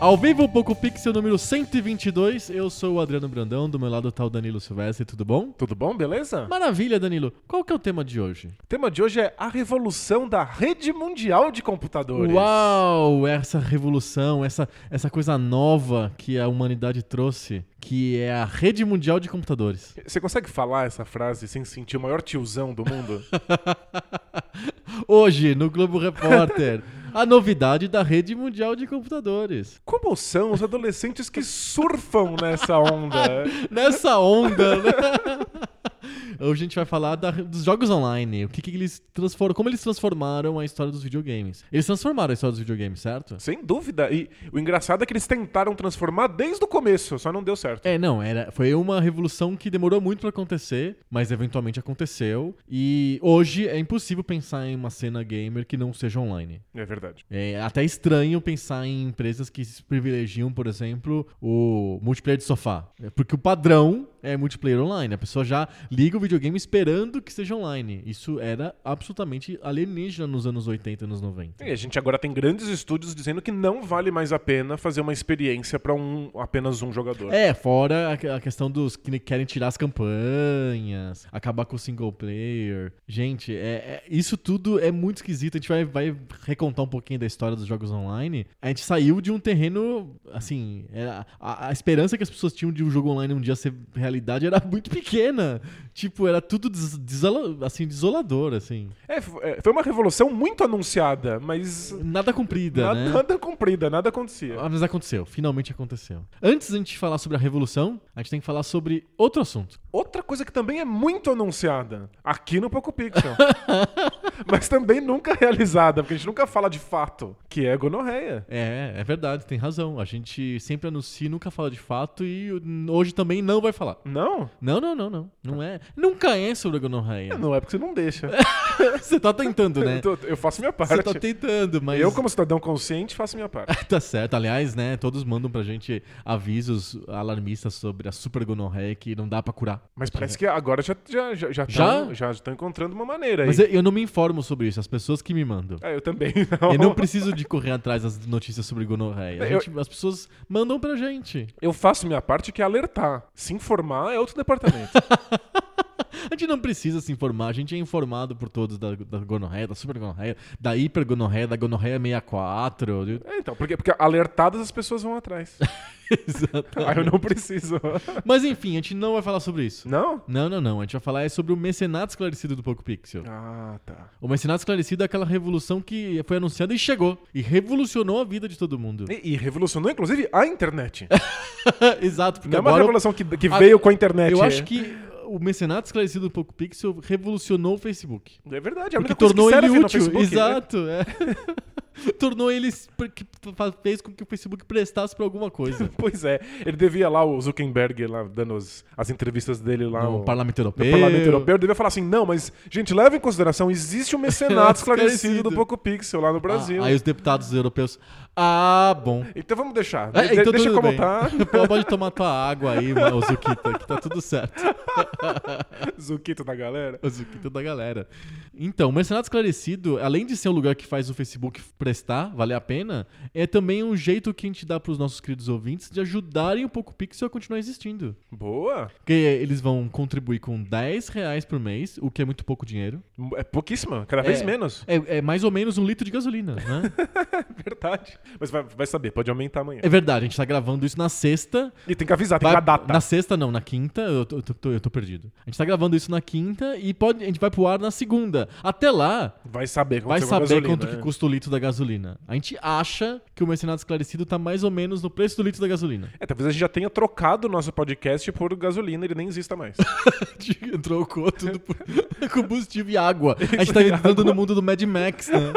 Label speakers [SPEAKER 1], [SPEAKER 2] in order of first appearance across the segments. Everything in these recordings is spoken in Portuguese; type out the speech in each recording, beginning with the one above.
[SPEAKER 1] Ao vivo, Poco Pixel número 122. Eu sou o Adriano Brandão, do meu lado tá o Danilo Silvestre, tudo bom?
[SPEAKER 2] Tudo bom, beleza?
[SPEAKER 1] Maravilha, Danilo. Qual que é o tema de hoje?
[SPEAKER 2] O tema de hoje é a revolução da rede mundial de computadores.
[SPEAKER 1] Uau, essa revolução, essa, essa coisa nova que a humanidade trouxe, que é a rede mundial de computadores.
[SPEAKER 2] Você consegue falar essa frase sem sentir o maior tiozão do mundo?
[SPEAKER 1] Hoje, no Globo Repórter, a novidade da rede mundial de computadores.
[SPEAKER 2] Como são os adolescentes que surfam nessa onda?
[SPEAKER 1] Nessa onda, né? Hoje a gente vai falar da- dos jogos online, o que, que eles transformam, como eles transformaram a história dos videogames. Eles transformaram a história dos videogames, certo?
[SPEAKER 2] Sem dúvida. E o engraçado é que eles tentaram transformar desde o começo, só não deu certo.
[SPEAKER 1] É, não, era, foi uma revolução que demorou muito pra acontecer, mas eventualmente aconteceu. E hoje é impossível pensar em uma cena gamer que não seja online.
[SPEAKER 2] É verdade.
[SPEAKER 1] É até estranho pensar em empresas que se privilegiam, por exemplo, o multiplayer de sofá. É Porque o padrão é multiplayer online. A pessoa já liga o videogame esperando que seja online. Isso era absolutamente alienígena nos anos 80 e nos 90.
[SPEAKER 2] E a gente agora tem grandes estúdios dizendo que não vale mais a pena fazer uma experiência pra um, apenas um jogador.
[SPEAKER 1] É, fora a- a questão dos que querem tirar as campanhas, acabar com o single player. Gente, é- é- isso tudo é muito esquisito. A gente vai, vai recontar um pouquinho da história dos jogos online. A gente saiu de um terreno, assim, era- a, a esperança que as pessoas tinham de um jogo online um dia ser realidade era muito pequena. Tipo, era tudo des- desalo- assim, desolador, assim.
[SPEAKER 2] É, f- é, foi uma revolução muito anunciada, mas
[SPEAKER 1] Nada cumprida,
[SPEAKER 2] nada,
[SPEAKER 1] né?
[SPEAKER 2] nada cumprida, nada acontecia.
[SPEAKER 1] Ah, Mas aconteceu, finalmente aconteceu. Antes da gente falar sobre a revolução, a gente tem que falar sobre outro assunto.
[SPEAKER 2] Outra coisa que também é muito anunciada, aqui no Poco Pixel, mas também nunca realizada, porque a gente nunca fala de fato, que é gonorreia.
[SPEAKER 1] É, é verdade, tem razão. A gente sempre anuncia, e nunca fala de fato e hoje também não vai falar.
[SPEAKER 2] Não?
[SPEAKER 1] Não, não, não, não. Não é. Nunca é sobre a gonorreia.
[SPEAKER 2] Não é porque você não deixa.
[SPEAKER 1] Você tá tentando, né?
[SPEAKER 2] Eu, tô- eu faço
[SPEAKER 1] Você
[SPEAKER 2] minha parte.
[SPEAKER 1] tá tentando, mas.
[SPEAKER 2] Eu, como cidadão consciente, faço minha parte.
[SPEAKER 1] Tá certo. Aliás, né? Todos mandam pra gente avisos alarmistas sobre a super gonorreia que não dá pra curar. né?
[SPEAKER 2] Mas parece que agora já já já já
[SPEAKER 1] é. Já?
[SPEAKER 2] tão- já estão encontrando uma maneira tá aí.
[SPEAKER 1] Mas eu, eu não me informo sobre isso, as pessoas que me mandam.
[SPEAKER 2] Ah, eu também não.
[SPEAKER 1] Eu não preciso de correr atrás das notícias sobre gonorreia. A
[SPEAKER 2] Eu-
[SPEAKER 1] gente- As pessoas mandam pra gente.
[SPEAKER 2] Eu faço minha parte que é alertar. Se informar é outro departamento.
[SPEAKER 1] A gente não precisa se informar, a gente é informado por todos da, da gonorreia, da super gonorreia, da hiper gonorreia, da gonorreia 64. de-
[SPEAKER 2] É, então, porque, porque alertadas as pessoas vão atrás.
[SPEAKER 1] Exato.
[SPEAKER 2] Aí eu não preciso.
[SPEAKER 1] Mas enfim, a gente não vai falar sobre isso.
[SPEAKER 2] Não?
[SPEAKER 1] Não, não, não. A gente vai falar é sobre o mecenato esclarecido do Poco Pixel.
[SPEAKER 2] Ah, tá.
[SPEAKER 1] O mecenato esclarecido é aquela revolução que foi anunciada e chegou. E revolucionou a vida de todo mundo.
[SPEAKER 2] E, e revolucionou, inclusive, a internet.
[SPEAKER 1] Exato, porque
[SPEAKER 2] Não é uma
[SPEAKER 1] agora.
[SPEAKER 2] revolução que, que
[SPEAKER 1] a-
[SPEAKER 2] veio com a internet.
[SPEAKER 1] Eu
[SPEAKER 2] é.
[SPEAKER 1] acho que o mecenato esclarecido do Poco Pixel revolucionou o Facebook.
[SPEAKER 2] É verdade, é a
[SPEAKER 1] Porque
[SPEAKER 2] única coisa
[SPEAKER 1] tornou
[SPEAKER 2] que serve
[SPEAKER 1] ele
[SPEAKER 2] no
[SPEAKER 1] útil.
[SPEAKER 2] Facebook, né?
[SPEAKER 1] Exato. é. tornou ele. s- porque fa- Fez com que o Facebook prestasse pra alguma coisa.
[SPEAKER 2] Pois é. Ele devia lá, o Zuckerberg, lá, dando as, as entrevistas dele lá.
[SPEAKER 1] no
[SPEAKER 2] o-
[SPEAKER 1] Parlamento
[SPEAKER 2] Ah, no
[SPEAKER 1] Europeu.
[SPEAKER 2] Parlamento Europeu, ele devia falar assim: não, mas, gente, leva em consideração, existe um mecenato esclarecido do Poco Pixel lá no Brasil.
[SPEAKER 1] é Ah, aí os deputados europeus. Ah, bom.
[SPEAKER 2] Então vamos deixar.
[SPEAKER 1] É,
[SPEAKER 2] De-
[SPEAKER 1] então
[SPEAKER 2] deixa
[SPEAKER 1] tudo
[SPEAKER 2] como
[SPEAKER 1] bem.
[SPEAKER 2] tá.
[SPEAKER 1] Pô, Pode tomar tua água aí, mano, o Zuquita, que tá tudo certo.
[SPEAKER 2] Zuquito da galera.
[SPEAKER 1] O Zuquita da galera. Então, o Mercenário Esclarecido, além de ser um lugar que faz o Facebook prestar, valer a pena, é também um jeito que a gente dá pros nossos queridos ouvintes de ajudarem um o Poco Pixel a continuar existindo.
[SPEAKER 2] Boa.
[SPEAKER 1] Porque eles vão contribuir com 10 reais por mês, o que é muito pouco dinheiro.
[SPEAKER 2] É pouquíssima, cada vez
[SPEAKER 1] É.
[SPEAKER 2] menos.
[SPEAKER 1] É, é mais ou menos um litro de gasolina, né?
[SPEAKER 2] É verdade. Mas vai, vai saber, pode aumentar amanhã.
[SPEAKER 1] é verdade, a gente tá gravando isso na sexta.
[SPEAKER 2] E tem que avisar, tem
[SPEAKER 1] Vai-
[SPEAKER 2] que dar data.
[SPEAKER 1] Na sexta, não, na quinta, eu tô, eu tô- eu tô perdido. A gente tá gravando isso na quinta e pode, a gente vai pro ar na segunda. Até lá,
[SPEAKER 2] Vai saber como
[SPEAKER 1] vai
[SPEAKER 2] você compra
[SPEAKER 1] saber
[SPEAKER 2] gasolina,
[SPEAKER 1] quanto
[SPEAKER 2] é.
[SPEAKER 1] que custa o litro da gasolina. A gente acha que o mercenário esclarecido tá mais ou menos no preço do litro da gasolina.
[SPEAKER 2] É, talvez a gente já tenha trocado o nosso podcast por gasolina, ele nem exista mais.
[SPEAKER 1] Entrou com tudo por combustível e água. A gente tá entrando no mundo do Mad Max, né?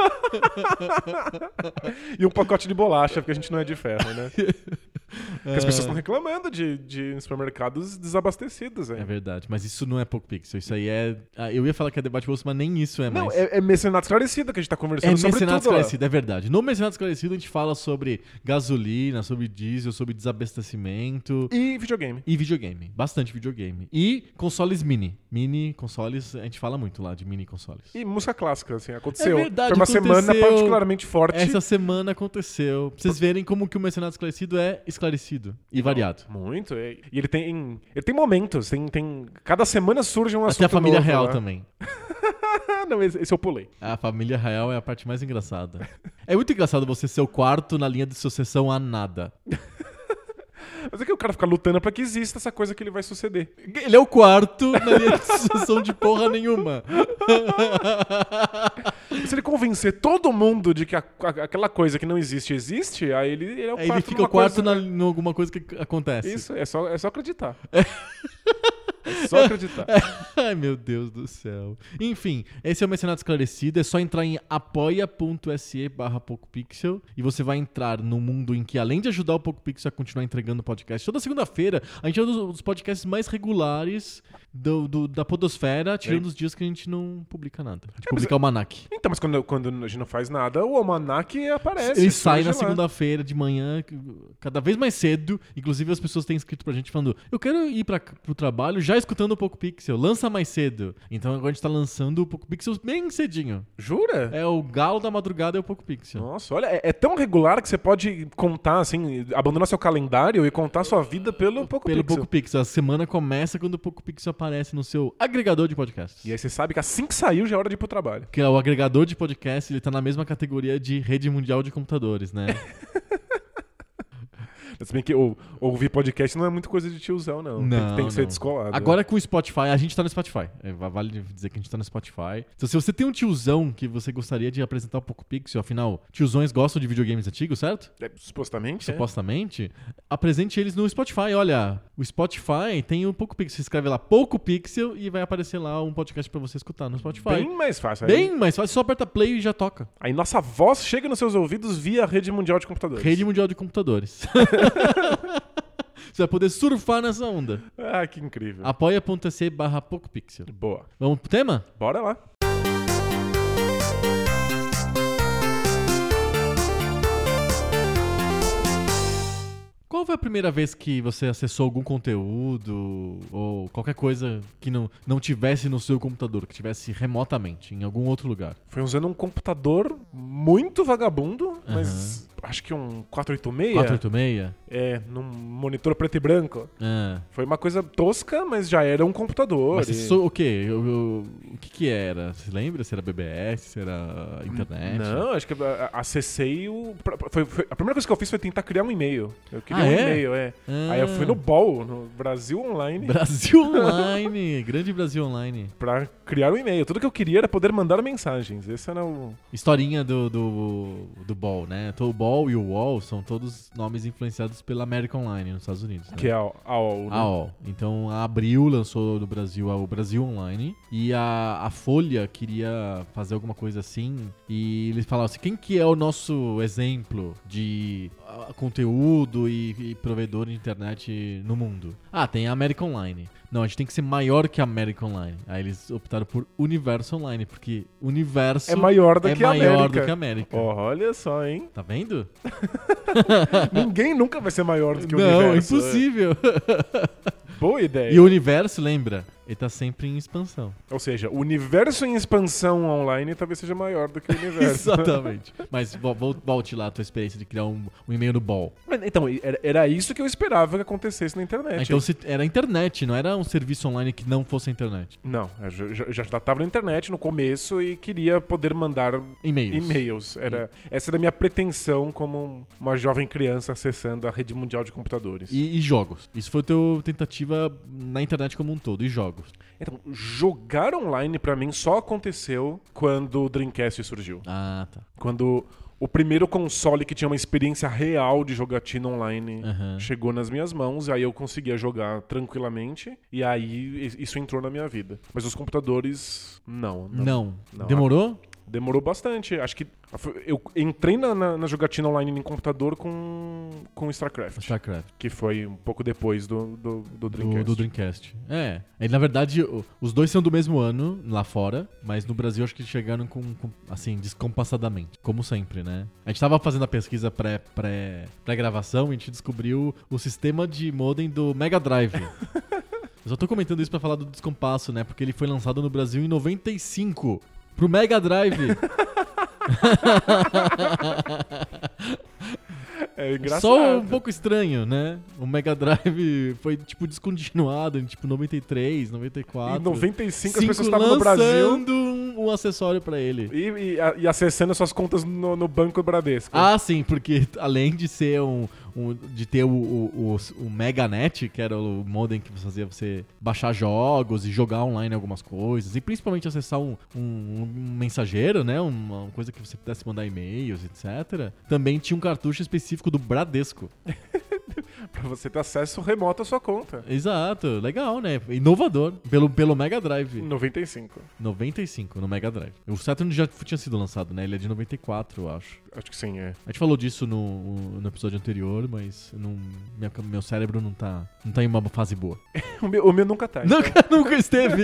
[SPEAKER 2] e um pacote de bolacha, porque a gente não é de ferro, né? Porque as pessoas estão reclamando de, de supermercados desabastecidos,
[SPEAKER 1] É
[SPEAKER 2] hein?
[SPEAKER 1] verdade, mas isso não é pouco pixel. Isso aí é. ah, Eu ia falar que é debate bolso, mas nem isso é mais.
[SPEAKER 2] Não, é, é mercenário esclarecido que a gente tá
[SPEAKER 1] É
[SPEAKER 2] conversando sobre tudo.
[SPEAKER 1] mercenário
[SPEAKER 2] lá.
[SPEAKER 1] esclarecido, é verdade. No mercenário esclarecido a gente fala sobre gasolina, sobre diesel, sobre desabastecimento
[SPEAKER 2] E videogame.
[SPEAKER 1] e videogame. Bastante videogame. E consoles mini. Mini consoles, a gente fala muito lá de mini consoles.
[SPEAKER 2] E música clássica, assim, aconteceu.
[SPEAKER 1] É verdade,
[SPEAKER 2] Foi uma semana
[SPEAKER 1] aconteceu.
[SPEAKER 2] particularmente forte.
[SPEAKER 1] Essa semana aconteceu. Pra vocês verem como que o mercenário esclarecido é esclarecido e variado.
[SPEAKER 2] Muito. E e ele tem. Ele tem momentos, tem. tem cada semana surge um
[SPEAKER 1] Até
[SPEAKER 2] assunto.
[SPEAKER 1] a família
[SPEAKER 2] novo,
[SPEAKER 1] real
[SPEAKER 2] né?
[SPEAKER 1] também.
[SPEAKER 2] Ah, não, esse, esse eu pulei.
[SPEAKER 1] A família real é a parte mais engraçada. É muito engraçado você ser o quarto na linha de sucessão a nada.
[SPEAKER 2] Mas é que o cara fica lutando pra que exista essa coisa que ele vai suceder.
[SPEAKER 1] Ele é o quarto na linha de sucessão de porra nenhuma.
[SPEAKER 2] Se ele convencer todo mundo de que a- a- aquela coisa que não existe existe, aí ele, ele é o
[SPEAKER 1] Aí ele
[SPEAKER 2] quarto
[SPEAKER 1] fica
[SPEAKER 2] numa
[SPEAKER 1] o quarto
[SPEAKER 2] coisa-
[SPEAKER 1] na,
[SPEAKER 2] é-
[SPEAKER 1] em alguma coisa que acontece.
[SPEAKER 2] Isso, é só, é só acreditar. É só acreditar.
[SPEAKER 1] Ai, meu Deus do céu. Enfim, esse é o Mercenário Esclarecido. É só entrar em apoia.se barra PocoPixel e você vai entrar num mundo em que, além de ajudar o PocoPixel a continuar entregando podcast, toda segunda-feira a gente é um dos- dos podcasts mais regulares do- do- da podosfera, tirando os dias que a gente não publica nada.
[SPEAKER 2] É,
[SPEAKER 1] A gente publica o Manac.
[SPEAKER 2] Então, mas quando, quando a gente não faz nada, o almanac aparece.
[SPEAKER 1] Ele sai na
[SPEAKER 2] surge lá.
[SPEAKER 1] segunda-feira de manhã, cada vez mais cedo. Inclusive, as pessoas têm escrito pra gente falando: Eu quero ir pra, pro trabalho já escutando o Poco Pixel, lança mais cedo. Então agora a gente tá lançando o Poco Pixel bem cedinho.
[SPEAKER 2] Jura?
[SPEAKER 1] É o galo da madrugada é o Poco Pixel.
[SPEAKER 2] Nossa, olha, é, é tão regular que você pode contar, assim, abandonar seu calendário e contar sua vida pelo pouco
[SPEAKER 1] Pelo
[SPEAKER 2] pixel.
[SPEAKER 1] Poco Pixel. A semana começa quando o Poco Pixel aparece no seu agregador de podcasts.
[SPEAKER 2] E aí você sabe que assim que saiu já é hora de ir pro trabalho.
[SPEAKER 1] Que é o agregador de podcast, ele tá na mesma categoria de rede mundial de computadores, né?
[SPEAKER 2] Se bem que ou- ouvir podcast não é muito coisa de tiozão, não. Tem que- tem, que ser
[SPEAKER 1] não.
[SPEAKER 2] descolado. né?
[SPEAKER 1] Agora com o Spotify, a gente tá no Spotify. É, va- vale dizer que a gente tá no Spotify. Então, se você tem um tiozão que você gostaria de apresentar um o Poco Pixel, afinal, tiozões gostam de videogames antigos, certo?
[SPEAKER 2] É, supostamente. é.
[SPEAKER 1] Supostamente, apresente eles no Spotify. Olha, o Spotify tem um o Poco Pixel. Você escreve lá Poco Pixel e vai aparecer lá um podcast pra você escutar no Spotify.
[SPEAKER 2] Bem mais fácil.
[SPEAKER 1] Bem,
[SPEAKER 2] Aí,
[SPEAKER 1] mas fácil, só aperta play e já toca.
[SPEAKER 2] aí nossa voz chega nos seus ouvidos via a rede mundial de computadores.
[SPEAKER 1] Rede Mundial de Computadores. você vai poder surfar nessa onda.
[SPEAKER 2] Ah, que incrível.
[SPEAKER 1] Apoia.se barra PocoPixel.
[SPEAKER 2] Boa.
[SPEAKER 1] Vamos pro tema?
[SPEAKER 2] Bora lá.
[SPEAKER 1] Qual foi a primeira vez que você acessou algum conteúdo ou qualquer coisa que não, não tivesse no seu computador, que tivesse remotamente, em algum outro lugar?
[SPEAKER 2] Foi usando um computador muito vagabundo, mas acho que um 486.
[SPEAKER 1] 486?
[SPEAKER 2] É, num monitor preto e branco.
[SPEAKER 1] Ah.
[SPEAKER 2] Foi uma coisa tosca, mas já era um computador.
[SPEAKER 1] Mas
[SPEAKER 2] e-
[SPEAKER 1] isso, o quê? O, o- o que que era? Você lembra? Se era BBS? Se era internet?
[SPEAKER 2] Não, acho que eu a- a- acessei o. pra- pra- foi- foi- a primeira coisa que eu fiz foi tentar criar um e-mail. Eu queria
[SPEAKER 1] Ah,
[SPEAKER 2] um
[SPEAKER 1] é?
[SPEAKER 2] e-mail, é.
[SPEAKER 1] Ah.
[SPEAKER 2] Aí eu fui no BOL, no Brasil Online,
[SPEAKER 1] Brasil Online! grande Brasil Online.
[SPEAKER 2] pra criar um e-mail. Tudo que eu queria era poder mandar mensagens. Esse era o.
[SPEAKER 1] Historinha do, do, do Ball, né? Então, O Ball e o Wall são todos nomes influenciados pela América Online nos Estados Unidos. Né?
[SPEAKER 2] Que é a, a, o-
[SPEAKER 1] A O. Então a Abril lançou no Brasil a o Brasil Online e a, a Folha queria fazer alguma coisa assim e eles falavam assim, quem que é o nosso exemplo de ah, conteúdo e, e provedor de internet no mundo? Ah, tem a América Online. Não, a gente tem que ser maior que a América Online. Aí eles optaram por Universo Online, porque Universo
[SPEAKER 2] É maior do
[SPEAKER 1] é
[SPEAKER 2] que a
[SPEAKER 1] maior
[SPEAKER 2] América.
[SPEAKER 1] do que a América.
[SPEAKER 2] Olha só, hein?
[SPEAKER 1] Tá vendo?
[SPEAKER 2] Ninguém nunca vai ser maior do que o É.
[SPEAKER 1] Não, é
[SPEAKER 2] universo.
[SPEAKER 1] impossível.
[SPEAKER 2] Boa ideia.
[SPEAKER 1] E o universo, lembra? Ele tá sempre em expansão.
[SPEAKER 2] Ou seja, o universo em expansão online talvez seja maior do que o universo.
[SPEAKER 1] Exatamente. Mas vo- vo- volte lá a tua experiência de criar um, um e-mail no ball.
[SPEAKER 2] Mas, Então, era, era isso que eu esperava que acontecesse na internet.
[SPEAKER 1] Ah, então se- era a internet, não era um serviço online que não fosse a internet.
[SPEAKER 2] Não, eu já- já, já estava na internet no começo e queria poder mandar
[SPEAKER 1] E-mails.
[SPEAKER 2] e-mails. Era,
[SPEAKER 1] Hum.
[SPEAKER 2] essa era a minha pretensão como um- uma jovem criança acessando a rede mundial de computadores.
[SPEAKER 1] E, e jogos. Isso foi a tua tentativa na internet como um todo. E jogos.
[SPEAKER 2] Então, jogar online pra mim só aconteceu quando o Dreamcast surgiu.
[SPEAKER 1] Ah, tá.
[SPEAKER 2] Quando o primeiro console que tinha uma experiência real de jogatina online
[SPEAKER 1] Aham.
[SPEAKER 2] chegou nas minhas mãos, e aí eu conseguia jogar tranquilamente, e aí i- isso entrou na minha vida. Mas os computadores, não. Não.
[SPEAKER 1] Não.
[SPEAKER 2] Não.
[SPEAKER 1] Demorou?
[SPEAKER 2] Demorou bastante. Acho que eu entrei na, na- na jogatina online em computador com, com StarCraft,
[SPEAKER 1] StarCraft.
[SPEAKER 2] que foi um pouco depois do, do, do
[SPEAKER 1] Do,
[SPEAKER 2] Dreamcast.
[SPEAKER 1] do Dreamcast. É. Ele, na verdade, o- os dois são do mesmo ano lá fora, mas no Brasil acho que chegaram com, com- assim, descompassadamente. Como sempre, né? A gente tava fazendo a pesquisa pré- pré- pré-gravação e a gente descobriu o sistema de modem do Mega Drive. Eu só tô comentando isso pra falar do descompasso, né? Porque ele foi lançado no Brasil em 95 pro Mega Drive.
[SPEAKER 2] É engraçado.
[SPEAKER 1] Só um pouco estranho, né? O Mega Drive foi, tipo, descontinuado em, tipo, 93, 94.
[SPEAKER 2] Em 95 as
[SPEAKER 1] Cinco
[SPEAKER 2] pessoas estavam no Brasil
[SPEAKER 1] lançando um, um acessório pra ele.
[SPEAKER 2] e, e a- e acessando suas contas no, no Banco Bradesco.
[SPEAKER 1] Ah, sim, porque além de ser um, um- de ter o, o, o, o MegaNet, que era o modem que fazia você baixar jogos e jogar online algumas coisas, e principalmente acessar um, um- um mensageiro, né? Uma coisa que você pudesse mandar e-mails, etc. Também tinha um cartucho específico do Bradesco.
[SPEAKER 2] Pra você ter acesso remoto à sua conta.
[SPEAKER 1] Exato, legal, né? Inovador. Pelo, pelo Mega Drive.
[SPEAKER 2] Em 95.
[SPEAKER 1] 95, no Mega Drive. O Saturn já tinha sido lançado, né? Ele é de 94, eu acho.
[SPEAKER 2] Acho que sim, é.
[SPEAKER 1] A gente falou disso no, no episódio anterior, mas eu não- minha- meu cérebro não tá, não tá em uma fase boa.
[SPEAKER 2] O meu, o meu nunca tá. então
[SPEAKER 1] Nunca, nunca esteve.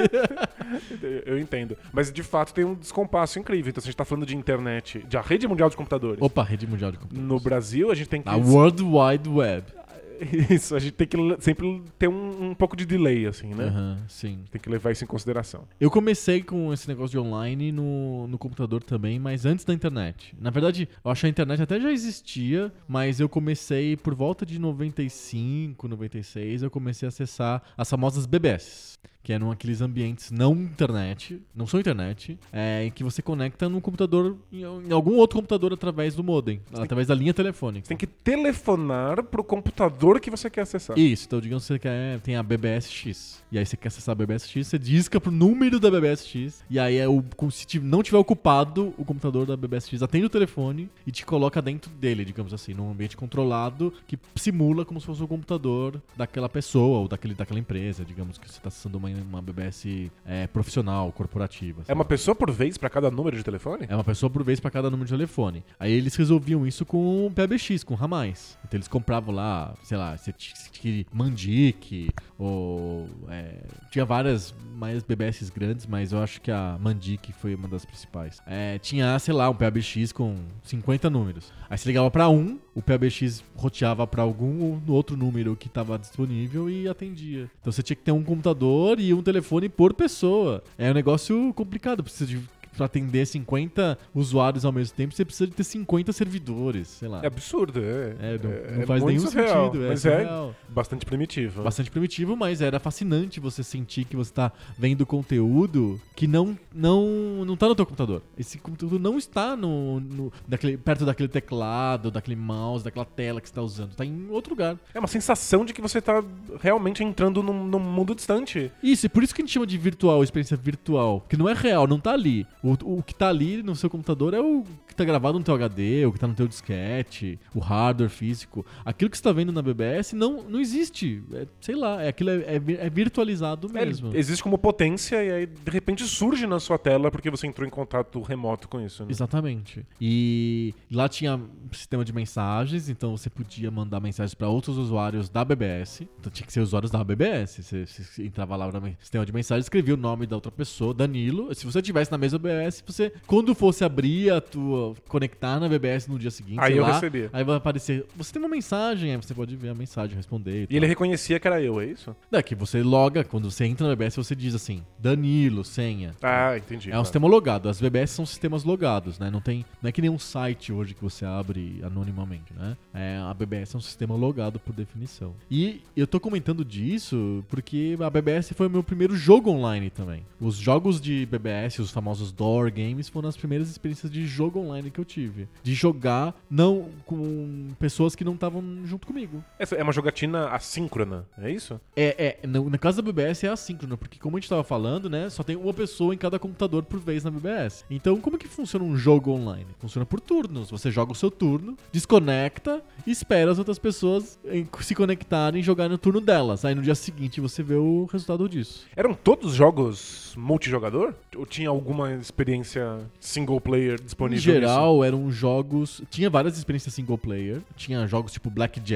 [SPEAKER 2] Eu entendo. Mas de fato tem um descompasso incrível. Então, se a gente tá falando de internet, de a rede mundial de computadores.
[SPEAKER 1] Opa, rede mundial de computadores.
[SPEAKER 2] No Brasil, a gente tem que.
[SPEAKER 1] Na World Wide Web.
[SPEAKER 2] Isso, a gente tem que le- sempre ter um, um pouco de delay, assim, né?
[SPEAKER 1] Aham, sim.
[SPEAKER 2] Tem que levar isso em consideração.
[SPEAKER 1] Eu comecei com esse negócio de online no, no computador também, mas antes da internet. Na verdade, eu acho que a internet até já existia, mas eu comecei por volta de 95, 96, eu comecei a acessar as famosas BBS. Que eram aqueles ambientes não internet, não são internet, é, em que você conecta num computador, em, em algum outro computador através do modem, através da linha telefônica.
[SPEAKER 2] Você tem que telefonar pro computador que você quer acessar.
[SPEAKER 1] Isso, então digamos que você quer, tem a BBSX. E aí você quer acessar a BBSX, você disca pro número da BBSX. E aí é o, como se ti- não tiver ocupado o computador da BBSX, atende o telefone e te coloca dentro dele, digamos assim, num ambiente controlado que simula como se fosse o computador daquela pessoa ou daquele, daquela empresa, digamos que você tá acessando uma, uma BBS é, profissional, corporativa.
[SPEAKER 2] É
[SPEAKER 1] sei lá.
[SPEAKER 2] uma pessoa por vez pra cada número de telefone?
[SPEAKER 1] É uma pessoa por vez pra cada número de telefone. Aí eles resolviam isso com o PBX, com ramais. Então eles compravam lá, sei lá, você t- você tinha Mandic, ou. é, tinha várias mais BBS grandes, mas eu acho que a Mandic foi uma das principais. É, tinha, sei lá, um PBX com 50 números. Aí você ligava pra um, o PBX roteava pra algum ou no outro número que tava disponível e atendia. Então você tinha que ter um computador e um telefone por pessoa. É um negócio complicado, precisa de Pra atender 50 usuários ao mesmo tempo, você precisa de ter 50 servidores, sei lá.
[SPEAKER 2] É absurdo, é.
[SPEAKER 1] É, não,
[SPEAKER 2] É-
[SPEAKER 1] não
[SPEAKER 2] é
[SPEAKER 1] faz
[SPEAKER 2] muito
[SPEAKER 1] nenhum
[SPEAKER 2] surreal,
[SPEAKER 1] sentido. É,
[SPEAKER 2] mas é
[SPEAKER 1] surreal.
[SPEAKER 2] Bastante primitivo.
[SPEAKER 1] Bastante primitivo, mas era fascinante você sentir que você tá vendo conteúdo que não, não, não tá no teu computador. Esse conteúdo não está no, no- daquele, perto daquele teclado, daquele mouse, daquela tela que você tá usando. Tá em outro lugar.
[SPEAKER 2] É uma sensação de que você tá realmente entrando num, num mundo distante.
[SPEAKER 1] Isso, e por isso que a gente chama de virtual, experiência virtual. Porque não é real, não tá ali. O, o que tá ali no seu computador é o que tá gravado no teu HD, o que tá no teu disquete, o hardware físico. Aquilo que você tá vendo na BBS não, não existe. É, sei lá, é, aquilo é, é vi- é virtualizado
[SPEAKER 2] É,
[SPEAKER 1] mesmo.
[SPEAKER 2] existe como potência e aí de repente surge na sua tela porque você entrou em contato remoto com isso. Né?
[SPEAKER 1] Exatamente. E lá tinha sistema de mensagens, então você podia mandar mensagens para outros usuários da BBS. Então tinha que ser usuários da BBS. Você, você entrava lá no sistema de mensagens, escrevia o nome da outra pessoa, Danilo. Se você tivesse na mesma BBS, BBS, você, quando fosse abrir a tua, conectar na BBS no dia seguinte,
[SPEAKER 2] Aí
[SPEAKER 1] sei
[SPEAKER 2] eu
[SPEAKER 1] lá,
[SPEAKER 2] recebia.
[SPEAKER 1] Aí vai aparecer, você tem uma mensagem, aí você pode ver a mensagem, responder e,
[SPEAKER 2] E ele reconhecia que era eu, é isso?
[SPEAKER 1] Daqui você loga, quando você entra na BBS, você diz assim, Danilo, senha.
[SPEAKER 2] Ah, entendi.
[SPEAKER 1] É um sistema logado. As BBS são sistemas logados, né? Não tem, não é que nem um site hoje que você abre anonimamente, né? É, a BBS é um sistema logado por definição. E eu tô comentando disso porque a BBS foi o meu primeiro jogo online também. Os jogos de BBS, os famosos door games, foram as primeiras experiências de jogo online que eu tive, de jogar não com pessoas que não estavam junto comigo.
[SPEAKER 2] Essa É uma jogatina assíncrona, é isso?
[SPEAKER 1] É, é no, na casa da BBS é assíncrona, porque como a gente tava falando, né, só tem uma pessoa em cada computador por vez na BBS. Então, como que funciona um jogo online? Funciona por turnos. Você joga o seu turno, desconecta e espera as outras pessoas em- se conectarem e jogar no turno delas. Aí no dia seguinte você vê o resultado disso.
[SPEAKER 2] Eram todos jogos multijogador? Ou tinha alguma experiência single player
[SPEAKER 1] Em
[SPEAKER 2] disponível?
[SPEAKER 1] geral, eram jogos. Tinha várias experiências single player. Tinha jogos tipo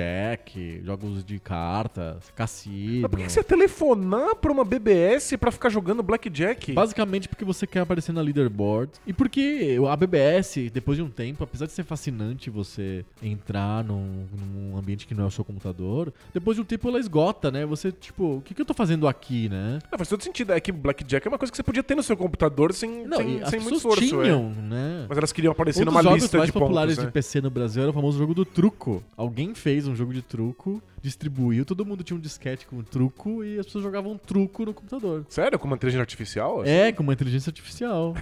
[SPEAKER 1] Blackjack, jogos de cartas, cassino.
[SPEAKER 2] nisso? Mas por que que você ia telefonar pra uma BBS pra ficar jogando Blackjack?
[SPEAKER 1] Basicamente porque você quer aparecer na leaderboard. E porque a BBS, depois de um tempo, apesar de ser fascinante você entrar num, num ambiente que não é o seu computador, depois de um tempo ela esgota, né? Você, tipo, o que, que eu tô fazendo aqui, né?
[SPEAKER 2] Não, faz todo sentido. É que Blackjack é uma coisa que você podia ter no seu computador sem,
[SPEAKER 1] Não,
[SPEAKER 2] sem,
[SPEAKER 1] e as
[SPEAKER 2] sem muito
[SPEAKER 1] pessoas
[SPEAKER 2] esforço.
[SPEAKER 1] tinham,
[SPEAKER 2] é.
[SPEAKER 1] né?
[SPEAKER 2] Mas elas queriam aparecer
[SPEAKER 1] Um dos
[SPEAKER 2] numa
[SPEAKER 1] jogos
[SPEAKER 2] lista
[SPEAKER 1] mais
[SPEAKER 2] de
[SPEAKER 1] populares
[SPEAKER 2] pontos. né?
[SPEAKER 1] de PC no Brasil era o famoso jogo do truco. Alguém fez um jogo de truco, distribuiu, todo mundo tinha um disquete com truco e as pessoas jogavam truco no computador.
[SPEAKER 2] Sério? Com uma inteligência artificial?
[SPEAKER 1] É, com uma inteligência artificial.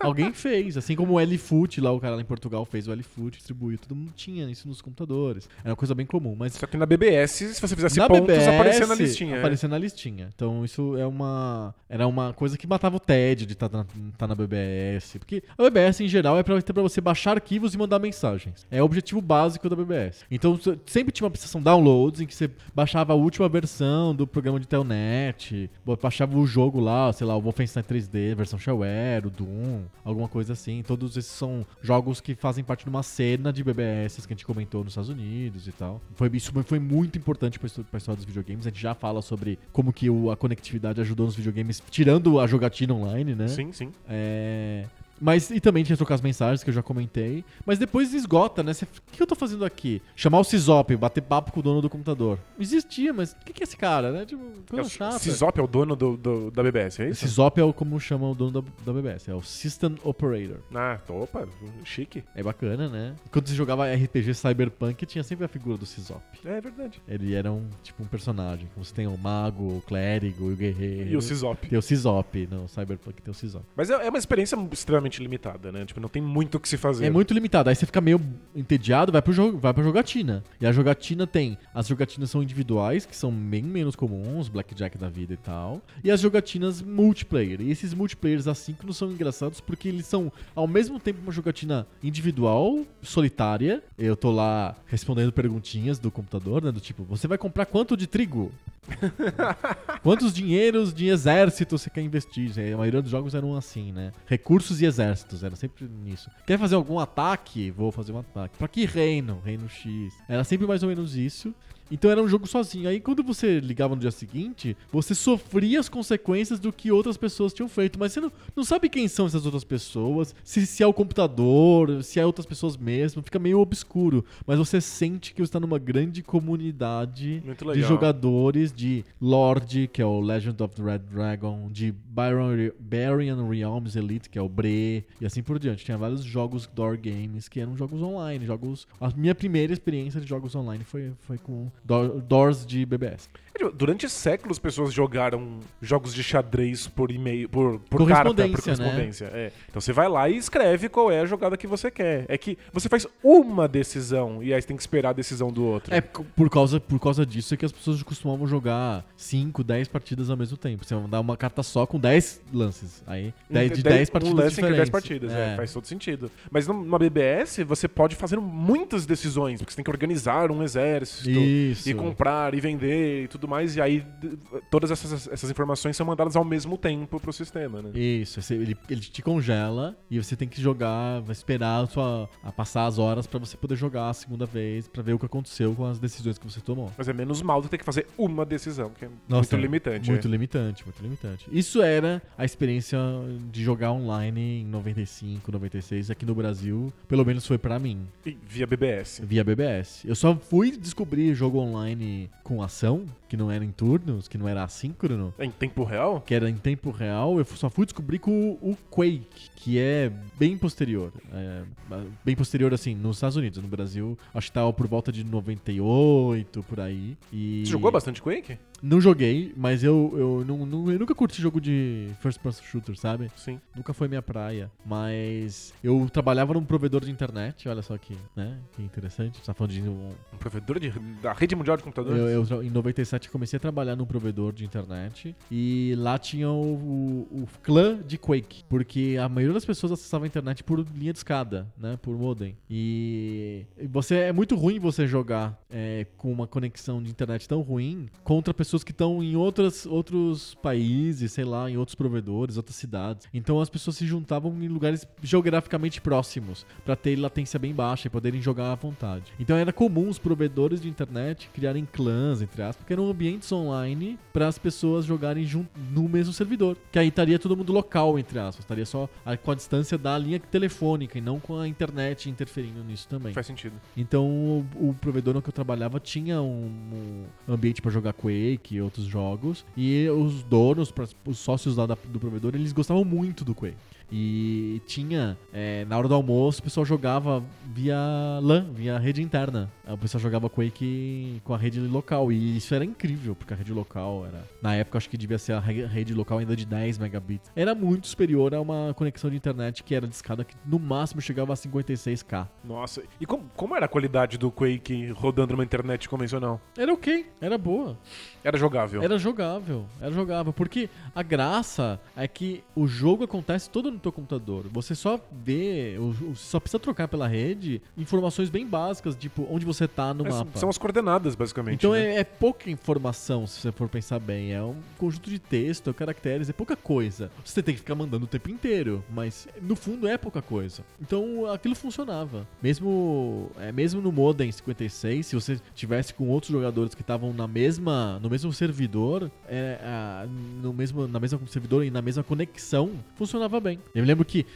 [SPEAKER 1] Alguém fez, assim como o LFoot lá, o cara lá em Portugal fez o LFoot, distribuiu, todo mundo tinha isso nos computadores. Era uma coisa bem comum, mas
[SPEAKER 2] Só que na BBS, se você fizesse
[SPEAKER 1] na
[SPEAKER 2] pontos,
[SPEAKER 1] BBS
[SPEAKER 2] aparecia na listinha. é.
[SPEAKER 1] aparecia na listinha. Então isso é uma era uma coisa que matava o tédio de estar na, tá na BBS, porque a BBS em geral é para você baixar arquivos e mandar mensagens. É o objetivo básico da BBS. Então se- sempre tinha uma seção downloads em que você baixava a última versão do programa de telnet, bo- baixava o jogo lá, sei lá, o Wolfenstein 3D, versão shareware, o Doom, alguma coisa assim. Todos esses são jogos que fazem parte de uma cena de BBS que a gente comentou nos Estados Unidos e tal. Foi, isso foi muito importante pra, histo- pra história dos videogames. A gente já fala sobre como que o- a conectividade ajudou nos videogames, tirando a jogatina online, né?
[SPEAKER 2] Sim, sim.
[SPEAKER 1] É, Mas, e também tinha trocar as mensagens que eu já comentei. Mas depois esgota, né? Você- O que eu tô fazendo aqui? Chamar o Sisop, bater papo com o dono do computador. Existia, mas o que, que é esse cara, né? Tipo,
[SPEAKER 2] É o
[SPEAKER 1] coisa chata.
[SPEAKER 2] Sisop é o dono do, do- da BBS, é isso?
[SPEAKER 1] Sisop é o- como chama o dono da, da BBS, é o System Operator.
[SPEAKER 2] Ah, tô- opa, chique.
[SPEAKER 1] É bacana, né? Quando você jogava RPG Cyberpunk, tinha sempre a figura do Sisop.
[SPEAKER 2] É verdade.
[SPEAKER 1] Ele era um tipo um personagem. Como você tem o mago, o clérigo e o guerreiro.
[SPEAKER 2] E o Sisop.
[SPEAKER 1] Tem o Sisop, não, Cyberpunk tem o Sisop.
[SPEAKER 2] Mas é é uma experiência extremamente limitada, né? Tipo, não tem muito o que se fazer.
[SPEAKER 1] É muito limitado. Aí você fica meio entediado, vai pro jogo, vai pra jogatina. E a jogatina tem. As jogatinas são individuais, que são bem menos comuns, Blackjack da vida e tal. E as jogatinas multiplayer. E esses multiplayers assíncronos são engraçados porque eles são, ao mesmo tempo, uma jogatina individual, solitária. Eu tô lá respondendo perguntinhas do computador, né? Do tipo, você vai comprar quanto de trigo? Quantos dinheiros de exército você quer investir? É, A maioria dos jogos eram assim, né? Recursos e exércitos, era sempre nisso. Quer fazer algum ataque? Vou fazer um ataque. Pra que reino? Reino X. Era sempre mais ou menos isso. Então era um jogo sozinho. Aí quando você ligava no dia seguinte, você sofria as consequências do que outras pessoas tinham feito. Mas você não, não sabe quem são essas outras pessoas, se, se é o computador, se é outras pessoas mesmo. Fica meio obscuro. Mas você sente que você está numa grande comunidade
[SPEAKER 2] Muito
[SPEAKER 1] de
[SPEAKER 2] legal.
[SPEAKER 1] jogadores de Lorde, que é o Legend of the Red Dragon, de Byron, Barian Realms Elite, que é o Bre, e assim por diante. Tinha vários jogos door games que eram jogos online, jogos. A minha primeira experiência de jogos online foi, foi com do- Doors de BBS.
[SPEAKER 2] É, tipo, Durante séculos, pessoas jogaram jogos de xadrez por e-mail, por, por
[SPEAKER 1] Correspondência,
[SPEAKER 2] carta, por
[SPEAKER 1] né?
[SPEAKER 2] correspondência. é. Então você vai lá e escreve qual é a jogada que você quer. É que você faz uma decisão e aí você tem que esperar a decisão do outro.
[SPEAKER 1] É, c- por causa, por causa disso é que as pessoas costumavam jogar 5, 10 partidas ao mesmo tempo. Você mandar uma carta só com 10 lances. Aí, dez- de 10 partidas
[SPEAKER 2] Um lance entre
[SPEAKER 1] diferentes.
[SPEAKER 2] 10 partidas, é. faz todo sentido. Mas num- numa BBS, você pode fazer muitas decisões, porque você tem que organizar um exército,
[SPEAKER 1] Isso.
[SPEAKER 2] e comprar e vender e tudo mais. E aí d- todas essas, essas informações são mandadas ao mesmo tempo pro sistema, né?
[SPEAKER 1] Isso, você- ele, ele te congela e você tem que jogar, vai esperar a sua, a passar as horas pra você poder jogar a segunda vez, pra ver o que aconteceu com as decisões que você tomou.
[SPEAKER 2] Mas é menos mal do que ter que fazer uma decisão, que é
[SPEAKER 1] Nossa,
[SPEAKER 2] muito limitante.
[SPEAKER 1] Muito
[SPEAKER 2] é.
[SPEAKER 1] limitante, muito limitante. Isso era a experiência de jogar online em 95, 96, aqui no Brasil, pelo menos foi pra mim,
[SPEAKER 2] é. E via BBS.
[SPEAKER 1] via BBS. Eu só fui descobrir jogo online com ação, que não era em turnos, que não era assíncrono,
[SPEAKER 2] É, Em tempo real?
[SPEAKER 1] que era em tempo real, eu só fui descobrir com o Quake, que é bem posterior. É, bem posterior, assim, nos Estados Unidos. No Brasil, acho que tava por volta de 98, por aí. E
[SPEAKER 2] Você jogou bastante Quake?
[SPEAKER 1] Não joguei, mas eu, eu, não, não- eu nunca curti jogo de first person shooter, sabe?
[SPEAKER 2] Sim.
[SPEAKER 1] Nunca foi minha praia. Mas eu trabalhava num provedor de internet, olha só aqui, né? Que interessante. Tá falando de um-
[SPEAKER 2] Um provedor de- da rede mundial de computadores?
[SPEAKER 1] eu, eu tra- em 97 eu comecei a trabalhar num provedor de internet e lá tinha o, o- o clã de Quake, porque a maioria das pessoas acessava a internet por linha de escada, né, por modem. E você é muito ruim você jogar é, com uma conexão de internet tão ruim contra pessoas que estão em outras, outros países, sei lá, em outros provedores, outras cidades. Então as pessoas se juntavam em lugares geograficamente próximos pra ter latência bem baixa e poderem jogar à vontade. Então era comum os provedores de internet criarem clãs, entre aspas, porque eram ambientes online para as pessoas jogarem jun- no mesmo servidor. Que aí estaria todo mundo local, entre aspas, estaria só a- com a distância da linha telefônica e não com a internet interferindo nisso também.
[SPEAKER 2] Faz sentido.
[SPEAKER 1] Então, o, o provedor no que eu trabalhava tinha um, um ambiente pra jogar Quake e outros jogos. E os donos, pras- os sócios lá da- do provedor, eles gostavam muito do Quake. E tinha, é, na hora do almoço, o pessoal jogava via LAN, via rede interna. O pessoal jogava Quake com a rede local. E isso era incrível, porque a rede local era. Na época, acho que devia ser a re- rede local ainda de 10 megabits. Era muito superior a uma conexão de internet que era de escada, que no máximo chegava a 56k.
[SPEAKER 2] Nossa. E como, como era a qualidade do Quake rodando numa internet convencional?
[SPEAKER 1] Era ok, era boa.
[SPEAKER 2] Era jogável.
[SPEAKER 1] Era jogável, era jogável. Porque a graça é que o jogo acontece todo no teu computador. Você só vê, o- o- só precisa trocar pela rede informações bem básicas, tipo onde você tá no
[SPEAKER 2] Mas
[SPEAKER 1] mapa.
[SPEAKER 2] É, São as coordenadas, basicamente.
[SPEAKER 1] Então
[SPEAKER 2] né?
[SPEAKER 1] é, é pouca informação, se você for pensar bem. É um conjunto de texto, é caracteres, é pouca coisa. Você tem que ficar mandando o tempo inteiro, mas no fundo é pouca coisa. Então aquilo funcionava. Mesmo, é, mesmo no Modem 56, se você tivesse com outros jogadores que estavam na mesma no mesmo servidor, é, a- no mesmo, na mesma servidor e na mesma conexão, funcionava bem. Eu me lembro que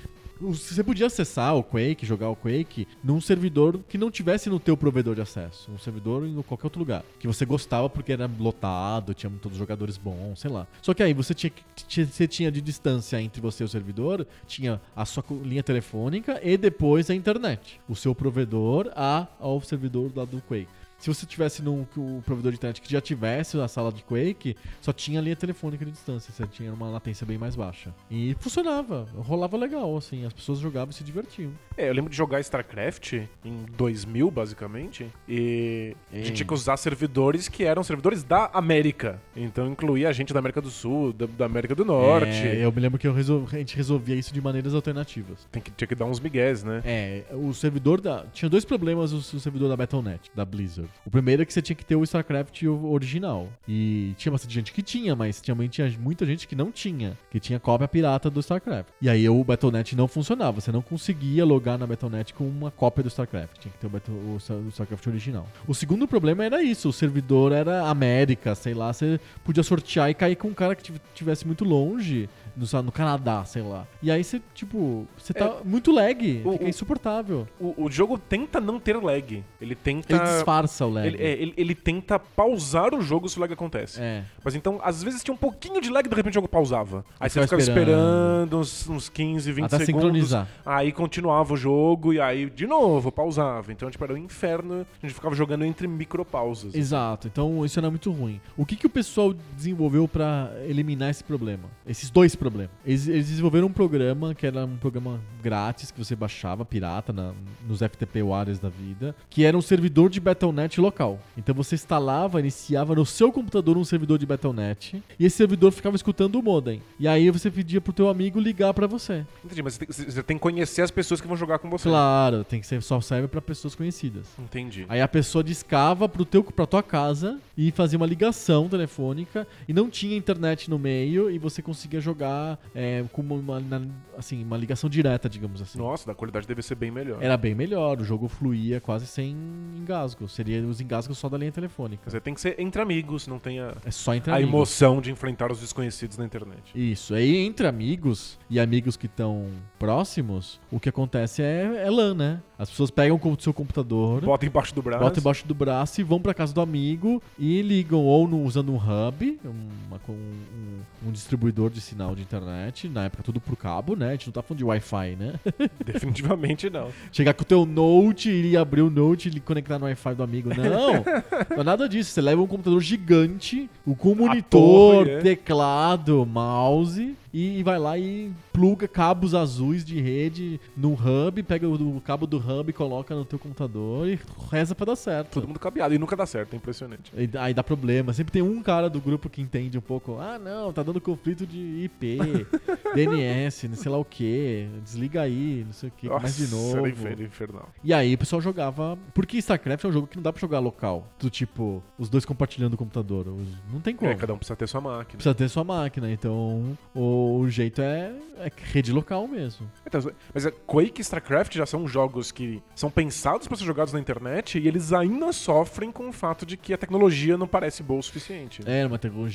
[SPEAKER 1] o- Você podia acessar o Quake, jogar o Quake, num servidor que não tivesse no teu provedor de acesso. Um servidor em qualquer outro lugar. Que você gostava porque era lotado, tinha todos os jogadores bons, sei lá. Só que aí você tinha, que- tinha- você tinha de distância entre você e o servidor, tinha a sua co- linha telefônica e depois a internet. O seu provedor a, ao servidor lá do Quake. Se você tivesse num o provedor de internet que já tivesse a sala de Quake, só tinha a linha telefônica de distância, você tinha uma latência bem mais baixa. E funcionava, rolava legal, assim, as pessoas jogavam e se divertiam.
[SPEAKER 2] É, eu lembro de jogar StarCraft em 2000, basicamente, e a
[SPEAKER 1] É.
[SPEAKER 2] gente tinha que usar servidores que eram servidores da América. Então incluía a gente da América do Sul, da, da América do Norte.
[SPEAKER 1] É, eu me lembro que eu resol- a gente resolvia isso de maneiras alternativas.
[SPEAKER 2] Tem que, tinha que dar uns migués, né?
[SPEAKER 1] É, o servidor da. Tinha dois problemas o, o servidor da Battle.net, da Blizzard. O primeiro é que você tinha que ter o StarCraft o- original. E tinha bastante gente que tinha, mas também tinha muita gente que não tinha. Que tinha cópia pirata do StarCraft. E aí o Battle.net não funcionava. Você não conseguia logar na Battle.net com uma cópia do StarCraft. Tinha que ter o, Battle- o Star- o StarCraft original. O segundo problema era isso. O servidor era América, sei lá. Você podia sortear e cair com um cara que tiv- tivesse muito longe. No, sei lá, no Canadá, sei lá. E aí você, tipo, você tá muito lag.
[SPEAKER 2] O-
[SPEAKER 1] fica
[SPEAKER 2] o-
[SPEAKER 1] insuportável.
[SPEAKER 2] O, o jogo tenta não ter lag. Ele tenta.
[SPEAKER 1] Ele disfarça o lag.
[SPEAKER 2] Tá- ele, é, ele- ele tenta pausar o jogo se o lag acontece.
[SPEAKER 1] É.
[SPEAKER 2] Mas então, às vezes tinha um pouquinho de lag e de repente o jogo pausava. Aí
[SPEAKER 1] Aí
[SPEAKER 2] você
[SPEAKER 1] ficava
[SPEAKER 2] ficava esperando uns, uns 15, 20
[SPEAKER 1] Até
[SPEAKER 2] segundos.
[SPEAKER 1] sincronizar.
[SPEAKER 2] Aí continuava o jogo e aí de novo pausava. Então, tipo, era um inferno. A gente ficava jogando entre micropausas.
[SPEAKER 1] Exato, é então isso era muito ruim. O que, que o pessoal desenvolveu pra eliminar esse problema? Esses dois problema. Eles, eles desenvolveram um programa que era um programa grátis que você baixava, pirata, na- nos FTP Wireless da vida, que era um servidor de Battle.net local. Então você instalava, iniciava no seu computador um servidor de Battle.net e esse servidor ficava escutando o modem. E aí você pedia pro teu amigo ligar pra você.
[SPEAKER 2] Entendi, mas você tem, você tem que conhecer as pessoas que vão jogar com você.
[SPEAKER 1] Claro, "Ah, tem que ser só serve pra pessoas conhecidas.
[SPEAKER 2] Entendi.
[SPEAKER 1] Aí a pessoa discava pro teu, pra tua casa e fazia uma ligação telefônica e não tinha internet no meio e você conseguia jogar é, com uma, uma- na- assim, uma ligação direta, digamos assim.
[SPEAKER 2] Nossa, da qualidade deve ser bem melhor.
[SPEAKER 1] Era bem melhor, o jogo fluía quase sem engasgo. Seria os engasgos só da linha telefônica.
[SPEAKER 2] Você tem que ser entre amigos, não tem a,
[SPEAKER 1] É só entre
[SPEAKER 2] a
[SPEAKER 1] amigos.
[SPEAKER 2] emoção de enfrentar os desconhecidos na internet.
[SPEAKER 1] Isso, aí entre amigos e amigos que estão próximos, o que acontece é, é LAN, né? As pessoas pegam o seu computador,
[SPEAKER 2] Bota embaixo do braço.
[SPEAKER 1] Uhum. Bota embaixo do braço e vão pra casa do amigo e ligam ou no- usando um hub, uma co- um, um- um distribuidor de sinal de internet, na época tudo por cabo, né? A gente não tá falando de Wi-Fi, né?
[SPEAKER 2] Definitivamente não.
[SPEAKER 1] Chegar com o teu note e abrir o note e conectar no Wi-Fi do amigo. Não! não é nada disso. Você leva um computador gigante, o- com monitor,
[SPEAKER 2] torre, é.
[SPEAKER 1] teclado, mouse e vai lá e pluga cabos azuis de rede no hub, pega o, o cabo do hub e coloca no teu computador e reza pra dar certo.
[SPEAKER 2] Todo mundo cabeado e nunca dá certo, é impressionante.
[SPEAKER 1] Aí dá- Aí dá problema. Sempre tem um cara do grupo que entende um pouco. Ah, não, tá dando conflito de IP, DNS, não sei lá o que. Desliga aí, não sei o que. Começa de novo.
[SPEAKER 2] era infer- infernal.
[SPEAKER 1] E aí o pessoal jogava. Porque StarCraft é um jogo que não dá pra jogar local. Do tipo, os dois compartilhando o computador. Os- Não tem como.
[SPEAKER 2] É, cada um precisa ter sua máquina.
[SPEAKER 1] Precisa ter sua máquina. Então o, o jeito é, é rede local mesmo.
[SPEAKER 2] Então, mas é, Quake e StarCraft já são jogos que são pensados pra ser jogados na internet e eles ainda sofrem com o fato de que a tecnologia não parece boa o suficiente. né?
[SPEAKER 1] Era uma tecnologia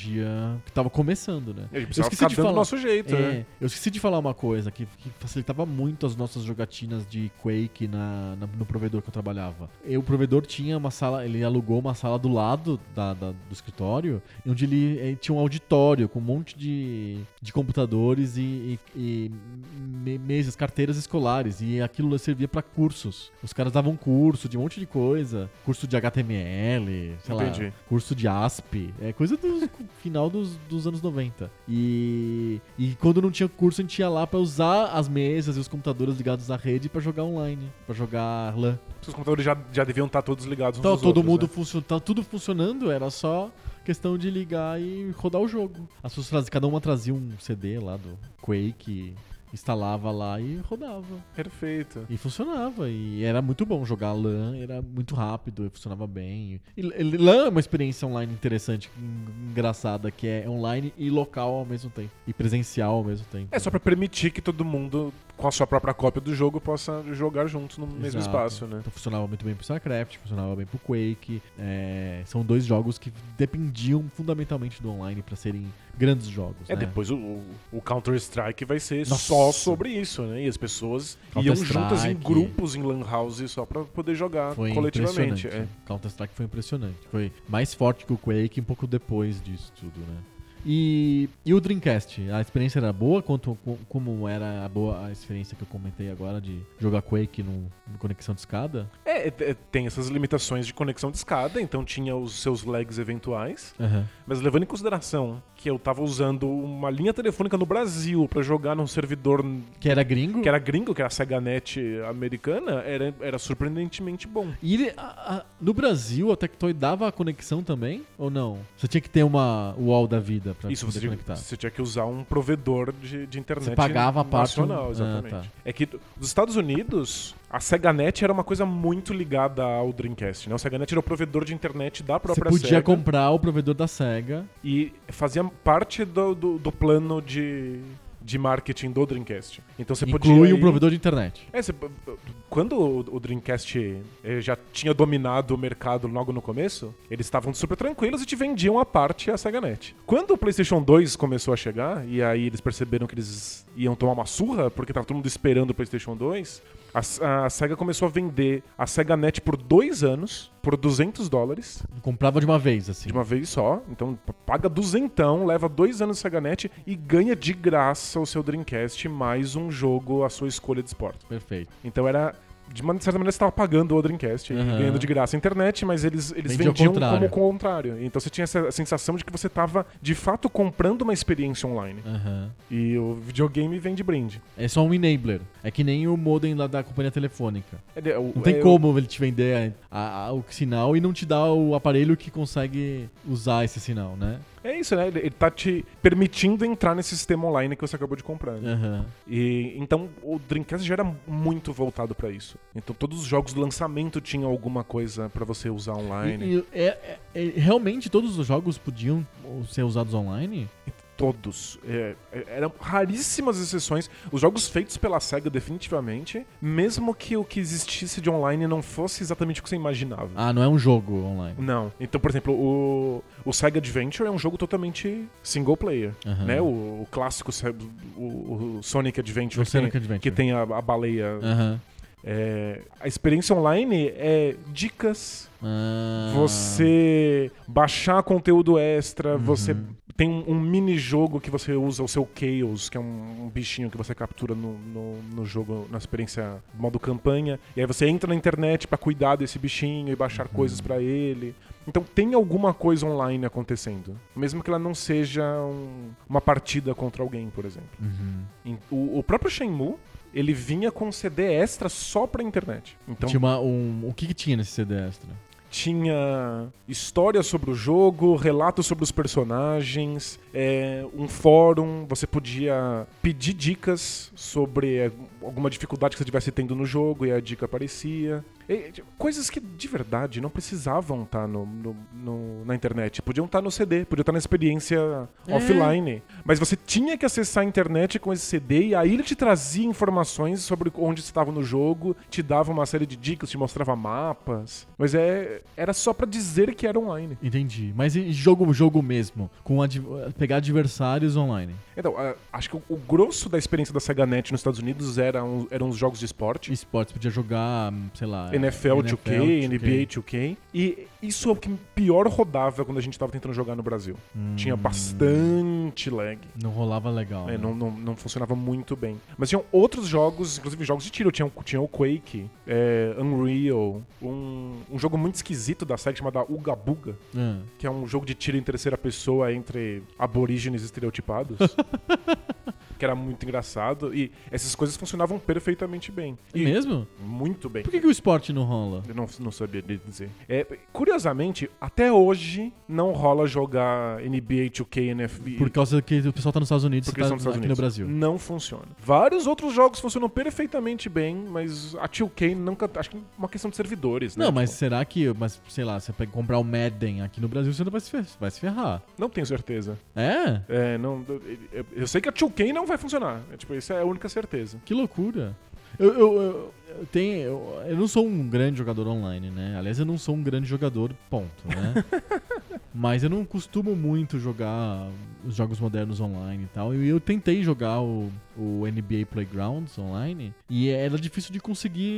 [SPEAKER 1] que tava começando, né?
[SPEAKER 2] E a gente
[SPEAKER 1] Eu É.
[SPEAKER 2] precisava
[SPEAKER 1] esqueci
[SPEAKER 2] ficar
[SPEAKER 1] de
[SPEAKER 2] dando o
[SPEAKER 1] falar.
[SPEAKER 2] nosso jeito, né?
[SPEAKER 1] É, eu esqueci de falar uma coisa que, que facilitava muito as nossas jogatinas de Quake na, na- no provedor que eu trabalhava. E o provedor tinha uma sala, ele alugou uma sala do lado da- da- do escritório, onde ele, eh, tinha um auditório com um monte de, de computadores e, e- e me- mesas, carteiras escolares. E aquilo servia pra cursos. Os caras davam curso de um monte de coisa: curso de HTML, sei lá,
[SPEAKER 2] Entendi.
[SPEAKER 1] curso de ASP, é coisa do final dos, dos anos 90. E, e quando não tinha curso, a gente ia lá pra usar as mesas e os computadores ligados à rede pra jogar online, pra jogar LAN.
[SPEAKER 2] Os computadores já, já deviam estar todos ligados uns
[SPEAKER 1] Então
[SPEAKER 2] nos
[SPEAKER 1] todo
[SPEAKER 2] Um outros,
[SPEAKER 1] mundo
[SPEAKER 2] né?
[SPEAKER 1] funcio- tá tudo funcionando, era só questão de ligar e rodar o jogo. As pessoas, traziam- cada uma trazia um CD lá do Quake, instalava lá e rodava.
[SPEAKER 2] Perfeito.
[SPEAKER 1] E funcionava, e era muito bom jogar LAN, era muito rápido, e funcionava bem. E e LAN é uma experiência online interessante, en- engraçada, que é online e local ao mesmo tempo, e presencial ao mesmo tempo.
[SPEAKER 2] É só pra permitir que todo mundo, com a sua própria cópia do jogo, possa jogar juntos no mesmo
[SPEAKER 1] Exato.
[SPEAKER 2] espaço, né?
[SPEAKER 1] Então funcionava muito bem pro StarCraft, funcionava bem pro Quake. é, são dois jogos que dependiam fundamentalmente do online pra serem grandes jogos.
[SPEAKER 2] É,
[SPEAKER 1] né?
[SPEAKER 2] depois o, o- o Counter-Strike vai ser
[SPEAKER 1] Nossa.
[SPEAKER 2] só sobre isso, né? E as pessoas iam
[SPEAKER 1] Counter-Strike.
[SPEAKER 2] juntas em grupos em Lan House só pra poder jogar
[SPEAKER 1] Foi impressionante.
[SPEAKER 2] coletivamente. É.
[SPEAKER 1] Counter-Strike foi impressionante. Foi mais forte que o Quake um pouco depois disso tudo, né? E, e o Dreamcast? A experiência era boa? Quanto, co- como era a boa a experiência que eu comentei agora de jogar Quake no, no conexão de escada?
[SPEAKER 2] É, é, é, tem essas limitações de conexão de escada, então tinha os seus lags eventuais. Mas levando em consideração que eu tava usando uma linha telefônica no Brasil pra jogar num servidor
[SPEAKER 1] Que era gringo?
[SPEAKER 2] que era gringo, que era a SegaNet americana, era, era surpreendentemente bom.
[SPEAKER 1] E ele- a- a- no Brasil a Tectoy dava a conexão também? Ou não? Você tinha que ter uma wall da vida pra
[SPEAKER 2] Isso,
[SPEAKER 1] poder
[SPEAKER 2] você tinha,
[SPEAKER 1] conectar.
[SPEAKER 2] você tinha que usar um provedor de, de internet
[SPEAKER 1] Você pagava a parte-
[SPEAKER 2] nacional,
[SPEAKER 1] Ah,
[SPEAKER 2] exatamente.
[SPEAKER 1] tá.
[SPEAKER 2] É que nos Estados Unidos, a SegaNet era uma coisa muito ligada ao Dreamcast, né? O SegaNet era o provedor de internet da
[SPEAKER 1] Você
[SPEAKER 2] própria
[SPEAKER 1] podia
[SPEAKER 2] Sega
[SPEAKER 1] comprar o provedor da SEGA.
[SPEAKER 2] e fazia parte do, do, do plano de, de marketing do Dreamcast. Então você podia
[SPEAKER 1] inclui
[SPEAKER 2] ir-
[SPEAKER 1] um provedor de internet.
[SPEAKER 2] É, você- quando o o Dreamcast eh, já tinha dominado o mercado logo no começo, eles estavam super tranquilos e te vendiam a parte a SegaNet. Quando o PlayStation 2 começou a chegar, e aí eles perceberam que eles iam tomar uma surra, porque tava todo mundo esperando o PlayStation 2, a, S- a Sega começou a vender a SegaNet por dois anos, por 200 dólares,
[SPEAKER 1] Comprava de uma vez, assim.
[SPEAKER 2] de uma vez só. Então p- paga duzentão, leva dois anos de SegaNet e ganha de graça o seu Dreamcast mais um jogo à sua escolha de esporte.
[SPEAKER 1] Perfeito.
[SPEAKER 2] Então era de uma certa maneira, você estava pagando o Dreamcast, e
[SPEAKER 1] Aham.
[SPEAKER 2] ganhando de graça a internet, mas eles, eles
[SPEAKER 1] Vendia ao
[SPEAKER 2] vendiam como
[SPEAKER 1] contrário.
[SPEAKER 2] o contrário. Então você tinha essa sensação de que você estava, de fato, comprando uma experiência online.
[SPEAKER 1] Aham.
[SPEAKER 2] E o videogame vem de brinde.
[SPEAKER 1] É só um enabler. É que nem o modem lá da companhia telefônica.
[SPEAKER 2] Ele é o-
[SPEAKER 1] Não tem
[SPEAKER 2] é o-
[SPEAKER 1] como ele te vender a- a- o sinal e não te dar o aparelho que consegue usar esse sinal, né?
[SPEAKER 2] É isso, né? Ele, ele tá te permitindo entrar nesse sistema online que você acabou de comprar. né?
[SPEAKER 1] Aham.
[SPEAKER 2] E então o Dreamcast já era muito voltado pra isso. Então todos os jogos do lançamento tinham alguma coisa pra você usar online.
[SPEAKER 1] E- e- é- é- é- realmente todos os jogos podiam ser usados online?
[SPEAKER 2] Todos. É, é- eram raríssimas exceções. Os jogos feitos pela SEGA, definitivamente, mesmo que o que existisse de online não fosse exatamente o que você imaginava.
[SPEAKER 1] Ah, não é um jogo online.
[SPEAKER 2] Não. Então, por exemplo, o, o Sega Adventure é um jogo totalmente single player.
[SPEAKER 1] Aham.
[SPEAKER 2] Né? O, o clássico Se- o, o Sonic Adventure,
[SPEAKER 1] O
[SPEAKER 2] que,
[SPEAKER 1] Sonic
[SPEAKER 2] tem,
[SPEAKER 1] Adventure. Ah.
[SPEAKER 2] que tem a, a baleia.
[SPEAKER 1] Aham.
[SPEAKER 2] É, a experiência online é dicas,
[SPEAKER 1] Ah.
[SPEAKER 2] você baixar conteúdo extra, você tem um, um mini jogo que você usa o seu Chaos, que é um, um bichinho que você captura no, no, no jogo, na experiência modo campanha, e aí você entra na internet pra cuidar desse bichinho e baixar coisas pra ele. Então tem alguma coisa online acontecendo, mesmo que ela não seja um- uma partida contra alguém, por exemplo.
[SPEAKER 1] Uhum.
[SPEAKER 2] Em- O, o próprio Shenmue, ele vinha com CD extra só pra internet. Então
[SPEAKER 1] Tinha uma- um- o que, que tinha nesse CD extra?
[SPEAKER 2] tinha história sobre o jogo, relatos sobre os personagens, é, um fórum, você podia pedir dicas sobre é, alguma dificuldade que você estivesse tendo no jogo e a dica aparecia. E, tipo, coisas que de verdade não precisavam estar no, no- no- na internet. Podiam estar no CD, podiam estar tá na experiência
[SPEAKER 1] É.
[SPEAKER 2] offline. Mas você tinha que acessar a internet com esse CD e aí ele te trazia informações sobre onde você estava no jogo, te dava uma série de dicas, te mostrava mapas. Mas é, era só pra dizer que era online.
[SPEAKER 1] Entendi. Mas e jogo, jogo mesmo? Com adv- pegar adversários online.
[SPEAKER 2] Então, a- acho que o, o grosso da experiência da SegaNet nos Estados Unidos era um- eram os jogos de esporte.
[SPEAKER 1] Esportes, podia jogar, sei lá.
[SPEAKER 2] NFL 2K, NBA 2K. E isso é o que pior rodava quando a gente tava tentando jogar no Brasil. Tinha bastante lag.
[SPEAKER 1] Não rolava legal.
[SPEAKER 2] É,
[SPEAKER 1] né?
[SPEAKER 2] não, não, não funcionava muito bem. Mas tinham outros jogos, inclusive jogos de tiro. Tinha, o- tinha o Quake, é, Unreal, um, um jogo muito esquisito da série chamado Uga Buga,
[SPEAKER 1] Ah.
[SPEAKER 2] que é um jogo de tiro em terceira pessoa entre aborígenes estereotipados. que era muito engraçado. E essas coisas funcionavam perfeitamente bem.
[SPEAKER 1] É mesmo?
[SPEAKER 2] Muito bem.
[SPEAKER 1] Por que, que o esporte não rola?
[SPEAKER 2] Eu não, não sabia lhe dizer. É, curiosamente, até hoje não rola jogar NBA 2K, NFB.
[SPEAKER 1] Por causa que o pessoal tá nos Estados Unidos e
[SPEAKER 2] Porque
[SPEAKER 1] tá
[SPEAKER 2] eles
[SPEAKER 1] aqui
[SPEAKER 2] são dos Estados
[SPEAKER 1] no
[SPEAKER 2] Unidos.
[SPEAKER 1] Brasil.
[SPEAKER 2] Não funciona. Vários outros jogos funcionam perfeitamente bem, mas a 2K nunca. Acho que é uma questão de servidores, né?
[SPEAKER 1] Não, mas
[SPEAKER 2] Tipo,
[SPEAKER 1] será que. Mas, sei lá, você pega comprar o Madden aqui no Brasil, você não vai se, fer- vai se ferrar.
[SPEAKER 2] Tipo, não tenho certeza.
[SPEAKER 1] É?
[SPEAKER 2] É, não. eu- Eu sei que a 2K não vai funcionar. É, tipo, isso é a única certeza.
[SPEAKER 1] Que loucura. Eu, eu, eu, eu tenho, eu, eu não sou um grande jogador online, né? Aliás, eu não sou um grande jogador, ponto, né? Mas eu não costumo muito jogar os jogos modernos online e tal. E eu tentei jogar o, o NBA Playgrounds online e era difícil de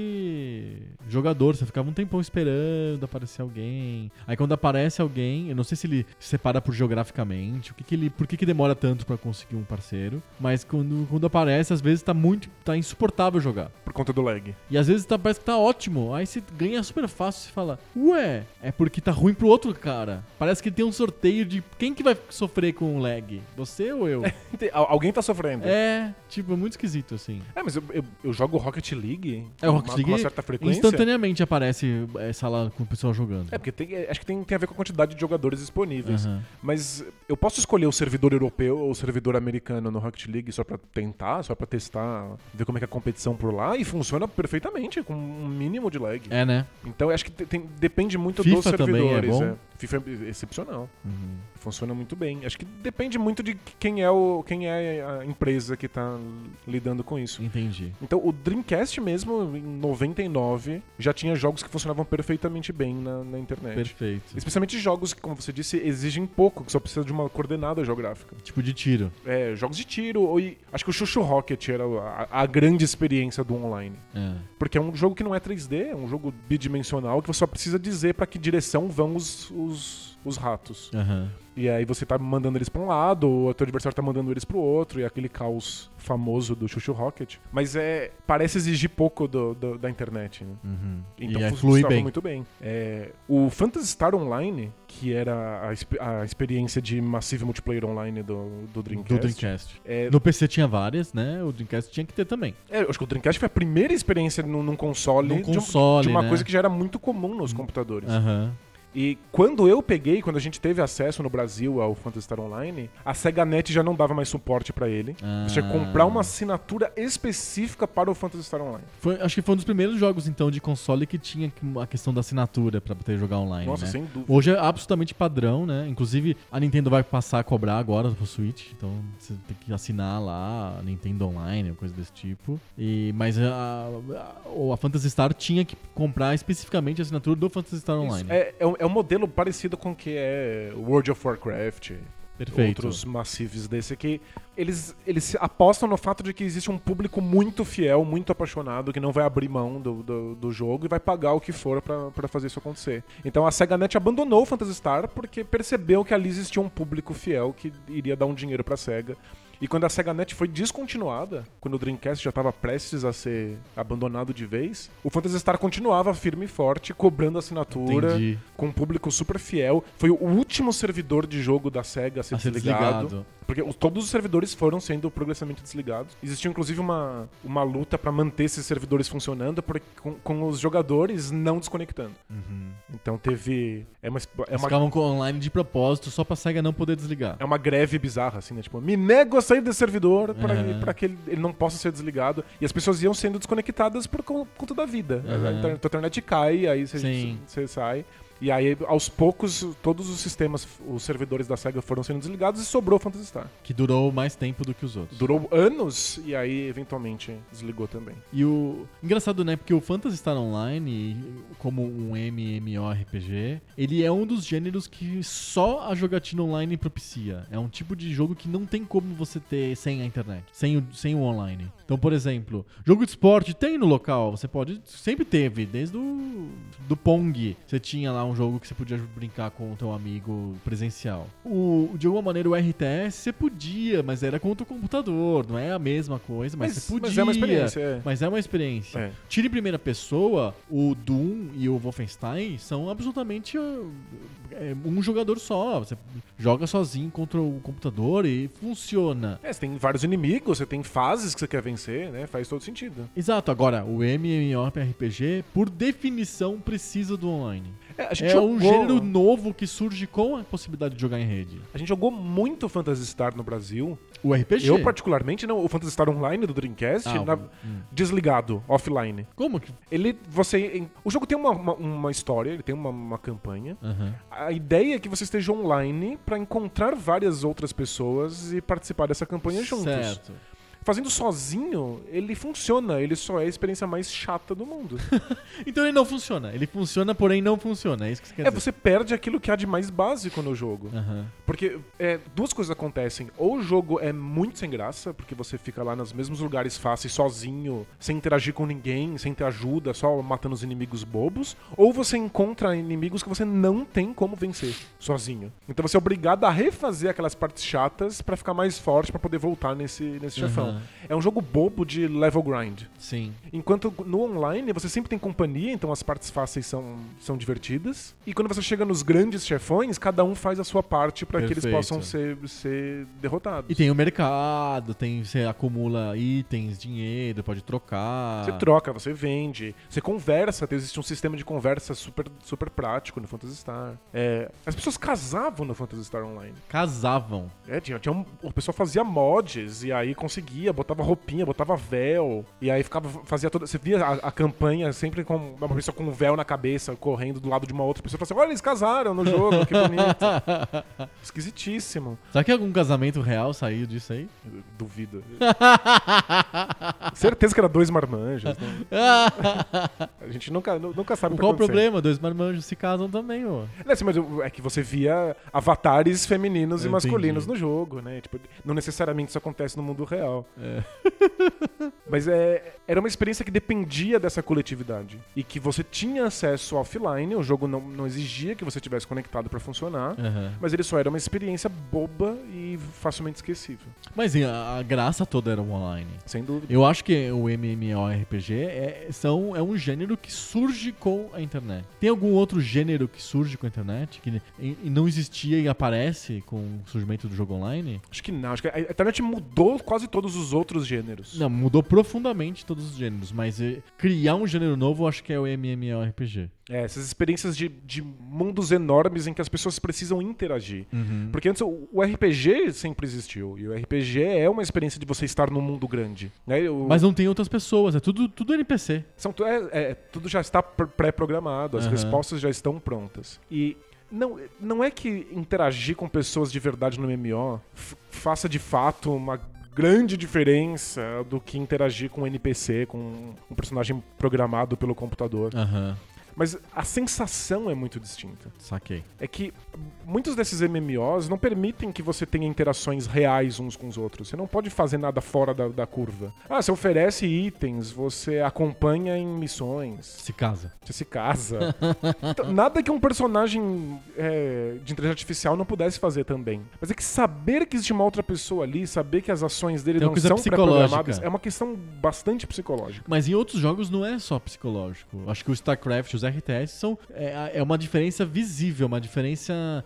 [SPEAKER 1] conseguir jogador. Você ficava um tempão esperando aparecer alguém. Aí quando aparece alguém, eu não sei se ele separa por geograficamente, o que, que ele, por que, que demora tanto pra conseguir um parceiro. Mas quando, quando aparece, às vezes tá muito, tá insuportável jogar.
[SPEAKER 2] Por conta do lag.
[SPEAKER 1] E às vezes tá, parece que tá ótimo. Aí você ganha super fácil e fala: Ué, é porque tá ruim pro outro cara. Parece que tem um sorteio de quem que vai sofrer com o lag? Você ou eu?
[SPEAKER 2] Tem- al- Alguém tá sofrendo.
[SPEAKER 1] é, tipo, é muito esquisito assim.
[SPEAKER 2] É, mas eu, eu, eu jogo Rocket League.
[SPEAKER 1] É o Rocket
[SPEAKER 2] com uma-
[SPEAKER 1] League.
[SPEAKER 2] Com uma certa frequência.
[SPEAKER 1] Instantaneamente aparece é, sala com o pessoal jogando.
[SPEAKER 2] É, porque tem- é, acho que tem, tem a ver com a quantidade de jogadores disponíveis.
[SPEAKER 1] Aham.
[SPEAKER 2] Mas eu posso escolher o servidor europeu ou o servidor americano no Rocket League só pra tentar, só pra testar, ver como é que é a competição por lá e funciona perfeitamente com um mínimo de lag.
[SPEAKER 1] É, né?
[SPEAKER 2] Então eu acho que te- tem- depende muito
[SPEAKER 1] FIFA
[SPEAKER 2] dos
[SPEAKER 1] também é
[SPEAKER 2] servidores.
[SPEAKER 1] bom?
[SPEAKER 2] FIFA é excepcional.
[SPEAKER 1] Uhum.
[SPEAKER 2] Funciona muito bem. Acho que depende muito de quem é, o, quem é a empresa que tá lidando com isso.
[SPEAKER 1] Entendi.
[SPEAKER 2] Então, o Dreamcast mesmo, em 99, já tinha jogos que funcionavam perfeitamente bem na, na internet.
[SPEAKER 1] Perfeito.
[SPEAKER 2] Especialmente jogos que, como você disse, exigem pouco, que só precisa de uma coordenada geográfica.
[SPEAKER 1] Tipo de tiro.
[SPEAKER 2] É, jogos de tiro, ou e- acho que o Chuchu Rocket era a, a grande experiência do online.
[SPEAKER 1] É.
[SPEAKER 2] Porque é um jogo que não é 3D, é um jogo bidimensional que você só precisa dizer pra que direção vão os, os os, os ratos.
[SPEAKER 1] É. Aham.
[SPEAKER 2] E aí você tá mandando eles pra um lado, ou o teu adversário tá mandando eles pro outro, e aquele caos famoso do Chuchu Rocket. Mas é. Parece exigir pouco do- do- da internet, né?
[SPEAKER 1] Uhum.
[SPEAKER 2] Então
[SPEAKER 1] e é,
[SPEAKER 2] fun-
[SPEAKER 1] flui
[SPEAKER 2] funcionava
[SPEAKER 1] bem.
[SPEAKER 2] muito bem. É, o Phantasy Star Online, que era a, exp- a experiência de massive multiplayer online do, do Dreamcast.
[SPEAKER 1] Do Dreamcast.
[SPEAKER 2] É-
[SPEAKER 1] No PC tinha várias, né? O Dreamcast tinha que ter também.
[SPEAKER 2] É, eu acho que o Dreamcast foi a primeira experiência num, num console,
[SPEAKER 1] Num
[SPEAKER 2] de um-
[SPEAKER 1] console,
[SPEAKER 2] de, uma
[SPEAKER 1] né? É.
[SPEAKER 2] coisa que já era muito comum nos computadores.
[SPEAKER 1] Aham.
[SPEAKER 2] E quando eu peguei, quando a gente teve acesso no Brasil ao Phantasy Star Online, a SegaNet já não dava mais suporte pra ele.
[SPEAKER 1] Ah.
[SPEAKER 2] Você tinha que comprar uma assinatura específica para o Phantasy Star Online.
[SPEAKER 1] Foi- acho que foi um dos primeiros jogos, então, de console que tinha que- a questão da assinatura pra poder jogar online.
[SPEAKER 2] Nossa,
[SPEAKER 1] né?
[SPEAKER 2] sem dúvida.
[SPEAKER 1] Hoje é absolutamente padrão, né? Inclusive, a Nintendo vai passar a cobrar agora pro Switch. Então, você tem que assinar lá, Nintendo Online, coisa desse tipo. E, mas a, a, ou a Phantasy Star tinha que comprar especificamente a assinatura do Phantasy Star
[SPEAKER 2] Isso.
[SPEAKER 1] Online.
[SPEAKER 2] É, é um, é um modelo parecido com o que é World of Warcraft.
[SPEAKER 1] Perfeito.
[SPEAKER 2] Outros massivos desse aqui. Eles, eles se apostam no fato de que existe um público muito fiel, muito apaixonado, que não vai abrir mão do, do, do jogo e vai pagar o que for pra pra fazer isso acontecer. Então a SegaNet abandonou o Phantasy Star porque percebeu que ali existia um público fiel que iria dar um dinheiro pra SEGA. E quando a SegaNet foi descontinuada, quando o Dreamcast já estava prestes a ser abandonado de vez, o Phantasy Star continuava firme e forte, cobrando assinatura,
[SPEAKER 1] Entendi.
[SPEAKER 2] com um público super fiel. Foi o último servidor de jogo da SEGA a ser,
[SPEAKER 1] A ser
[SPEAKER 2] desligado,
[SPEAKER 1] desligado.
[SPEAKER 2] Porque os- todos os servidores foram sendo progressivamente desligados. Existiu inclusive uma, uma luta pra manter esses servidores funcionando por- com, com os jogadores não desconectando.
[SPEAKER 1] Uhum.
[SPEAKER 2] Então teve. É uma, é
[SPEAKER 1] Eles
[SPEAKER 2] uma
[SPEAKER 1] ficavam com online de propósito só pra SEGA não poder desligar.
[SPEAKER 2] é uma greve bizarra, assim, né? Tipo, me nego a sair desse servidor pra,
[SPEAKER 1] Aham.
[SPEAKER 2] pra que ele, ele não possa ser desligado. E as pessoas iam sendo desconectadas por con- conta da vida. Então,
[SPEAKER 1] Aham.
[SPEAKER 2] A internet, a internet cai, aí você
[SPEAKER 1] Uhum. Sim.
[SPEAKER 2] você sai. E aí, aos poucos, todos os sistemas, os servidores da SEGA foram sendo desligados e sobrou o Phantasy Star.
[SPEAKER 1] Que durou mais tempo do que os outros.
[SPEAKER 2] Durou anos e aí, eventualmente, desligou também.
[SPEAKER 1] E o. Engraçado, né? Porque o Phantasy Star Online, como um MMORPG, ele é um dos gêneros que só a jogatina online propicia. É um tipo de jogo que não tem como você ter sem a internet, sem o, sem o online. Então, por exemplo, jogo de esporte tem no local, você pode. Sempre teve, desde o. do Pong. Você tinha lá um jogo que você podia brincar com o teu amigo presencial. O, de alguma maneira, o RTS você podia, mas era com o teu computador, não é a mesma coisa, mas, você podia.
[SPEAKER 2] é uma experiência. é.
[SPEAKER 1] Mas é uma experiência.
[SPEAKER 2] É.
[SPEAKER 1] Tira em primeira pessoa, o Doom e o Wolfenstein são absolutamente uh, é, um jogador só. Você joga sozinho contra o computador e funciona.
[SPEAKER 2] É, você tem vários inimigos, você tem fases que você quer vencer, né? Faz todo sentido.
[SPEAKER 1] Exato, agora, o MMORPG, por definição, precisa do online.
[SPEAKER 2] É, a gente
[SPEAKER 1] É um
[SPEAKER 2] jogou-
[SPEAKER 1] gênero novo que surge com a possibilidade de jogar em rede.
[SPEAKER 2] A gente jogou muito Phantasy Star no Brasil.
[SPEAKER 1] O RPG.
[SPEAKER 2] Eu, particularmente, não. O Phantasy Star Online do Dreamcast,
[SPEAKER 1] Ah, o-
[SPEAKER 2] na-
[SPEAKER 1] hum.
[SPEAKER 2] desligado, offline.
[SPEAKER 1] Como que.
[SPEAKER 2] Ele, você, em- o jogo tem uma, uma, uma história, ele tem uma, uma campanha.
[SPEAKER 1] Aham.
[SPEAKER 2] A ideia é que você esteja online pra encontrar várias outras pessoas e participar dessa campanha juntos.
[SPEAKER 1] Certo.
[SPEAKER 2] Fazendo sozinho, ele funciona. Ele só é a experiência mais chata do mundo.
[SPEAKER 1] Então ele não funciona. Ele funciona, porém não funciona. É isso que você quer
[SPEAKER 2] é,
[SPEAKER 1] dizer.
[SPEAKER 2] você perde aquilo que há de mais básico no jogo.
[SPEAKER 1] Aham.
[SPEAKER 2] Porque é, duas coisas acontecem. Ou o jogo é muito sem graça, porque você fica lá nos mesmos lugares fáceis, sozinho, sem interagir com ninguém, sem ter ajuda, só matando os inimigos bobos. Ou você encontra inimigos que você não tem como vencer sozinho. Então você é obrigado a refazer aquelas partes chatas pra ficar mais forte, pra poder voltar nesse, nesse chefão.
[SPEAKER 1] Aham.
[SPEAKER 2] É um jogo bobo de level grind.
[SPEAKER 1] Sim.
[SPEAKER 2] Enquanto no online você sempre tem companhia, então as partes fáceis são, são divertidas. E quando você chega nos grandes chefões, cada um faz a sua parte pra que eles
[SPEAKER 1] Perfeito.
[SPEAKER 2] possam ser, ser derrotados.
[SPEAKER 1] E tem o mercado, tem, você acumula itens, dinheiro, pode trocar.
[SPEAKER 2] Você troca, você vende, você conversa, existe um sistema de conversa super, super prático no Phantasy Star. É, as pessoas casavam no Phantasy Star Online.
[SPEAKER 1] Casavam.
[SPEAKER 2] É, tinha, tinha um, o pessoal fazia mods e aí conseguia, botava roupinha, botava véu, e aí ficava, fazia toda. Você via a, a campanha sempre com uma pessoa com um véu na cabeça, correndo do lado de uma outra pessoa, falava assim: olha, eles casaram no jogo, que bonito. Esquisitíssimo.
[SPEAKER 1] Será que algum casamento real saiu disso aí?
[SPEAKER 2] Eu Duvido. Certeza que era dois marmanjos. né? A gente nunca, nu- nunca sabe
[SPEAKER 1] Qual o
[SPEAKER 2] tá acontecendo.
[SPEAKER 1] problema? Dois marmanjos se casam também, ó.
[SPEAKER 2] É, assim, mas o- é que você via avatares femininos
[SPEAKER 1] Eu
[SPEAKER 2] e masculinos
[SPEAKER 1] entendi.
[SPEAKER 2] no jogo, né? Tipo, não necessariamente isso acontece no mundo real. Mas é, era uma experiência que dependia dessa coletividade. E que você tinha acesso offline, o jogo não, não exigia que você tivesse conectado pra funcionar.
[SPEAKER 1] Aham.
[SPEAKER 2] Mas ele só era uma experiência boba e facilmente esquecível.
[SPEAKER 1] Mas e a, a graça toda era o online.
[SPEAKER 2] Sem dúvida.
[SPEAKER 1] Eu acho que o MMORPG é, são, é um gênero que surge com a internet. Tem algum outro gênero que surge com a internet, que e- e não existia e aparece com o surgimento do jogo online?
[SPEAKER 2] Acho que não. Acho que a a internet mudou quase todos os outros gêneros.
[SPEAKER 1] Não, mudou profundamente todos os gêneros, mas eh, criar um gênero novo eu acho que é o MMORPG.
[SPEAKER 2] É, essas experiências de, de mundos enormes em que as pessoas precisam interagir. Porque antes o, o RPG sempre existiu. E o RPG é uma experiência de você estar num mundo grande. Né? O-
[SPEAKER 1] Mas não tem outras pessoas, é tudo, tudo NPC.
[SPEAKER 2] São, tu- é, é, tudo já está pr- pré-programado, as
[SPEAKER 1] Aham.
[SPEAKER 2] respostas já estão prontas. E não, não é que interagir com pessoas de verdade no MMO f- faça de fato uma grande diferença do que interagir com um NPC, com um personagem programado pelo computador.
[SPEAKER 1] Aham,
[SPEAKER 2] Mas a sensação é muito distinta.
[SPEAKER 1] saquei.
[SPEAKER 2] É que muitos desses MMOs não permitem que você tenha interações reais uns com os outros. Você não pode fazer nada fora da, da curva. Ah, você oferece itens, você acompanha em missões.
[SPEAKER 1] Se casa.
[SPEAKER 2] Você se casa. Então, Nada que um personagem é, de inteligência artificial não pudesse fazer também. Mas é que saber que existe uma outra pessoa ali, saber que as ações dele
[SPEAKER 1] É uma
[SPEAKER 2] não
[SPEAKER 1] coisa
[SPEAKER 2] são
[SPEAKER 1] psicológica.
[SPEAKER 2] pré-programadas, é uma questão bastante psicológica.
[SPEAKER 1] Mas em outros jogos não é só psicológico. Acho que o StarCraft e os RTS são. É, é uma diferença visível, uma diferença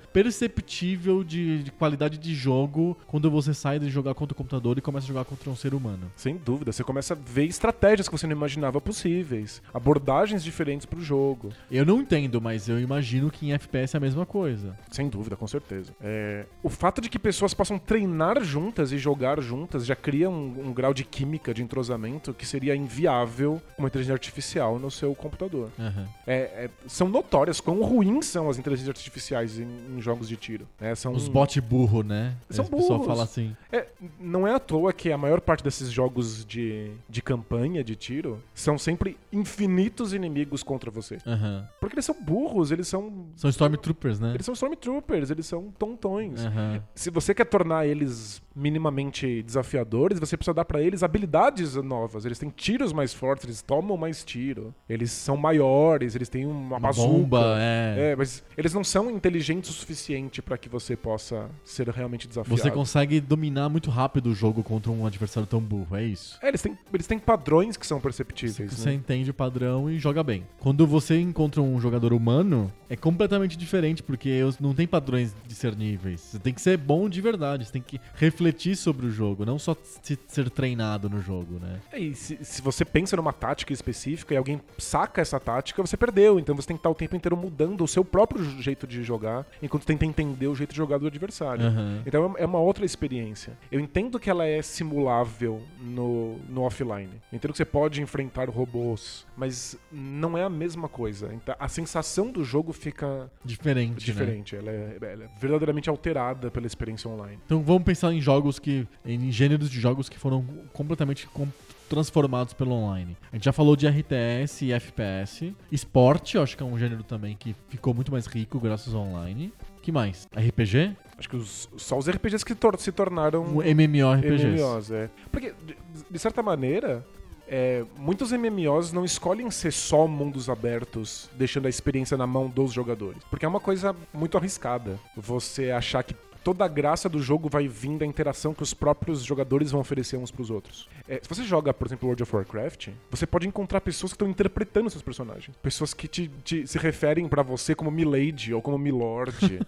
[SPEAKER 1] perceptível de, de qualidade de jogo quando você sai de jogar contra o computador e começa a jogar contra um ser humano.
[SPEAKER 2] Sem dúvida, você começa a ver estratégias que você não imaginava possíveis, abordagens diferentes pro jogo.
[SPEAKER 1] Eu não entendo, mas eu imagino que em FPS é a mesma coisa.
[SPEAKER 2] Sem dúvida, com certeza. É, o fato de que pessoas possam treinar juntas e jogar juntas já cria um, um grau de química, de entrosamento, que seria inviável com uma inteligência artificial no seu computador.
[SPEAKER 1] Aham.
[SPEAKER 2] É- é- são notórias quão ruins são as inteligências artificiais em, em jogos de tiro. né? são,
[SPEAKER 1] Os bot burro, né?
[SPEAKER 2] São
[SPEAKER 1] As pessoas
[SPEAKER 2] burros.
[SPEAKER 1] falam assim.
[SPEAKER 2] É, não é à toa que a maior parte desses jogos de, de campanha, de tiro, são sempre infinitos inimigos contra você.
[SPEAKER 1] Aham.
[SPEAKER 2] Porque eles são burros, eles são...
[SPEAKER 1] São Stormtroopers, né?
[SPEAKER 2] Eles são stormtroopers, eles são tontões.
[SPEAKER 1] Aham.
[SPEAKER 2] Se você quer tornar eles minimamente desafiadores, você precisa dar pra eles habilidades novas. Eles têm tiros mais fortes, eles tomam mais tiro. Eles são maiores, eles têm uma,
[SPEAKER 1] Uma
[SPEAKER 2] bazuca.
[SPEAKER 1] bomba, é.
[SPEAKER 2] É, mas eles não são inteligentes o suficiente pra que você possa ser realmente desafiado.
[SPEAKER 1] Você consegue dominar muito rápido o jogo contra um adversário tão burro, é isso.
[SPEAKER 2] É, eles têm, eles têm padrões que são
[SPEAKER 1] Você,
[SPEAKER 2] perceptíveis.
[SPEAKER 1] você
[SPEAKER 2] né?
[SPEAKER 1] entende o padrão e joga bem. Quando você encontra um jogador humano, é completamente diferente, porque os- não tem padrões discerníveis. Você tem que ser bom de verdade, você tem que refletir sobre o jogo, não só se- ser treinado no jogo, né?
[SPEAKER 2] É, E se, se você pensa numa tática específica e alguém saca essa tática, você perdeu. Então você tem que estar o tempo inteiro mudando o seu próprio jeito de jogar, enquanto tenta entender o jeito de jogar do adversário.
[SPEAKER 1] Aham.
[SPEAKER 2] Então é uma outra experiência. Eu entendo que ela é simulável no, no offline. Eu entendo que você pode enfrentar robôs, mas não é a mesma coisa. Então, a sensação do jogo fica
[SPEAKER 1] Diferente, né?
[SPEAKER 2] diferente. Ela, é, ela é verdadeiramente alterada pela experiência online.
[SPEAKER 1] Então vamos pensar em jogos que. em gêneros de jogos que foram completamente com- transformados pelo online. A gente já falou de RTS e FPS. Esporte, eu acho que é um gênero também que ficou muito mais rico graças ao online. que mais? RPG?
[SPEAKER 2] Acho que os- só os RPGs que tor- se tornaram
[SPEAKER 1] Um MMORPGs.
[SPEAKER 2] MMOs, é. Porque, de, de certa maneira, é, muitos MMOs não escolhem ser só mundos abertos, deixando a experiência na mão dos jogadores. Porque é uma coisa muito arriscada. Você achar que toda a graça do jogo vai vir da interação que os próprios jogadores vão oferecer uns pros outros. É, se você joga, por exemplo, World of Warcraft, você pode encontrar pessoas que estão interpretando seus personagens. Pessoas que te, te- se referem pra você como Milady ou como Milord.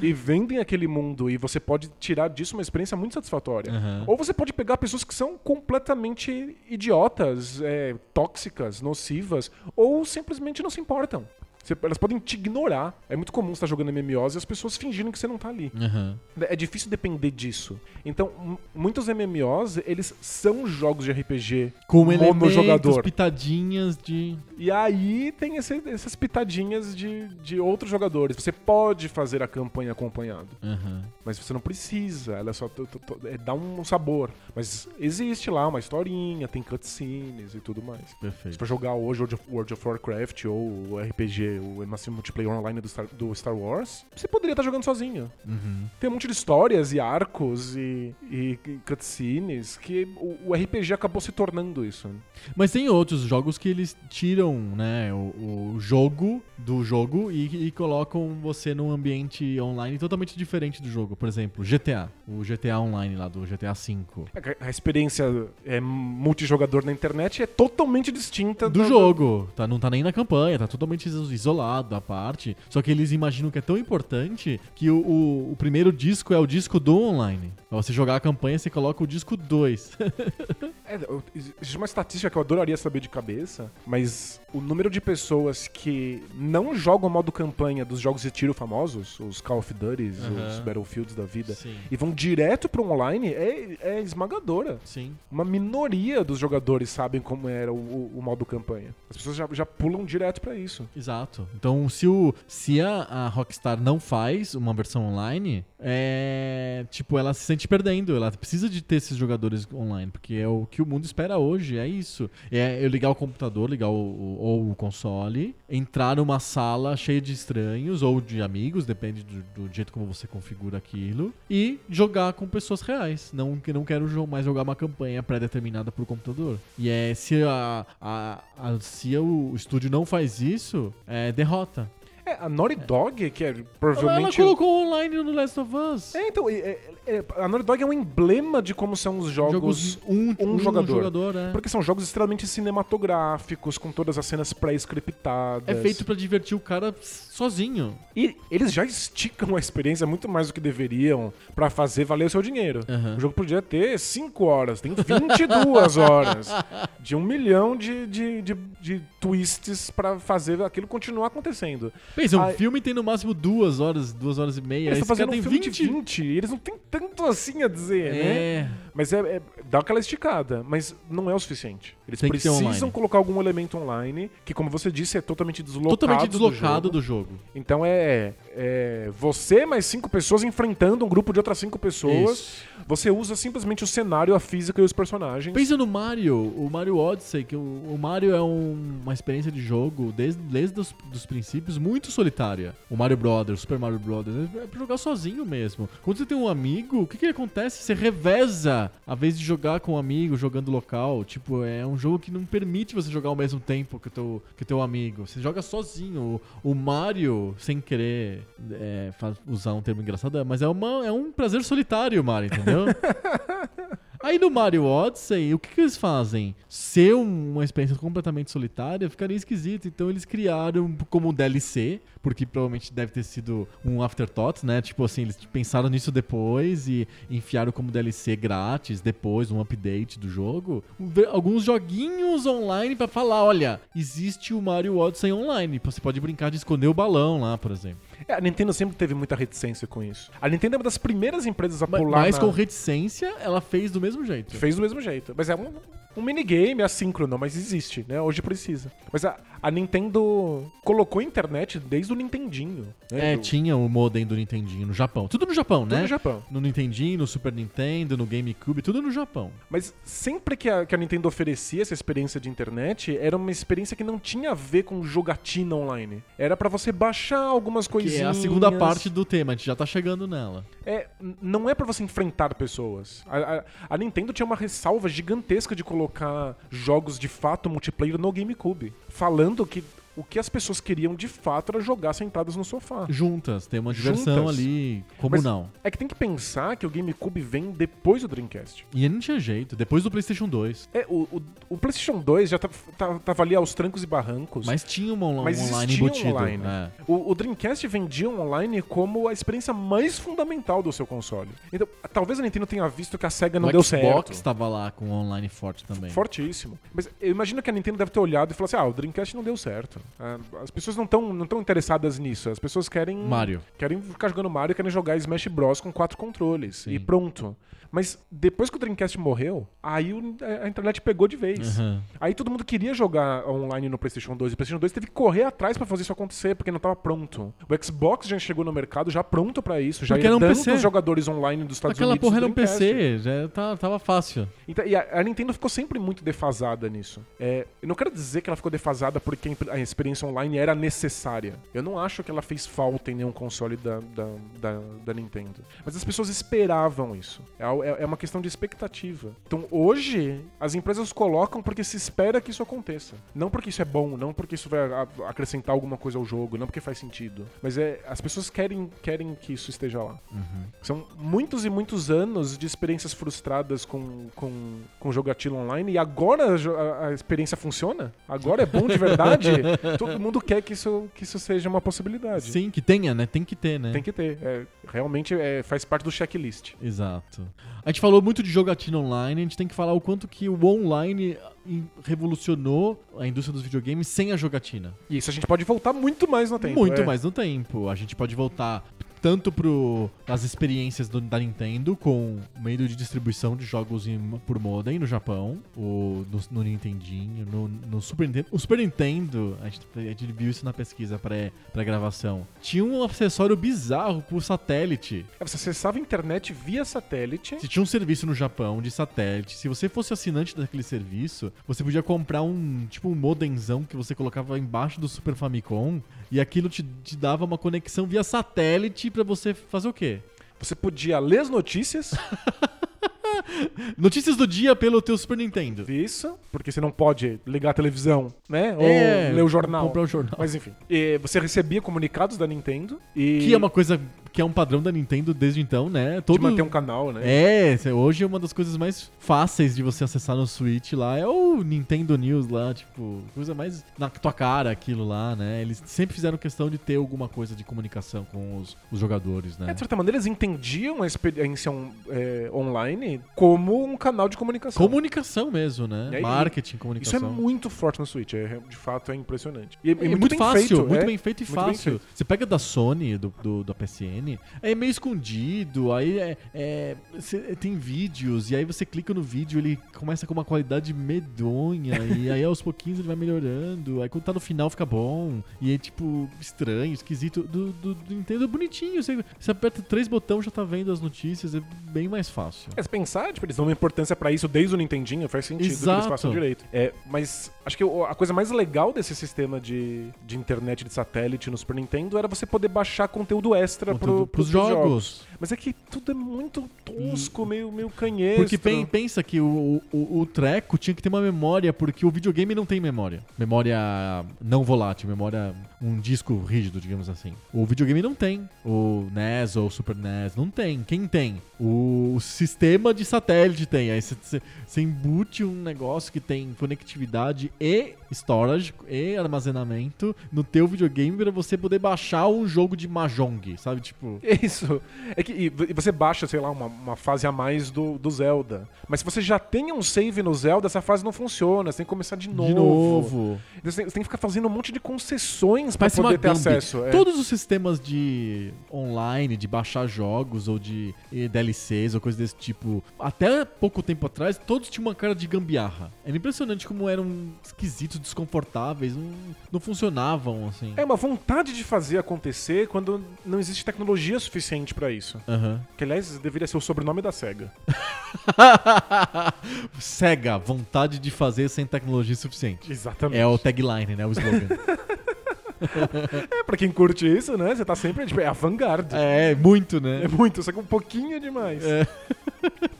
[SPEAKER 2] e vendem aquele mundo e você pode tirar disso uma experiência muito satisfatória.
[SPEAKER 1] Aham.
[SPEAKER 2] Ou você pode pegar pessoas que são completamente idiotas, é, tóxicas, nocivas, ou simplesmente não se importam. Você- elas podem te ignorar. É muito comum você estar jogando MMOs e as pessoas fingindo que você não tá ali.
[SPEAKER 1] Aham.
[SPEAKER 2] É difícil depender disso. Então, m- muitos MMOs, eles são jogos de RPG
[SPEAKER 1] Com
[SPEAKER 2] monojogador.
[SPEAKER 1] elementos, pitadinhas de...
[SPEAKER 2] E aí tem esse- essas pitadinhas de, de outros jogadores. Você pode fazer a campanha acompanhado.
[SPEAKER 1] Aham.
[SPEAKER 2] Mas você não precisa, ela só to- to- to- é, dá um sabor. Mas existe lá uma historinha, tem cutscenes e tudo mais. Se
[SPEAKER 1] Perfeito.
[SPEAKER 2] for jogar hoje World of, World of Warcraft ou RPG, ter o massivo multiplayer online do Star, do Star Wars, você poderia estar jogando sozinho.
[SPEAKER 1] Uhum.
[SPEAKER 2] Tem um monte de histórias e arcos e, e cutscenes que o, o RPG acabou se tornando isso. né?
[SPEAKER 1] Mas tem outros jogos que eles tiram, né, o, o jogo do jogo e, e colocam você num ambiente online totalmente diferente do jogo. Por exemplo, GTA. O GTA Online lá do GTA V.
[SPEAKER 2] A, a experiência é, multijogador na internet é totalmente distinta
[SPEAKER 1] Do
[SPEAKER 2] da-
[SPEAKER 1] jogo, tá? Não tá nem na campanha, tá totalmente iso- isolado a parte. Só que eles imaginam que é tão importante que o, o- o primeiro disco é o disco do online. Pra você jogar a campanha, você coloca o disco 2.
[SPEAKER 2] É, eu- existe uma estatística que eu adoraria saber de cabeça, mas o número de pessoas que não jogam modo campanha dos jogos de tiro famosos, os Call of Duty,
[SPEAKER 1] Aham.
[SPEAKER 2] os Battlefields da vida,
[SPEAKER 1] Sim.
[SPEAKER 2] e vão direto pro online é, é esmagadora.
[SPEAKER 1] Sim.
[SPEAKER 2] Uma minoria dos jogadores sabem como era o, o- o modo campanha. As pessoas já, já pulam direto pra isso.
[SPEAKER 1] Exato. Então, se, o, se a, a Rockstar não faz uma versão online, é. Tipo, ela se sente perdendo. Ela precisa de ter esses jogadores online, porque é o que o mundo espera hoje. É isso. É eu ligar o computador, ligar o, o- ou o console, entrar numa sala cheia de estranhos ou de amigos, depende do, do jeito como você configura aquilo, e jogar com pessoas reais. Não que não quero jo- mais jogar uma campanha pré-determinada por computador. E é se a, a- a- se o, o estúdio não faz isso, é derrota.
[SPEAKER 2] É, a Naughty Dog, que é
[SPEAKER 1] Ela
[SPEAKER 2] provavelmente.
[SPEAKER 1] colocou online no Last of Us.
[SPEAKER 2] É, então, é- é- é- a Naughty Dog é um emblema de como são os jogos
[SPEAKER 1] um,
[SPEAKER 2] um jogador.
[SPEAKER 1] é.
[SPEAKER 2] Porque são jogos extremamente cinematográficos, com todas as cenas pré-scriptadas.
[SPEAKER 1] É feito pra divertir o cara sozinho.
[SPEAKER 2] E eles já esticam a experiência muito mais do que deveriam pra fazer valer o seu dinheiro.
[SPEAKER 1] Aham.
[SPEAKER 2] O jogo podia ter 5 horas, tem 22 horas. De um milhão de, de, de, de twists pra fazer aquilo continuar acontecendo.
[SPEAKER 1] Pensa, um
[SPEAKER 2] Ai.
[SPEAKER 1] filme tem no máximo duas horas, duas horas e meia.
[SPEAKER 2] Eles
[SPEAKER 1] É, Esse
[SPEAKER 2] estão
[SPEAKER 1] cara tem
[SPEAKER 2] fazendo um filme
[SPEAKER 1] 20.
[SPEAKER 2] de 20 e eles não têm tanto assim a dizer, né?
[SPEAKER 1] É.
[SPEAKER 2] Mas é, é- dá aquela esticada, mas não é o suficiente. Eles
[SPEAKER 1] Tem que ter
[SPEAKER 2] precisam
[SPEAKER 1] online.
[SPEAKER 2] colocar algum elemento online que, como você disse, é totalmente deslocado.
[SPEAKER 1] Totalmente
[SPEAKER 2] do
[SPEAKER 1] deslocado
[SPEAKER 2] jogo.
[SPEAKER 1] do jogo.
[SPEAKER 2] Então é, é você mais cinco pessoas enfrentando um grupo de outras cinco pessoas.
[SPEAKER 1] Isso.
[SPEAKER 2] Você usa simplesmente o cenário, a física e os personagens.
[SPEAKER 1] Pensa no Mario, o Mario Odyssey, que o, o Mario é um- uma experiência de jogo desde, desde os dos princípios muito solitária. O Mario Brothers, Super Mario Brothers, é pra jogar sozinho mesmo. Quando você tem um amigo, o que que acontece? Você reveza a vez de jogar com um amigo, jogando local. Tipo, é um jogo que não permite você jogar ao mesmo tempo que o teu, que o teu amigo. Você joga sozinho. O, o Mario, sem querer é, fa- usar um termo engraçado, é, mas é, uma, é um prazer solitário, Mario, entendeu? Aí no Mario Odyssey, o que, que eles fazem? Ser um- uma experiência completamente solitária ficaria esquisito. Então eles criaram como um DLC, porque provavelmente deve ter sido um afterthought, né? Tipo assim, eles pensaram nisso depois e enfiaram como DLC grátis depois, um update do jogo. Ve- Alguns joguinhos online pra falar: olha, existe o Mario Odyssey online. Você pode brincar de esconder o balão lá, por exemplo.
[SPEAKER 2] É, a Nintendo sempre teve muita reticência com isso. A Nintendo é uma das primeiras empresas a
[SPEAKER 1] Ma-
[SPEAKER 2] pular.
[SPEAKER 1] Mas
[SPEAKER 2] na-
[SPEAKER 1] com reticência, ela fez do mesmo jeito.
[SPEAKER 2] Fez do mesmo jeito. Mas é um, um minigame assíncrono, mas existe, né? Hoje precisa. Mas a, a Nintendo colocou a internet desde o Nintendinho. Né?
[SPEAKER 1] É,
[SPEAKER 2] Do-
[SPEAKER 1] tinha o modem do Nintendinho no Japão. Tudo no Japão,
[SPEAKER 2] Tudo
[SPEAKER 1] né?
[SPEAKER 2] no Japão.
[SPEAKER 1] No Nintendinho, no Super Nintendo, no GameCube, tudo no Japão.
[SPEAKER 2] Mas sempre que a, que a Nintendo oferecia essa experiência de internet, era uma experiência que não tinha a ver com jogatina online. Era pra você baixar algumas
[SPEAKER 1] Que
[SPEAKER 2] coisinhas.
[SPEAKER 1] é a segunda parte do tema, a gente já tá chegando nela.
[SPEAKER 2] É, n- não é pra você enfrentar pessoas. A, a- a Nintendo tinha uma ressalva gigantesca de colocar jogos de fato multiplayer no GameCube, falando que o que as pessoas queriam de fato era jogar sentadas no sofá.
[SPEAKER 1] Juntas, tem uma diversão
[SPEAKER 2] Juntas?
[SPEAKER 1] ali
[SPEAKER 2] Mas
[SPEAKER 1] comunal.
[SPEAKER 2] É que tem que pensar que o GameCube vem depois do Dreamcast.
[SPEAKER 1] E não tinha jeito, depois do PlayStation 2.
[SPEAKER 2] É, o, o- o PlayStation 2 já tá- tá- tava ali aos trancos e barrancos.
[SPEAKER 1] Mas tinha uma on-
[SPEAKER 2] Mas
[SPEAKER 1] um online
[SPEAKER 2] existia
[SPEAKER 1] embutido.
[SPEAKER 2] online.
[SPEAKER 1] é.
[SPEAKER 2] O, o Dreamcast vendia um online como a experiência mais fundamental do seu console. Então, talvez a Nintendo tenha visto que a SEGA não
[SPEAKER 1] o
[SPEAKER 2] deu
[SPEAKER 1] Xbox
[SPEAKER 2] certo.
[SPEAKER 1] tava lá com um online forte também.
[SPEAKER 2] Fortíssimo. Mas eu imagino que a Nintendo deve ter olhado e falado assim: ah, o Dreamcast não deu certo. Ah, As pessoas não estão não tão interessadas nisso. As pessoas querem.
[SPEAKER 1] Mario.
[SPEAKER 2] Querem ficar jogando Mario, querem jogar Smash Bros. com quatro controles.
[SPEAKER 1] Sim.
[SPEAKER 2] E pronto. Mas depois que o Dreamcast morreu, aí o- a a internet pegou de vez.
[SPEAKER 1] Aham.
[SPEAKER 2] Aí todo mundo queria jogar online no PlayStation 2. E o PlayStation 2 teve que correr atrás pra fazer isso acontecer, porque não tava pronto. O Xbox já chegou no mercado já pronto pra isso, já
[SPEAKER 1] Porque era um
[SPEAKER 2] herdando
[SPEAKER 1] PC.
[SPEAKER 2] os jogadores online dos Estados
[SPEAKER 1] Aquela
[SPEAKER 2] Unidos. do
[SPEAKER 1] porra era um
[SPEAKER 2] Dreamcast.
[SPEAKER 1] PC, já tá- tava fácil.
[SPEAKER 2] Então, e a, a Nintendo ficou sempre muito defasada nisso. É, eu não quero dizer que ela ficou defasada porque a impre- a experiência online era necessária. Eu não acho que ela fez falta em nenhum console da, da, da, da Nintendo. Mas as pessoas esperavam isso. É, é- é uma questão de expectativa. Então hoje, as empresas colocam porque se espera que isso aconteça. Não porque isso é bom, não porque isso vai a- a- acrescentar alguma coisa ao jogo, não porque faz sentido. Mas é, as pessoas querem, querem que isso esteja lá. São muitos e muitos anos de experiências frustradas com, com, com jogatilo online e agora a jo- a, a experiência funciona? Agora é bom de verdade? Todo mundo quer que isso, que isso seja uma possibilidade.
[SPEAKER 1] Sim, que tenha, né? Tem que ter, né?
[SPEAKER 2] Tem que ter. É, realmente é, faz parte do checklist.
[SPEAKER 1] Exato. A gente falou muito de jogatina online, a gente tem que falar o quanto que o online in- revolucionou a indústria dos videogames sem a jogatina.
[SPEAKER 2] E isso a gente pode voltar muito mais no tempo.
[SPEAKER 1] muito
[SPEAKER 2] é.
[SPEAKER 1] mais no tempo. A gente pode voltar tanto pro as experiências do- da Nintendo com o meio de distribuição de jogos em- por modem no Japão, ou no, no Nintendinho, no, no Super Nintendo. O Super Nintendo, a gente, a gente viu isso na pesquisa pré- pré-gravação, tinha um acessório bizarro pro satélite.
[SPEAKER 2] É, Você acessava a internet via satélite.
[SPEAKER 1] Se tinha um serviço no Japão de satélite, se você fosse assinante daquele serviço, você podia comprar um tipo um modemzão que você colocava embaixo do Super Famicom e aquilo te, te dava uma conexão via satélite pra você fazer o quê?
[SPEAKER 2] Você podia ler as notícias,
[SPEAKER 1] Notícias do dia pelo teu Super Nintendo.
[SPEAKER 2] isso, porque você não pode ligar a televisão, né? Ou
[SPEAKER 1] É,
[SPEAKER 2] ler o jornal.
[SPEAKER 1] comprar o jornal.
[SPEAKER 2] Mas enfim. E você recebia comunicados da Nintendo e.
[SPEAKER 1] Que é uma coisa que é um padrão da Nintendo desde então, né? Todo
[SPEAKER 2] De manter um canal, né?
[SPEAKER 1] É, cê- hoje uma das coisas mais fáceis de você acessar no Switch lá é o Nintendo News lá, tipo, coisa mais na tua cara aquilo lá, né? Eles sempre fizeram questão de ter alguma coisa de comunicação com os, os jogadores,
[SPEAKER 2] É,
[SPEAKER 1] né?
[SPEAKER 2] de certa maneira, eles entendiam a experiência on- é, online como um canal de comunicação.
[SPEAKER 1] Comunicação mesmo, né?
[SPEAKER 2] E aí-
[SPEAKER 1] Marketing,
[SPEAKER 2] Isso é
[SPEAKER 1] comunicação.
[SPEAKER 2] muito forte no Switch, é, de fato é impressionante. E, e
[SPEAKER 1] É muito,
[SPEAKER 2] bem
[SPEAKER 1] fácil,
[SPEAKER 2] feito,
[SPEAKER 1] muito
[SPEAKER 2] é.
[SPEAKER 1] bem feito e
[SPEAKER 2] muito bem
[SPEAKER 1] fácil. Você pega da Sony, do, do- da PSN, é meio escondido, aí é, é- cê- tem vídeos, e aí você clica no vídeo, ele começa com uma qualidade medonha, e aí aos pouquinhos ele vai melhorando, aí quando tá no final fica bom, e é tipo estranho, esquisito. Do, do- do Nintendo é bonitinho, você, você aperta três botões já tá vendo as notícias, é bem mais fácil.
[SPEAKER 2] É, se pensar, tipo, eles dão uma importância pra isso desde o Nintendinho, faz sentido que eles
[SPEAKER 1] Exato.
[SPEAKER 2] façam direito. É, mas acho que o- a coisa mais legal desse sistema de, de internet de satélite no Super Nintendo era você poder baixar conteúdo extra
[SPEAKER 1] Conteúdo
[SPEAKER 2] pro,
[SPEAKER 1] pros jogos. Hum.
[SPEAKER 2] Mas é que tudo é muito tosco, meio, meio canhestro.
[SPEAKER 1] Porque pen- pensa que o, o, o treco tinha que ter uma memória, porque o videogame não tem memória. Memória não volátil, memória. um disco rígido, digamos assim. O videogame não tem. O NES ou o Super NES não tem. Quem tem? O, sistema de satélite tem. Aí você embute um negócio que tem conectividade e storage e armazenamento no teu videogame pra você poder baixar um jogo de Mahjong, sabe? Tipo.
[SPEAKER 2] É Isso. É que e vo- e você baixa, sei lá, uma, uma fase a mais do, do Zelda. Mas se você já tem um save no Zelda, essa fase não funciona. Você tem que começar de novo.
[SPEAKER 1] De novo.
[SPEAKER 2] Você tem, você tem que ficar fazendo um monte de concessões pra
[SPEAKER 1] Parece uma
[SPEAKER 2] poder ter
[SPEAKER 1] Gambit.
[SPEAKER 2] acesso. é.
[SPEAKER 1] Todos os sistemas de online, de baixar jogos ou de eh, DLCs ou coisa desse tipo, até pouco tempo atrás, todos tinham uma cara de gambiarra. Era impressionante como eram esquisitos, desconfortáveis, não, não funcionavam assim.
[SPEAKER 2] É uma vontade de fazer acontecer quando não existe tecnologia suficiente pra isso.
[SPEAKER 1] Aham.
[SPEAKER 2] Que, aliás, deveria ser o sobrenome da SEGA.
[SPEAKER 1] Cega, vontade de fazer sem tecnologia suficiente.
[SPEAKER 2] Exatamente.
[SPEAKER 1] É o tagline, né? O slogan.
[SPEAKER 2] É, pra quem curte isso, né? Você tá sempre, tipo, é a vanguarda.
[SPEAKER 1] é, muito, né?
[SPEAKER 2] É muito, só que um pouquinho demais.
[SPEAKER 1] É.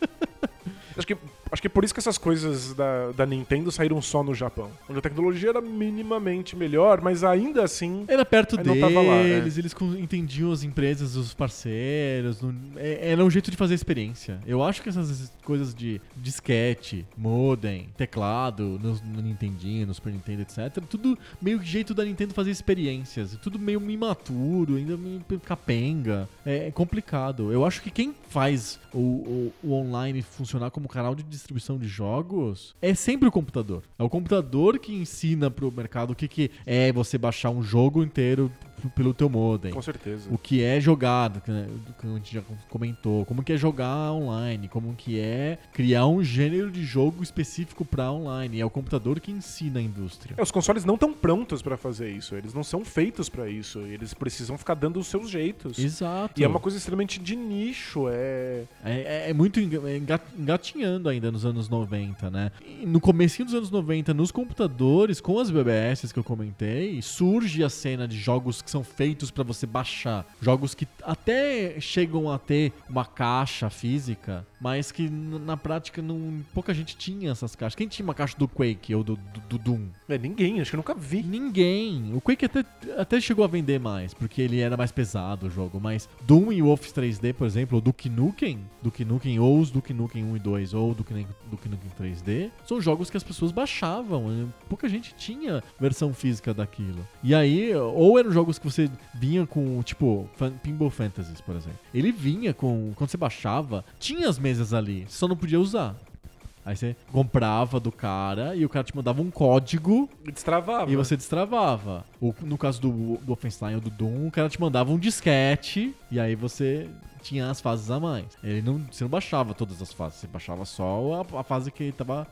[SPEAKER 2] Acho que, acho que é por isso que essas coisas da, da Nintendo saíram só no Japão. Onde a tecnologia era minimamente melhor, mas ainda assim.
[SPEAKER 1] Era perto
[SPEAKER 2] Aí não
[SPEAKER 1] deles,
[SPEAKER 2] tava lá, né?
[SPEAKER 1] eles com- entendiam as empresas, os parceiros. não- é- era um jeito de fazer experiência. Eu acho que essas coisas de disquete, modem, teclado, no, no Nintendinho, no Super Nintendo, etc. Tudo meio que jeito da Nintendo fazer experiências. Tudo meio imaturo, ainda meio capenga. É, é complicado. Eu acho que quem faz o, o- o online funcionar como canal de distribuição de jogos é sempre o computador. É o computador que ensina pro mercado o que, que é você baixar um jogo inteiro pelo teu modem.
[SPEAKER 2] Com certeza.
[SPEAKER 1] O que é jogado, que, né, que a gente já comentou. Como que é jogar online, como que é criar um gênero de jogo específico pra online. É o computador que ensina a indústria.
[SPEAKER 2] É, os consoles não estão prontos pra fazer isso. Eles não são feitos pra isso. Eles precisam ficar dando os seus jeitos.
[SPEAKER 1] Exato.
[SPEAKER 2] E é uma coisa extremamente de nicho. É.
[SPEAKER 1] É, é- é muito enga- enga- engatinhando ainda nos anos 90, né? E no comecinho dos anos 90, nos computadores, com as BBS que eu comentei, surge a cena de jogos que são feitos pra você baixar. Jogos que até chegam a ter uma caixa física, mas que n- na prática não, pouca gente tinha essas caixas. Quem tinha uma caixa do Quake ou do, do- do Doom?
[SPEAKER 2] É, ninguém, acho que eu nunca vi.
[SPEAKER 1] Ninguém. O Quake até, até chegou a vender mais, porque ele era mais pesado o jogo, mas Doom e Wolf 3D, por exemplo, ou Duke Nukem, Duke Nukem ou os Duke Nukem 1 e 2 ou Duke Nukem, Duke Nukem 3D, são jogos que as pessoas baixavam, né? pouca gente tinha versão física daquilo. E aí, ou eram jogos que você vinha com, tipo, Fan- Pinball Fantasies, por exemplo. Ele vinha com, quando você baixava, tinha as mesas ali, só não podia usar. Aí você comprava do cara e o cara te mandava um código
[SPEAKER 2] Destravava.
[SPEAKER 1] e você destravava. Ou, no caso do, do Offenstein ou do Doom, o cara te mandava um disquete e aí você tinha as fases a mais. Ele não, você não baixava todas as fases, você baixava só a, a fase que estava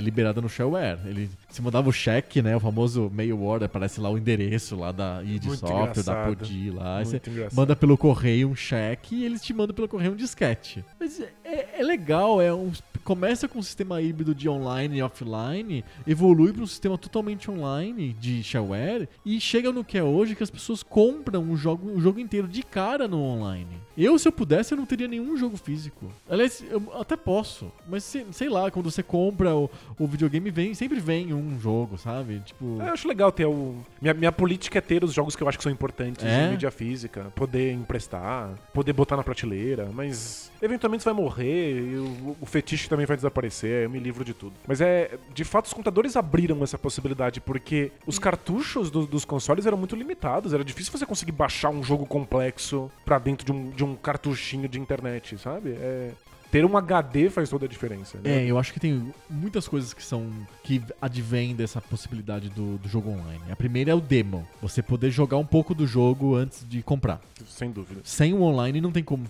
[SPEAKER 1] liberada no shareware. Ele se mandava o cheque, né? O famoso mail order, aparece lá o endereço lá da id
[SPEAKER 2] Muito
[SPEAKER 1] Software, da
[SPEAKER 2] engraçado.
[SPEAKER 1] Podi lá. Aí
[SPEAKER 2] Muito
[SPEAKER 1] Ah, você
[SPEAKER 2] engraçado.
[SPEAKER 1] manda pelo correio um cheque e eles te mandam pelo correio um disquete. Mas é- é, é legal, é um, começa com um sistema híbrido de online e offline, evolui para um sistema totalmente online de shareware e chega no que é hoje que as pessoas compram um jogo, um jogo inteiro de cara no online. Eu, se eu pudesse, eu não teria nenhum jogo físico. Aliás, eu até posso, mas se- sei lá, quando você compra o, o videogame, vem, sempre vem um jogo, sabe? Tipo.
[SPEAKER 2] É, eu acho legal ter o. Minha, minha política é ter os jogos que eu acho que são importantes
[SPEAKER 1] É?
[SPEAKER 2] em mídia física. Poder emprestar, poder botar na prateleira, mas eventualmente você vai morrer e o, o fetiche também vai desaparecer. Eu me livro de tudo. Mas é. De fato, os computadores abriram essa possibilidade, porque os cartuchos do- dos consoles eram muito limitados. Era difícil você conseguir baixar um jogo complexo pra dentro de um, de um cartuchinho de internet, sabe? É, Ter um HD faz toda a diferença.
[SPEAKER 1] É,
[SPEAKER 2] Né?
[SPEAKER 1] eu acho que tem muitas coisas que são. que advêm dessa possibilidade do, do jogo online. A primeira é o demo. Você poder jogar um pouco do jogo antes de comprar.
[SPEAKER 2] Sem dúvida.
[SPEAKER 1] Sem o online não tem como.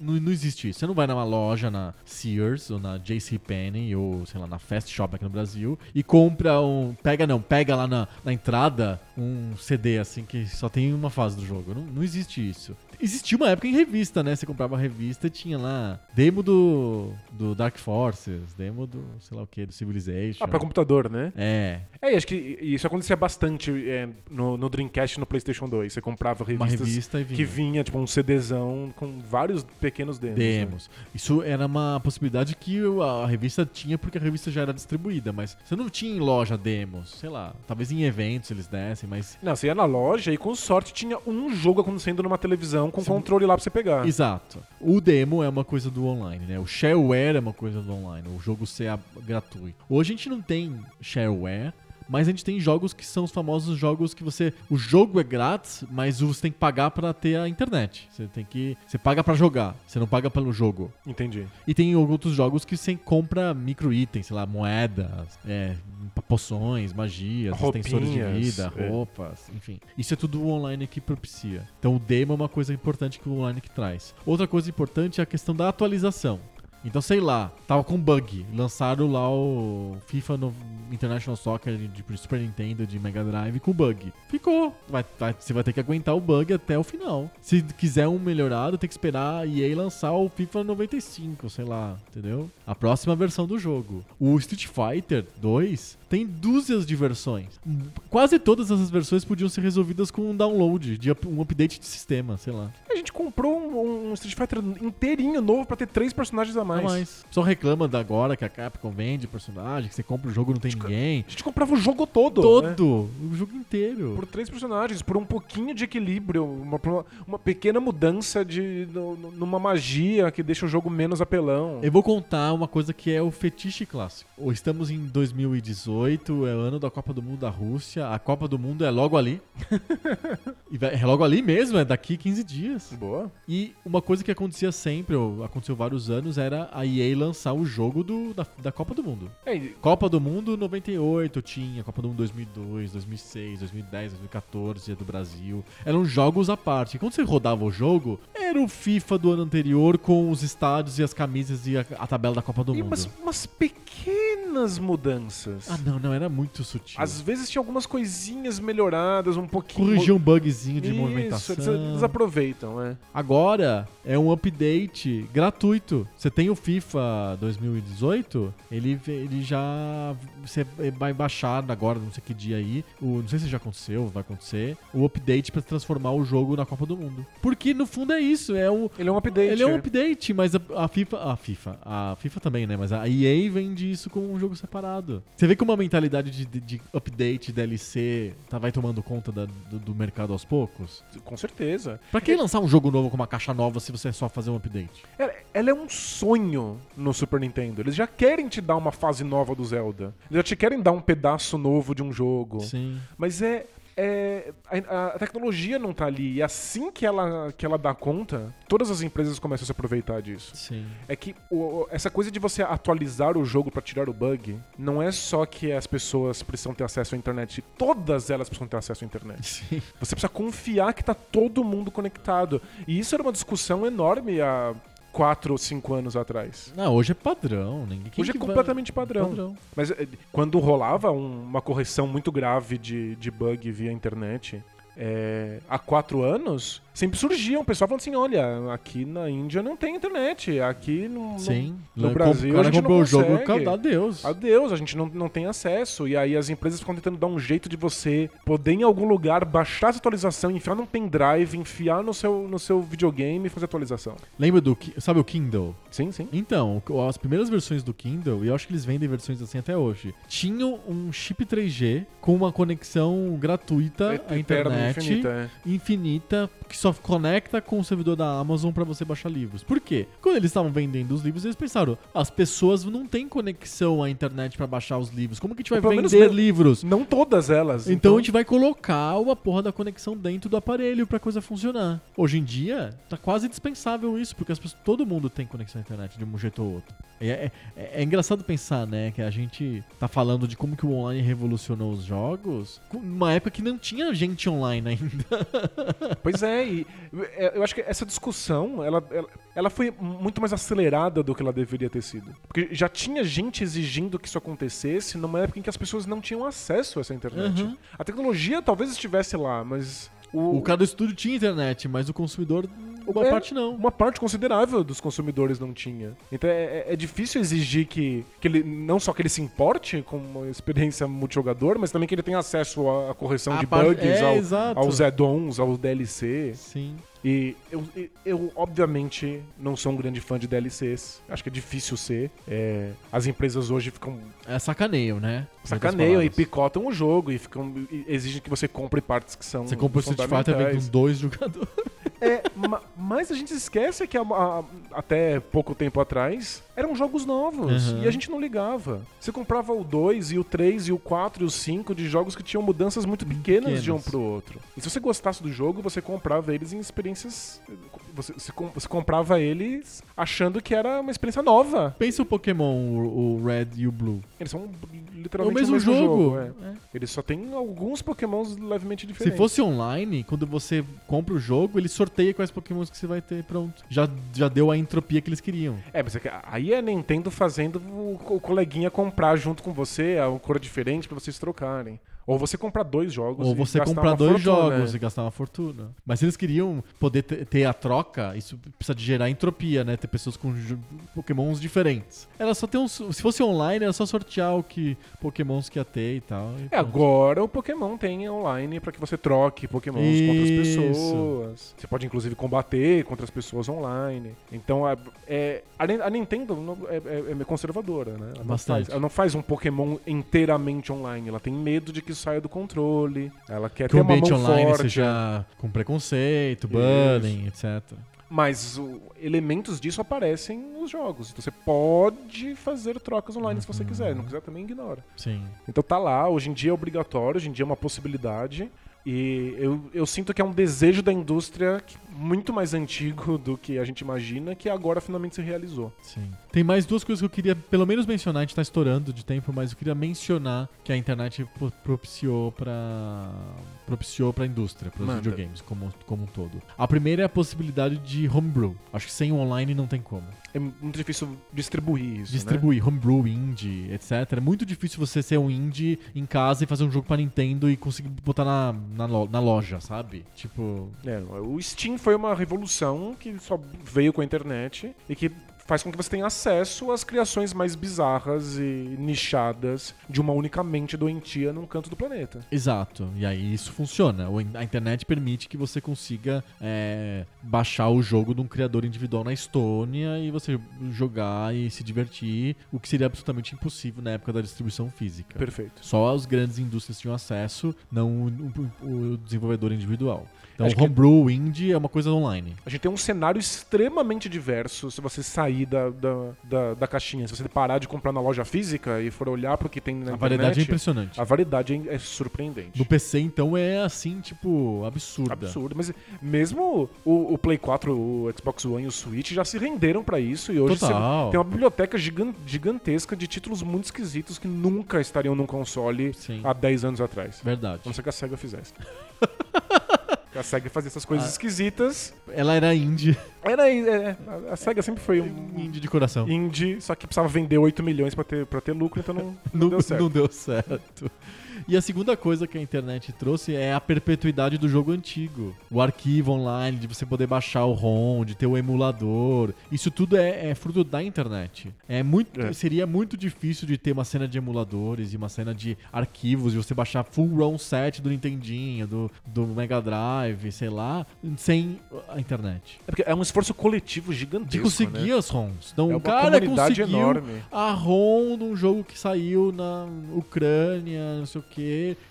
[SPEAKER 1] Não, não existe isso. Você não vai numa loja na Sears ou na JCPenney ou, sei lá, na Fast Shop aqui no Brasil e compra um. Pega não, pega lá na, na entrada um CD assim que só tem uma fase do jogo. Não, não existe isso. Existia uma época em revista, né? Você comprava a revista e tinha lá demo do, do Dark Forces, demo do, sei lá o que, do Civilization.
[SPEAKER 2] Ah, pra computador, né?
[SPEAKER 1] É,
[SPEAKER 2] É, e acho que isso acontecia bastante é, no, no Dreamcast e no PlayStation 2. Você comprava
[SPEAKER 1] uma
[SPEAKER 2] revistas
[SPEAKER 1] revista e vinha.
[SPEAKER 2] que vinha, tipo, um CDzão com vários pequenos demos. né?
[SPEAKER 1] Demos. Isso era uma possibilidade que o- a revista tinha porque a revista já era distribuída, mas você não tinha em loja demos, sei lá, talvez em eventos eles dessem, mas
[SPEAKER 2] Não, você ia na loja e com sorte tinha um jogo acontecendo numa televisão com
[SPEAKER 1] Você-
[SPEAKER 2] controle lá pra você pegar.
[SPEAKER 1] exato. O demo é uma coisa do online, né? O shareware é uma coisa do online, o jogo ser a- gratuito. Hoje a gente não tem shareware, mas a gente tem jogos que são os famosos jogos que você o jogo é grátis, mas você tem que pagar pra ter a internet. Você tem que você paga pra jogar, você não paga pelo jogo.
[SPEAKER 2] Entendi.
[SPEAKER 1] E tem outros jogos que você compra micro itens, sei lá, moedas, é, poções, magias,
[SPEAKER 2] Roupinhas,
[SPEAKER 1] extensores de vida,
[SPEAKER 2] é.
[SPEAKER 1] roupas, enfim. Isso é tudo o online que propicia. Então o demo é uma coisa importante que o online que traz. Outra coisa importante é a questão da atualização. Então, sei lá, tava com bug. Lançaram lá o FIFA no International Soccer de de Super Nintendo, de Mega Drive, com bug. Ficou. Vai- vai- você vai ter que aguentar o bug até o final. Se quiser um melhorado, tem que esperar a EA lançar o FIFA 95, sei lá, entendeu? A próxima versão do jogo. O Street Fighter 2 tem dúzias de versões. Quase todas essas versões podiam ser resolvidas com um download, de up- um update de sistema, sei lá.
[SPEAKER 2] A gente comprou um, um Street Fighter inteirinho novo pra ter três personagens a mais.
[SPEAKER 1] Não mais. Só reclama da agora que a Capcom vende personagem, que você compra o jogo e não tem ninguém.
[SPEAKER 2] A gente comprava o jogo todo. né?
[SPEAKER 1] Todo! O jogo inteiro.
[SPEAKER 2] Por três personagens, por um pouquinho de equilíbrio, uma, por uma- uma pequena mudança de, no- no- numa magia que deixa o jogo menos apelão.
[SPEAKER 1] Eu vou contar uma coisa que é o fetiche clássico. Ou Estamos em 2018, é o ano da Copa do Mundo da Rússia. A Copa do Mundo é logo ali. E vai- é logo ali mesmo, é daqui 15 dias.
[SPEAKER 2] Boa.
[SPEAKER 1] E uma coisa que acontecia sempre, ou aconteceu vários anos, era a EA lançar o jogo do, da, da Copa do Mundo.
[SPEAKER 2] É, e-
[SPEAKER 1] Copa do Mundo 98 tinha, Copa do Mundo 2002, 2006, 2010, 2014 do Brasil. Eram jogos à parte. Quando você rodava o jogo, era o FIFA do ano anterior com os estádios e as camisas e a, a tabela da Copa do
[SPEAKER 2] e
[SPEAKER 1] Mundo.
[SPEAKER 2] umas, umas pequenas mudanças.
[SPEAKER 1] Ah, não, não, era muito sutil.
[SPEAKER 2] Às vezes tinha algumas coisinhas melhoradas, um pouquinho.
[SPEAKER 1] Corrigir um bugzinho de
[SPEAKER 2] Isso,
[SPEAKER 1] movimentação.
[SPEAKER 2] eles- Eles aproveitam, é.
[SPEAKER 1] Agora é um update gratuito. Você tem o FIFA 2018, ele, ele já você vai baixar agora, não sei que dia aí. O, não sei se já aconteceu, vai acontecer. O update pra transformar o jogo na Copa do Mundo. Porque no fundo é isso, é um
[SPEAKER 2] Ele é um update.
[SPEAKER 1] ele é um
[SPEAKER 2] é.
[SPEAKER 1] update, mas a, a FIFA, a FIFA, a FIFA também, né? Mas a EA vende isso como um jogo separado. Você vê como a mentalidade de, de- de update, DLC, tá vai tomando conta da- do- do mercado aos poucos.
[SPEAKER 2] Com certeza.
[SPEAKER 1] Pra que lançar um jogo novo com uma caixa nova se você só fazer um update?
[SPEAKER 2] Ela, ela é um sonho no Super Nintendo. Eles já querem te dar uma fase nova do Zelda. Eles já te querem dar um pedaço novo de um jogo.
[SPEAKER 1] Sim.
[SPEAKER 2] Mas é. é- a, a tecnologia não tá ali. E assim que ela, que ela dá conta, todas as empresas começam a se aproveitar disso.
[SPEAKER 1] Sim.
[SPEAKER 2] É que o- o- essa coisa de você atualizar o jogo pra tirar o bug, não é só que as pessoas precisam ter acesso à internet. Todas elas precisam ter acesso à internet.
[SPEAKER 1] Sim.
[SPEAKER 2] Você precisa confiar que tá todo mundo conectado. E isso era uma discussão enorme há quatro ou cinco anos atrás.
[SPEAKER 1] Não, hoje é padrão. Ninguém quem
[SPEAKER 2] Hoje é
[SPEAKER 1] que vai-
[SPEAKER 2] completamente padrão.
[SPEAKER 1] padrão.
[SPEAKER 2] Mas eh, quando rolava um- uma correção muito grave de, de bug via internet, eh, há quatro anos, sempre surgia um pessoal falando assim: olha, aqui na Índia não tem internet, aqui não- não-
[SPEAKER 1] Sim.
[SPEAKER 2] no
[SPEAKER 1] O
[SPEAKER 2] Brasil
[SPEAKER 1] cara
[SPEAKER 2] a gente
[SPEAKER 1] comprou
[SPEAKER 2] não
[SPEAKER 1] o jogo
[SPEAKER 2] consegue.
[SPEAKER 1] dá Deus.
[SPEAKER 2] Adeus, a gente não, não tem acesso. E aí as empresas ficam tentando dar um jeito de você poder em algum lugar baixar essa atualização, enfiar num pendrive, enfiar no seu, no seu videogame e fazer atualização.
[SPEAKER 1] Lembra do. Ki- Sabe o Kindle?
[SPEAKER 2] Sim, sim.
[SPEAKER 1] Então, o- as primeiras versões do Kindle, e eu acho que eles vendem versões assim até hoje, tinham um chip 3G com uma conexão gratuita à
[SPEAKER 2] eterna,
[SPEAKER 1] internet.
[SPEAKER 2] infinita, é.
[SPEAKER 1] infinita que só conecta com o servidor da Amazon pra você baixar livros. Por quê? Quando eles estavam vendendo os livros, eles pensaram: as pessoas não têm conexão à internet pra baixar os livros. Como que a gente vai
[SPEAKER 2] Pelo menos
[SPEAKER 1] vender
[SPEAKER 2] não-
[SPEAKER 1] livros?
[SPEAKER 2] Não todas elas.
[SPEAKER 1] Então, a gente vai colocar uma porra da conexão dentro do aparelho pra coisa funcionar. Hoje em dia, tá quase dispensável isso, porque as pessoas, todo mundo tem conexão à internet de um jeito ou outro. E é, é- é engraçado pensar, né, que a gente tá falando de como que o online revolucionou os jogos, com- numa época que não tinha gente online ainda. tipo-
[SPEAKER 2] Pois é, e é, eu acho que essa discussão, ela, ela, ela foi muito mais acelerada do que ela deveria ter sido. Porque já tinha gente exigindo que isso acontecesse numa época em que as pessoas não tinham acesso a essa internet.
[SPEAKER 1] Uhum.
[SPEAKER 2] A tecnologia talvez estivesse lá, mas...
[SPEAKER 1] O cara do estúdio tinha internet, mas o consumidor, uma
[SPEAKER 2] É,
[SPEAKER 1] parte não.
[SPEAKER 2] Uma parte considerável dos consumidores não tinha. Então é, é- é difícil exigir que, que ele não só que ele se importe com uma experiência multijogador, mas também que ele tenha acesso à à correção
[SPEAKER 1] A
[SPEAKER 2] de
[SPEAKER 1] par-
[SPEAKER 2] bugs,
[SPEAKER 1] é,
[SPEAKER 2] ao-
[SPEAKER 1] exato.
[SPEAKER 2] aos add-ons, ao DLC.
[SPEAKER 1] Sim.
[SPEAKER 2] E eu, e- eu, obviamente, não sou um grande fã de DLCs. Acho que é difícil ser. É, as empresas hoje ficam
[SPEAKER 1] É sacaneio, né? Em outras
[SPEAKER 2] sacaneiam e
[SPEAKER 1] palavras.
[SPEAKER 2] picotam o jogo e ficam e exigem que você compre partes que são
[SPEAKER 1] Você compra o Street Fighter vem
[SPEAKER 2] fundamentais.
[SPEAKER 1] com dois jogadores.
[SPEAKER 2] É, ma- mas a gente esquece que a- a- até pouco tempo atrás eram jogos novos
[SPEAKER 1] Uhum.
[SPEAKER 2] e a gente não ligava. Você comprava o 2 e o 3 e o 4 e o 5 de jogos que tinham mudanças muito pequenas, de um
[SPEAKER 1] Pequenas.
[SPEAKER 2] pro outro. E se você gostasse do jogo, você comprava eles em experiências. Você, você com- você comprava eles achando que era uma experiência nova.
[SPEAKER 1] Pensa o Pokémon, o, o Red e o Blue.
[SPEAKER 2] Eles são
[SPEAKER 1] É o
[SPEAKER 2] literalmente
[SPEAKER 1] mesmo, jogo.
[SPEAKER 2] é.
[SPEAKER 1] É.
[SPEAKER 2] Eles só têm alguns pokémons levemente
[SPEAKER 1] Se
[SPEAKER 2] diferentes.
[SPEAKER 1] fosse online, quando você compra o jogo, ele sorteia quais Pokémons que você vai ter. Pronto. Já, já deu a entropia que eles queriam.
[SPEAKER 2] É, mas é que aí é a Nintendo fazendo o co- o coleguinha comprar junto com você a uma cor diferente pra vocês trocarem. Ou você comprar dois jogos.
[SPEAKER 1] Ou
[SPEAKER 2] e
[SPEAKER 1] você
[SPEAKER 2] gastar
[SPEAKER 1] comprar
[SPEAKER 2] uma
[SPEAKER 1] dois
[SPEAKER 2] fortuna,
[SPEAKER 1] jogos
[SPEAKER 2] né?
[SPEAKER 1] e gastar uma fortuna. Mas se eles queriam poder te- ter a troca, isso precisa de gerar entropia, né? Ter pessoas com ju- pokémons diferentes. Era só ter um. su- Se fosse online, era só sortear o que pokémons que ia ter e tal. Então, e
[SPEAKER 2] É,
[SPEAKER 1] pronto.
[SPEAKER 2] agora o Pokémon tem online pra que você troque Pokémons
[SPEAKER 1] Isso.
[SPEAKER 2] contra as pessoas. Você pode inclusive combater contra as pessoas online. Então é, é- a, Nin- a Nintendo não- é, é- é conservadora, né? Ela não,
[SPEAKER 1] Bastante.
[SPEAKER 2] faz, ela não faz um Pokémon inteiramente online. Ela tem medo de que isso saia do controle. Ela quer
[SPEAKER 1] Que o
[SPEAKER 2] ter uma
[SPEAKER 1] ambiente
[SPEAKER 2] mão
[SPEAKER 1] online
[SPEAKER 2] forte. é.
[SPEAKER 1] seja com preconceito, bullying, etc.
[SPEAKER 2] Mas o- elementos disso aparecem nos jogos. Então você pode fazer trocas online se você quiser. Não quiser também ignora.
[SPEAKER 1] Sim.
[SPEAKER 2] Então tá lá, hoje em dia é obrigatório, hoje em dia é uma possibilidade. E eu, eu sinto que é um desejo da indústria que muito mais antigo do que a gente imagina, que agora finalmente se realizou.
[SPEAKER 1] Sim. Tem mais duas coisas que eu queria, pelo menos, mencionar. A gente tá estourando de tempo, mas eu queria mencionar que a internet pro- propiciou pra. propiciou pra indústria, pros
[SPEAKER 2] Manda.
[SPEAKER 1] videogames como, como um todo. A primeira é a possibilidade de homebrew. Acho que sem o online não tem como.
[SPEAKER 2] É muito difícil distribuir isso. Né?
[SPEAKER 1] Distribuir homebrew, indie, etc. É muito difícil você ser um indie em casa e fazer um jogo pra Nintendo e conseguir botar na, na, lo- na loja, sabe? Tipo,
[SPEAKER 2] É, o Steam foi uma revolução que só veio com a internet e que faz com que você tenha acesso às criações mais bizarras e nichadas de uma única mente doentia num canto do planeta.
[SPEAKER 1] Exato, e aí isso funciona. O in- A internet permite que você consiga é, baixar o jogo de um criador individual na Estônia e você jogar e se divertir, o que seria absolutamente impossível na época da distribuição física.
[SPEAKER 2] Perfeito.
[SPEAKER 1] Só as grandes indústrias tinham acesso, não o, o- o desenvolvedor individual. Então,
[SPEAKER 2] Acho que-
[SPEAKER 1] homebrew, indie é uma coisa online.
[SPEAKER 2] A gente tem um cenário extremamente diverso se você sair da, da, da, da caixinha. Se você parar de comprar na loja física e for olhar pro que tem na
[SPEAKER 1] A
[SPEAKER 2] internet,
[SPEAKER 1] variedade é impressionante.
[SPEAKER 2] a variedade é é surpreendente.
[SPEAKER 1] No PC, então, é assim, tipo, absurda.
[SPEAKER 2] Absurdo. Mas mesmo o, o Play 4, o Xbox One e o Switch já se renderam pra isso e hoje você
[SPEAKER 1] Total.
[SPEAKER 2] tem uma biblioteca gigan- gigantesca de títulos muito esquisitos que nunca estariam num console
[SPEAKER 1] Sim.
[SPEAKER 2] há 10 anos atrás.
[SPEAKER 1] Verdade.
[SPEAKER 2] A não ser que a SEGA fizesse. a SEGA fazia essas
[SPEAKER 1] Ah.
[SPEAKER 2] coisas esquisitas.
[SPEAKER 1] Ela era indie,
[SPEAKER 2] Era, é, a- a SEGA sempre foi um
[SPEAKER 1] indie de coração.
[SPEAKER 2] indie, só que precisava vender 8 milhões pra ter, pra ter lucro, então não, não
[SPEAKER 1] não,
[SPEAKER 2] deu certo.
[SPEAKER 1] não deu certo. E a segunda coisa que a internet trouxe é a perpetuidade do jogo antigo. O arquivo online, de você poder baixar o ROM, de ter o emulador. Isso tudo é, é fruto da internet. É muito,
[SPEAKER 2] É.
[SPEAKER 1] Seria muito difícil de ter uma cena de emuladores e uma cena de arquivos e você baixar full ROM 7 do Nintendinho, do, do Mega Drive, sei lá, sem a internet.
[SPEAKER 2] É porque é um esforço coletivo gigantesco.
[SPEAKER 1] De conseguir
[SPEAKER 2] né?
[SPEAKER 1] as ROMs. Então,
[SPEAKER 2] É
[SPEAKER 1] o
[SPEAKER 2] uma
[SPEAKER 1] cara
[SPEAKER 2] comunidade
[SPEAKER 1] conseguiu
[SPEAKER 2] enorme.
[SPEAKER 1] a ROM de um jogo que saiu na Ucrânia, não sei o que.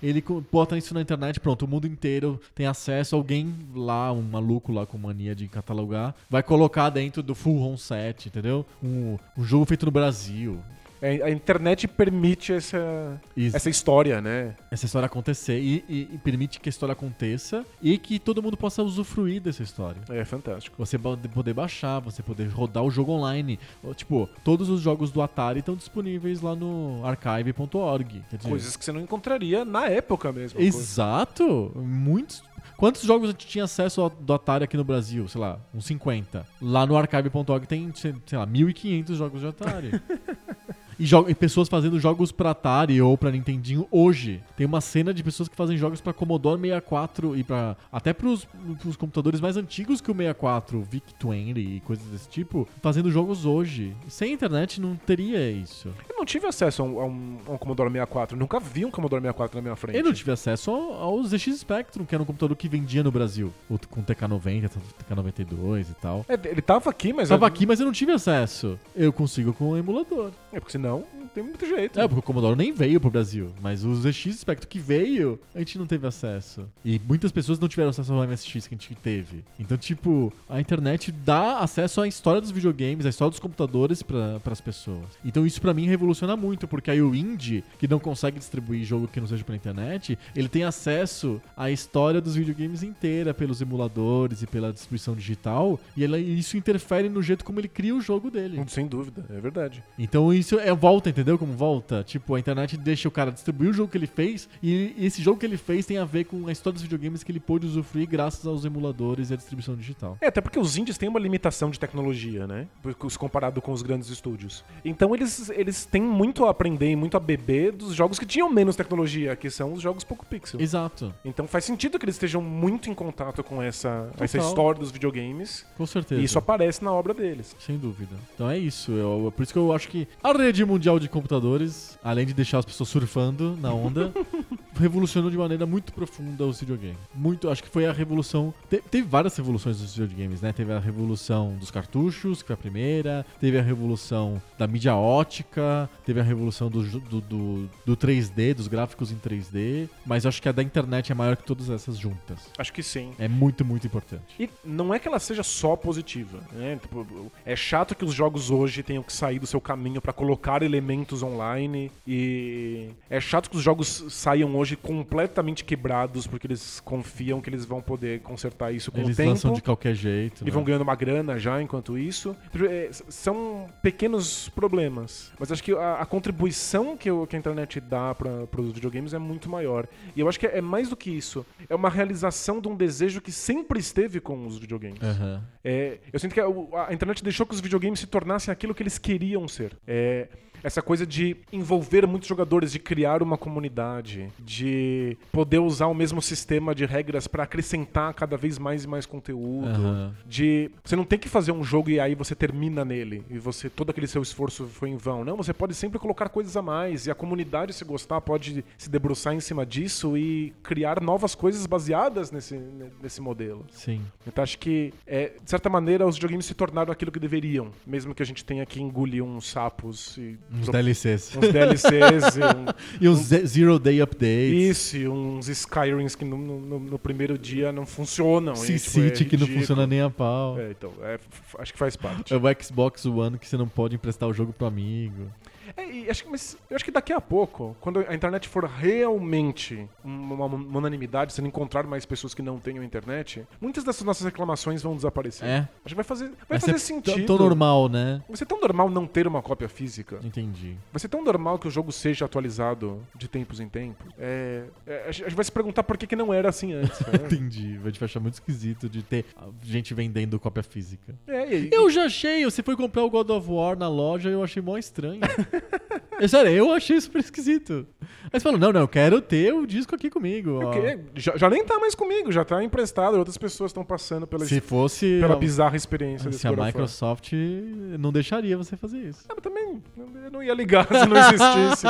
[SPEAKER 1] Ele co- bota isso na internet, pronto, o mundo inteiro tem acesso. Alguém lá, um maluco lá com mania de catalogar, vai colocar dentro do Full ROM 7, entendeu? Um, um jogo feito no Brasil.
[SPEAKER 2] É, a internet permite essa,
[SPEAKER 1] Isso.
[SPEAKER 2] essa história, né?
[SPEAKER 1] essa história acontecer e, e- e permite que a história aconteça e que todo mundo possa usufruir dessa história.
[SPEAKER 2] É fantástico.
[SPEAKER 1] Você ba- poder baixar, você poder rodar o jogo online. Ou, Tipo, todos os jogos do Atari estão disponíveis lá no archive.org. Quer dizer,
[SPEAKER 2] Coisas que você não encontraria na época mesmo.
[SPEAKER 1] Exato! Muitos. Quantos jogos a gente tinha acesso ao- do Atari aqui no Brasil? Sei lá, uns 50. Lá no archive.org tem, sei sei lá, 1.500 jogos de Atari. E, jo- e pessoas fazendo jogos pra Atari ou pra Nintendinho hoje. Tem uma cena de pessoas que fazem jogos pra Commodore 64 e para até pros, pros computadores mais antigos que o 64, VIC-20 e coisas desse tipo, fazendo jogos hoje. Sem internet não teria isso.
[SPEAKER 2] Eu não tive acesso a um, a um- a um Commodore 64. Nunca vi um Commodore 64 na minha frente.
[SPEAKER 1] Eu não tive acesso ao, ao ZX Spectrum, que era um computador que vendia no Brasil, o- com TK90, TK92 e tal.
[SPEAKER 2] É, ele tava aqui, mas...
[SPEAKER 1] Tava
[SPEAKER 2] eu-
[SPEAKER 1] aqui, mas eu não tive acesso. Eu consigo com o emulador.
[SPEAKER 2] É porque senão não tem muito jeito.
[SPEAKER 1] É, porque o Commodore nem veio pro Brasil, mas o ZX Spectrum que veio, a gente não teve acesso. E muitas pessoas não tiveram acesso ao MSX que a gente teve. Então, tipo, a internet dá acesso à história dos videogames, à história dos computadores para as pessoas. Então, isso pra mim revoluciona muito, porque aí o indie, que não consegue distribuir jogo que não seja pela internet, ele tem acesso à história dos videogames inteira pelos emuladores e pela distribuição digital, e ela- e isso interfere no jeito como ele cria o jogo dele.
[SPEAKER 2] Sem dúvida, é verdade.
[SPEAKER 1] Então isso é volta, entendeu? Como volta. Tipo, a internet deixa o cara distribuir o jogo que ele fez e esse jogo que ele fez tem a ver com a história dos videogames que ele pôde usufruir graças aos emuladores e à distribuição digital.
[SPEAKER 2] É, até porque os indies têm uma limitação de tecnologia, né? Porque os- Comparado com os grandes estúdios. Então eles, eles têm muito a aprender e muito a beber dos jogos que tinham menos tecnologia, que são os jogos pouco pixel.
[SPEAKER 1] Exato,
[SPEAKER 2] Então faz sentido que eles estejam muito em contato com essa, essa
[SPEAKER 1] Total.
[SPEAKER 2] história dos videogames.
[SPEAKER 1] com certeza.
[SPEAKER 2] E isso aparece na obra deles.
[SPEAKER 1] Sem dúvida. Então é isso. Eu, por isso que eu acho que a rede mundial de computadores, além de deixar as pessoas surfando na onda, revolucionou de maneira muito profunda os videogames. Muito, acho que foi a revolução. te- teve várias revoluções dos videogames, né? Teve a revolução dos cartuchos, que foi a primeira. Teve a revolução da mídia ótica. Teve a revolução do, ju- do, do, do 3D, dos gráficos em 3D. Mas acho que a da internet é maior que todas essas juntas.
[SPEAKER 2] Acho que sim.
[SPEAKER 1] É muito, muito importante.
[SPEAKER 2] E não é que ela seja só positiva, né? Tipo, é chato que os jogos hoje tenham que sair do seu caminho pra colocar elementos online e é chato que os jogos saiam hoje hoje completamente quebrados porque eles confiam que eles vão poder consertar isso com
[SPEAKER 1] Eles
[SPEAKER 2] o tempo.
[SPEAKER 1] lançam de qualquer jeito.
[SPEAKER 2] E vão
[SPEAKER 1] né?
[SPEAKER 2] ganhando uma grana já enquanto isso. É, s- São pequenos problemas. Mas acho que a, a contribuição que, o- que a internet dá para os videogames é muito maior. E eu acho que é, é mais do que isso. É uma realização de um desejo que sempre esteve com os videogames.
[SPEAKER 1] Aham.
[SPEAKER 2] É, eu sinto que a, o- a internet deixou que os videogames se tornassem aquilo que eles queriam ser. É, essa coisa de envolver muitos jogadores, de criar uma comunidade, de poder usar o mesmo sistema de regras para acrescentar cada vez mais e mais conteúdo.
[SPEAKER 1] Aham.
[SPEAKER 2] De você não tem que fazer um jogo e aí você termina nele e você todo aquele seu esforço foi em vão. Não, você pode sempre colocar coisas a mais e a comunidade se gostar pode se debruçar em cima disso e criar novas coisas baseadas nesse, nesse modelo.
[SPEAKER 1] Sim.
[SPEAKER 2] Então acho que, é, de certa maneira, os videogames se tornaram aquilo que deveriam. Mesmo que a gente tenha que engolir uns sapos e
[SPEAKER 1] Uns
[SPEAKER 2] pro-
[SPEAKER 1] DLCs.
[SPEAKER 2] uns DLCs. e um-
[SPEAKER 1] E uns ze- Zero Day Updates.
[SPEAKER 2] isso, e uns Skyrims que no, no- no primeiro dia não funcionam. e,
[SPEAKER 1] Sin
[SPEAKER 2] tipo, é
[SPEAKER 1] City que não
[SPEAKER 2] ridículo.
[SPEAKER 1] funciona nem a pau.
[SPEAKER 2] É, então, é, f- acho que faz parte.
[SPEAKER 1] É o Xbox One que você não pode emprestar o jogo pro amigo.
[SPEAKER 2] É, e acho que- mas eu acho que daqui a pouco, quando a internet for realmente uma, uma unanimidade, se não encontrar mais pessoas que não tenham internet, muitas dessas nossas reclamações vão desaparecer.
[SPEAKER 1] É.
[SPEAKER 2] Acho que vai fazer, vai fazer sentido.
[SPEAKER 1] Tão normal, né?
[SPEAKER 2] Vai ser é tão normal não ter uma cópia física.
[SPEAKER 1] Entendi.
[SPEAKER 2] Vai ser tão normal que o jogo seja atualizado de tempos em tempos. É, é, a gente a gente vai se perguntar por que, que não era assim antes. né?
[SPEAKER 1] Entendi. A gente vai achar muito esquisito de ter gente vendendo cópia física.
[SPEAKER 2] é, e,
[SPEAKER 1] Eu já achei, você foi comprar o God of War na loja e eu achei mó estranho. É sério, eu achei super esquisito. Aí você falou, não, não, eu quero ter o disco aqui comigo. ó.
[SPEAKER 2] porque já, já nem tá mais comigo, já tá emprestado. Outras pessoas estão passando pela,
[SPEAKER 1] Se fosse
[SPEAKER 2] pela
[SPEAKER 1] a-
[SPEAKER 2] bizarra experiência desse
[SPEAKER 1] se a
[SPEAKER 2] God of War.
[SPEAKER 1] Microsoft não deixaria você fazer isso.
[SPEAKER 2] Ah, mas também eu não ia ligar se não existisse.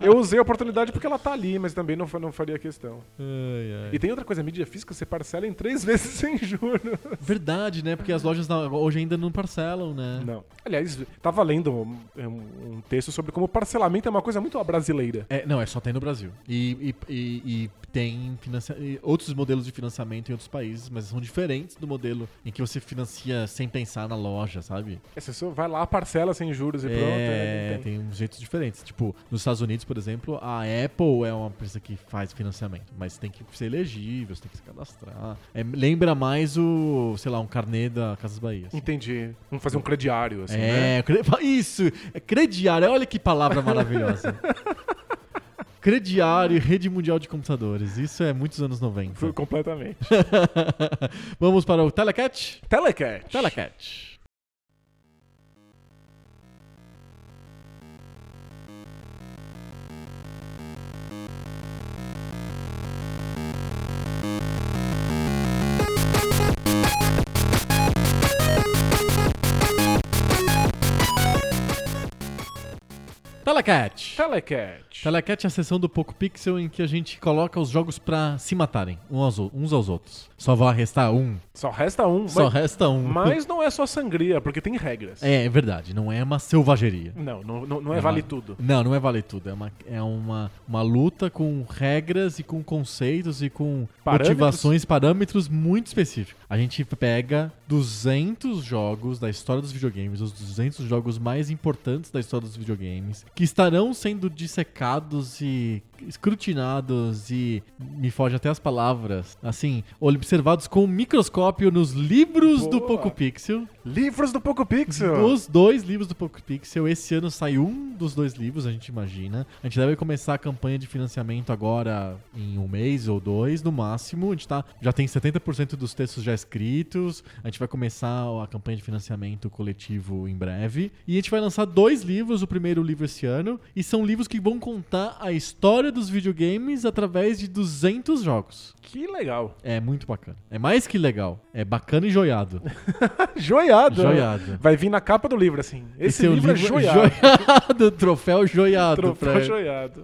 [SPEAKER 2] eu usei a oportunidade porque ela tá ali, mas também não, fa- não faria questão.
[SPEAKER 1] Ai, ai.
[SPEAKER 2] E tem outra coisa, mídia física você parcela em três vezes sem juros.
[SPEAKER 1] Verdade, né? Porque as lojas na- hoje ainda não parcelam, né?
[SPEAKER 2] Não. Aliás, tava lendo um, um- um texto sobre como parcelamento é uma coisa muito brasileira.
[SPEAKER 1] É, não, é só tem no Brasil. E, e- e- e tem financia- e outros modelos de financiamento em outros países, mas são diferentes do modelo em que você financia sem pensar na loja, sabe?
[SPEAKER 2] É, Você só vai lá, parcela sem juros e pronto. é,
[SPEAKER 1] É,
[SPEAKER 2] não tem.
[SPEAKER 1] tem uns jeitos diferentes. Tipo, nos Estados Unidos, por exemplo, a Apple é uma empresa que faz financiamento, mas tem que ser elegível, você tem que se cadastrar. É, lembra mais o, sei lá, um carnê da Casas Bahia. assim.
[SPEAKER 2] Entendi. Vamos fazer um crediário, assim, né?
[SPEAKER 1] É, cre- isso, é crediário, olha que palavra maravilhosa. crediário, rede mundial de computadores, isso é muitos anos 90.
[SPEAKER 2] Foi completamente.
[SPEAKER 1] Vamos para o Telecat?
[SPEAKER 2] Telecat.
[SPEAKER 1] Telecat. Telecat.
[SPEAKER 2] Telecat.
[SPEAKER 1] Telecat é a sessão do Poco Pixel em que a gente coloca os jogos pra se matarem uns aos, ou- uns aos outros. Só vai restar um.
[SPEAKER 2] Só resta um.
[SPEAKER 1] Só
[SPEAKER 2] mas,
[SPEAKER 1] resta um.
[SPEAKER 2] mas não é só sangria, porque tem regras.
[SPEAKER 1] É, Ah. é verdade, não é uma selvageria.
[SPEAKER 2] Não, não, não, não é vale tudo.
[SPEAKER 1] Não, não é vale tudo. É uma, é uma, uma luta com regras e com conceitos e com
[SPEAKER 2] Parâmetros?
[SPEAKER 1] motivações, parâmetros muito específicos. A gente pega 200 jogos da história dos videogames, os 200 jogos mais importantes da história dos videogames, que estarão sendo dissecados e escrutinados e me foge até as palavras, assim, observados com um microscópio nos livros do
[SPEAKER 2] Boa.
[SPEAKER 1] Poco Pixel.
[SPEAKER 2] Livros do Poco Pixel.
[SPEAKER 1] Os dois livros do Poco Pixel, esse ano sai um dos dois livros, a gente imagina. A gente deve começar a campanha de financiamento agora em um mês ou dois, no máximo. A gente tá, já tem 70% dos textos já escritos. A gente vai começar a campanha de financiamento coletivo em breve. E a gente vai lançar dois livros, o primeiro livro esse ano. E são livros que vão contar a história dos videogames através de 200 jogos.
[SPEAKER 2] Que legal.
[SPEAKER 1] É muito bacana. É mais que legal. É bacana e joiado.
[SPEAKER 2] Joiado. né?
[SPEAKER 1] Joiado.
[SPEAKER 2] Vai vir na capa do livro, assim. Esse,
[SPEAKER 1] é o
[SPEAKER 2] livro, é joiado.
[SPEAKER 1] joiado, troféu joiado.
[SPEAKER 2] Troféu
[SPEAKER 1] pra-
[SPEAKER 2] joiado.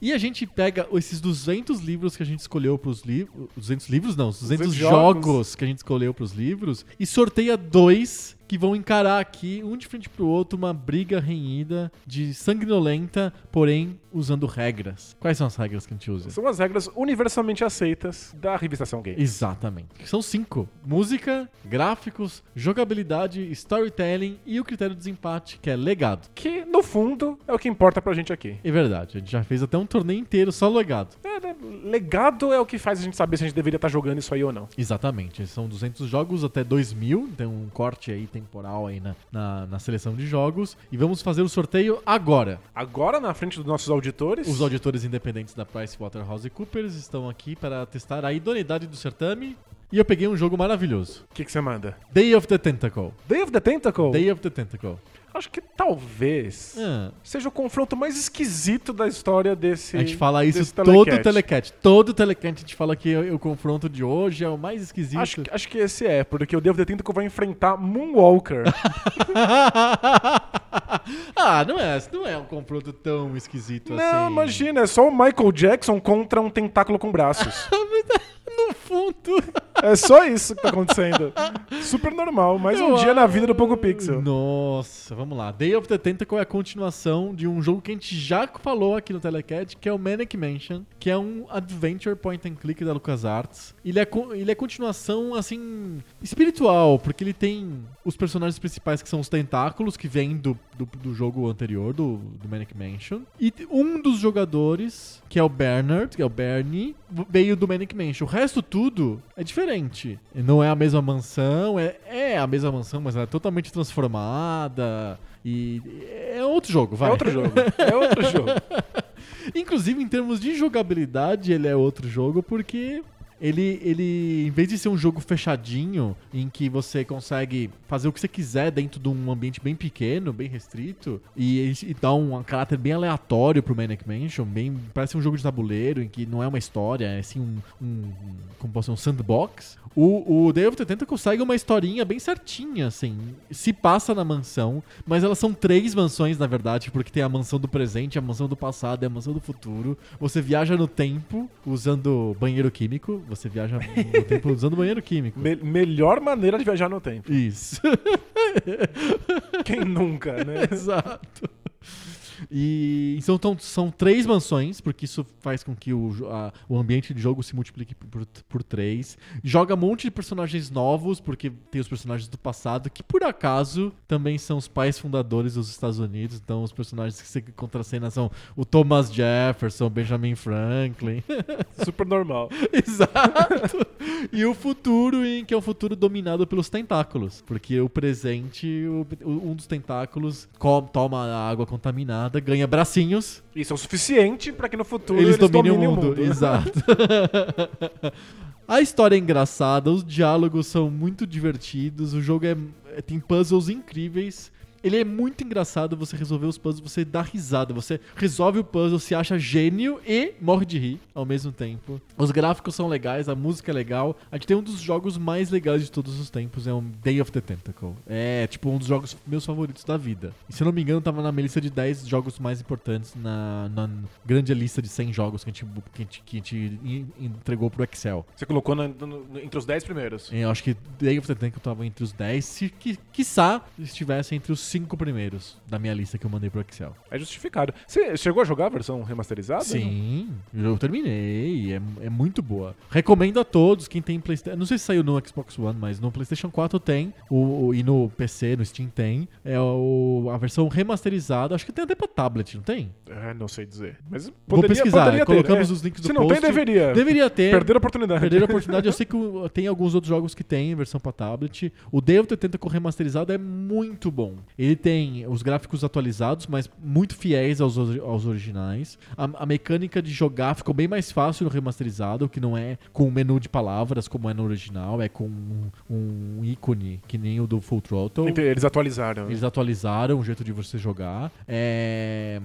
[SPEAKER 1] E a gente pega esses 200 livros que a gente escolheu pros livros... 200 livros não, os 200,
[SPEAKER 2] 200
[SPEAKER 1] jogos.
[SPEAKER 2] jogos
[SPEAKER 1] que a gente escolheu pros livros e sorteia dois que vão encarar aqui, um de frente pro outro, uma briga renhida de sanguinolenta, porém usando regras. Quais são as regras que a gente usa?
[SPEAKER 2] São as regras universalmente aceitas da revistação game.
[SPEAKER 1] Exatamente. São cinco: música, gráficos, jogabilidade, storytelling e o critério de desempate, que é legado.
[SPEAKER 2] Que, no fundo, é o que importa pra gente aqui.
[SPEAKER 1] É verdade, a gente já fez até um torneio inteiro só legado.
[SPEAKER 2] É, né, legado é o que faz a gente saber se a gente deveria estar jogando isso aí ou não.
[SPEAKER 1] Exatamente, são 200 jogos até 2000, tem um corte aí temporal aí na, na, na seleção de jogos. E vamos fazer o sorteio agora.
[SPEAKER 2] Agora, na frente dos nossos auditores,
[SPEAKER 1] Os auditores independentes da PricewaterhouseCoopers estão aqui para testar a idoneidade do certame. E eu peguei um jogo maravilhoso:
[SPEAKER 2] o que que você manda?
[SPEAKER 1] Day of the Tentacle.
[SPEAKER 2] Day of the Tentacle?
[SPEAKER 1] Day of the Tentacle.
[SPEAKER 2] Acho que talvez
[SPEAKER 1] Ah,
[SPEAKER 2] seja o confronto mais esquisito da história desse.
[SPEAKER 1] a gente fala isso
[SPEAKER 2] desse
[SPEAKER 1] todo
[SPEAKER 2] telecat.
[SPEAKER 1] telecat. Todo telecat a gente fala que é o o confronto de hoje é o mais esquisito.
[SPEAKER 2] Acho, que- acho que esse é, porque o Day of the Tentacle vai enfrentar Moonwalker.
[SPEAKER 1] ah, não é, não é um confronto tão esquisito assim.
[SPEAKER 2] Não, imagina, é só o Michael Jackson contra um tentáculo com braços.
[SPEAKER 1] No fundo.
[SPEAKER 2] é só isso que tá acontecendo. Super normal, mais um
[SPEAKER 1] Eu
[SPEAKER 2] dia na vida do Poco Pixel.
[SPEAKER 1] Nossa, vamos lá. Day of the Tentacle é a continuação de um jogo que a gente já falou aqui no Telecat, que é o Manic Mansion, que é um adventure point and click da LucasArts. Ele é, co- ele é continuação, assim, espiritual, porque ele tem os personagens principais que são os tentáculos, que vêm do, do, do jogo anterior, do, do Manic Mansion. E t- um dos jogadores, que é o Bernard, que é o Bernie, v- veio do Manic Mansion. O resto tudo é diferente. Não é a mesma mansão, é, é a mesma mansão, mas ela é totalmente transformada. E é outro jogo, vai.
[SPEAKER 2] É outro jogo. É outro jogo.
[SPEAKER 1] Inclusive, em termos de jogabilidade, ele é outro jogo, porque ele, ele, em vez de ser um jogo fechadinho, em que você consegue fazer o que você quiser dentro de um ambiente bem pequeno, bem restrito, e, e dá um caráter bem aleatório pro Manic Mansion, bem, parece um jogo de tabuleiro, em que não é uma história, é assim um, um como posso dizer, um sandbox. O, o Day of the Tentacle segue uma historinha bem certinha, assim. Se passa na mansão, mas elas são três mansões, na verdade, porque tem a mansão do presente, a mansão do passado e a mansão do futuro. Você viaja no tempo usando banheiro químico. Você viaja no tempo usando banheiro químico.
[SPEAKER 2] Me- melhor maneira de viajar no tempo.
[SPEAKER 1] Isso.
[SPEAKER 2] Quem nunca, né?
[SPEAKER 1] Exato. E então tão- são três mansões, porque isso faz com que o, jo- a- o ambiente de jogo se multiplique por, por três. Joga um monte de personagens novos, porque tem os personagens do passado, que por acaso também são os pais fundadores dos Estados Unidos. Então os personagens que você contracena são o Thomas Jefferson, Benjamin Franklin.
[SPEAKER 2] Super normal.
[SPEAKER 1] Exato. E o futuro, em que é um futuro dominado pelos tentáculos. Porque o presente, o- o- um dos tentáculos co- toma a água contaminada, ganha bracinhos,
[SPEAKER 2] Isso é o suficiente pra que no futuro
[SPEAKER 1] eles,
[SPEAKER 2] eles,
[SPEAKER 1] dominam
[SPEAKER 2] dominem né?
[SPEAKER 1] o mundo. Exato. A história é engraçada, os diálogos são muito divertidos, o jogo é, é- tem puzzles incríveis. Ele é muito engraçado você resolver os puzzles, você dá risada, você resolve o puzzle, se acha gênio e morre de rir ao mesmo tempo. Os gráficos são legais, a música é legal. A gente tem um dos jogos mais legais de todos os tempos, é o Day of the Tentacle. É, tipo, um dos jogos meus favoritos da vida. E se eu não me engano, tava na minha lista de 10 jogos mais importantes na, na grande lista de 100 jogos que a gente, que a gente, que a gente en- entregou pro Excel.
[SPEAKER 2] Você colocou na- no- no- entre os 10 primeiros.
[SPEAKER 1] Eu acho que Day of the Tentacle tava entre os 10, se que, quiçá estivesse entre os 5 primeiros da minha lista que eu mandei pro Excel.
[SPEAKER 2] É justificado. Você chegou a jogar a versão remasterizada?
[SPEAKER 1] Sim, eu terminei, é, é muito boa. Recomendo a todos, quem tem Playstation, não sei se saiu no Xbox One, mas no Playstation 4 tem, o, o- e no PC, no Steam tem, é o- a versão remasterizada, acho que tem até pra tablet, não tem?
[SPEAKER 2] Ah, não sei dizer. Mas
[SPEAKER 1] Vou
[SPEAKER 2] poderia,
[SPEAKER 1] pesquisar,
[SPEAKER 2] poderia ter,
[SPEAKER 1] colocamos
[SPEAKER 2] é.
[SPEAKER 1] os links do
[SPEAKER 2] Se não tem,
[SPEAKER 1] post.
[SPEAKER 2] deveria.
[SPEAKER 1] Deveria ter.
[SPEAKER 2] É. Perderam a oportunidade.
[SPEAKER 1] Perderam a oportunidade. Eu sei que o- tem alguns outros jogos que tem versão pra tablet. O Day of the Tentacle remasterizado é muito bom. Ele tem os gráficos atualizados, mas muito fiéis aos, ori- aos originais. A, a mecânica de jogar ficou bem mais fácil no remasterizado, que não é com o menu de palavras como é no original, é com um, um ícone que nem o do Full Throttle.
[SPEAKER 2] Ent- Eles atualizaram. né?
[SPEAKER 1] Eles atualizaram o jeito de você jogar. É,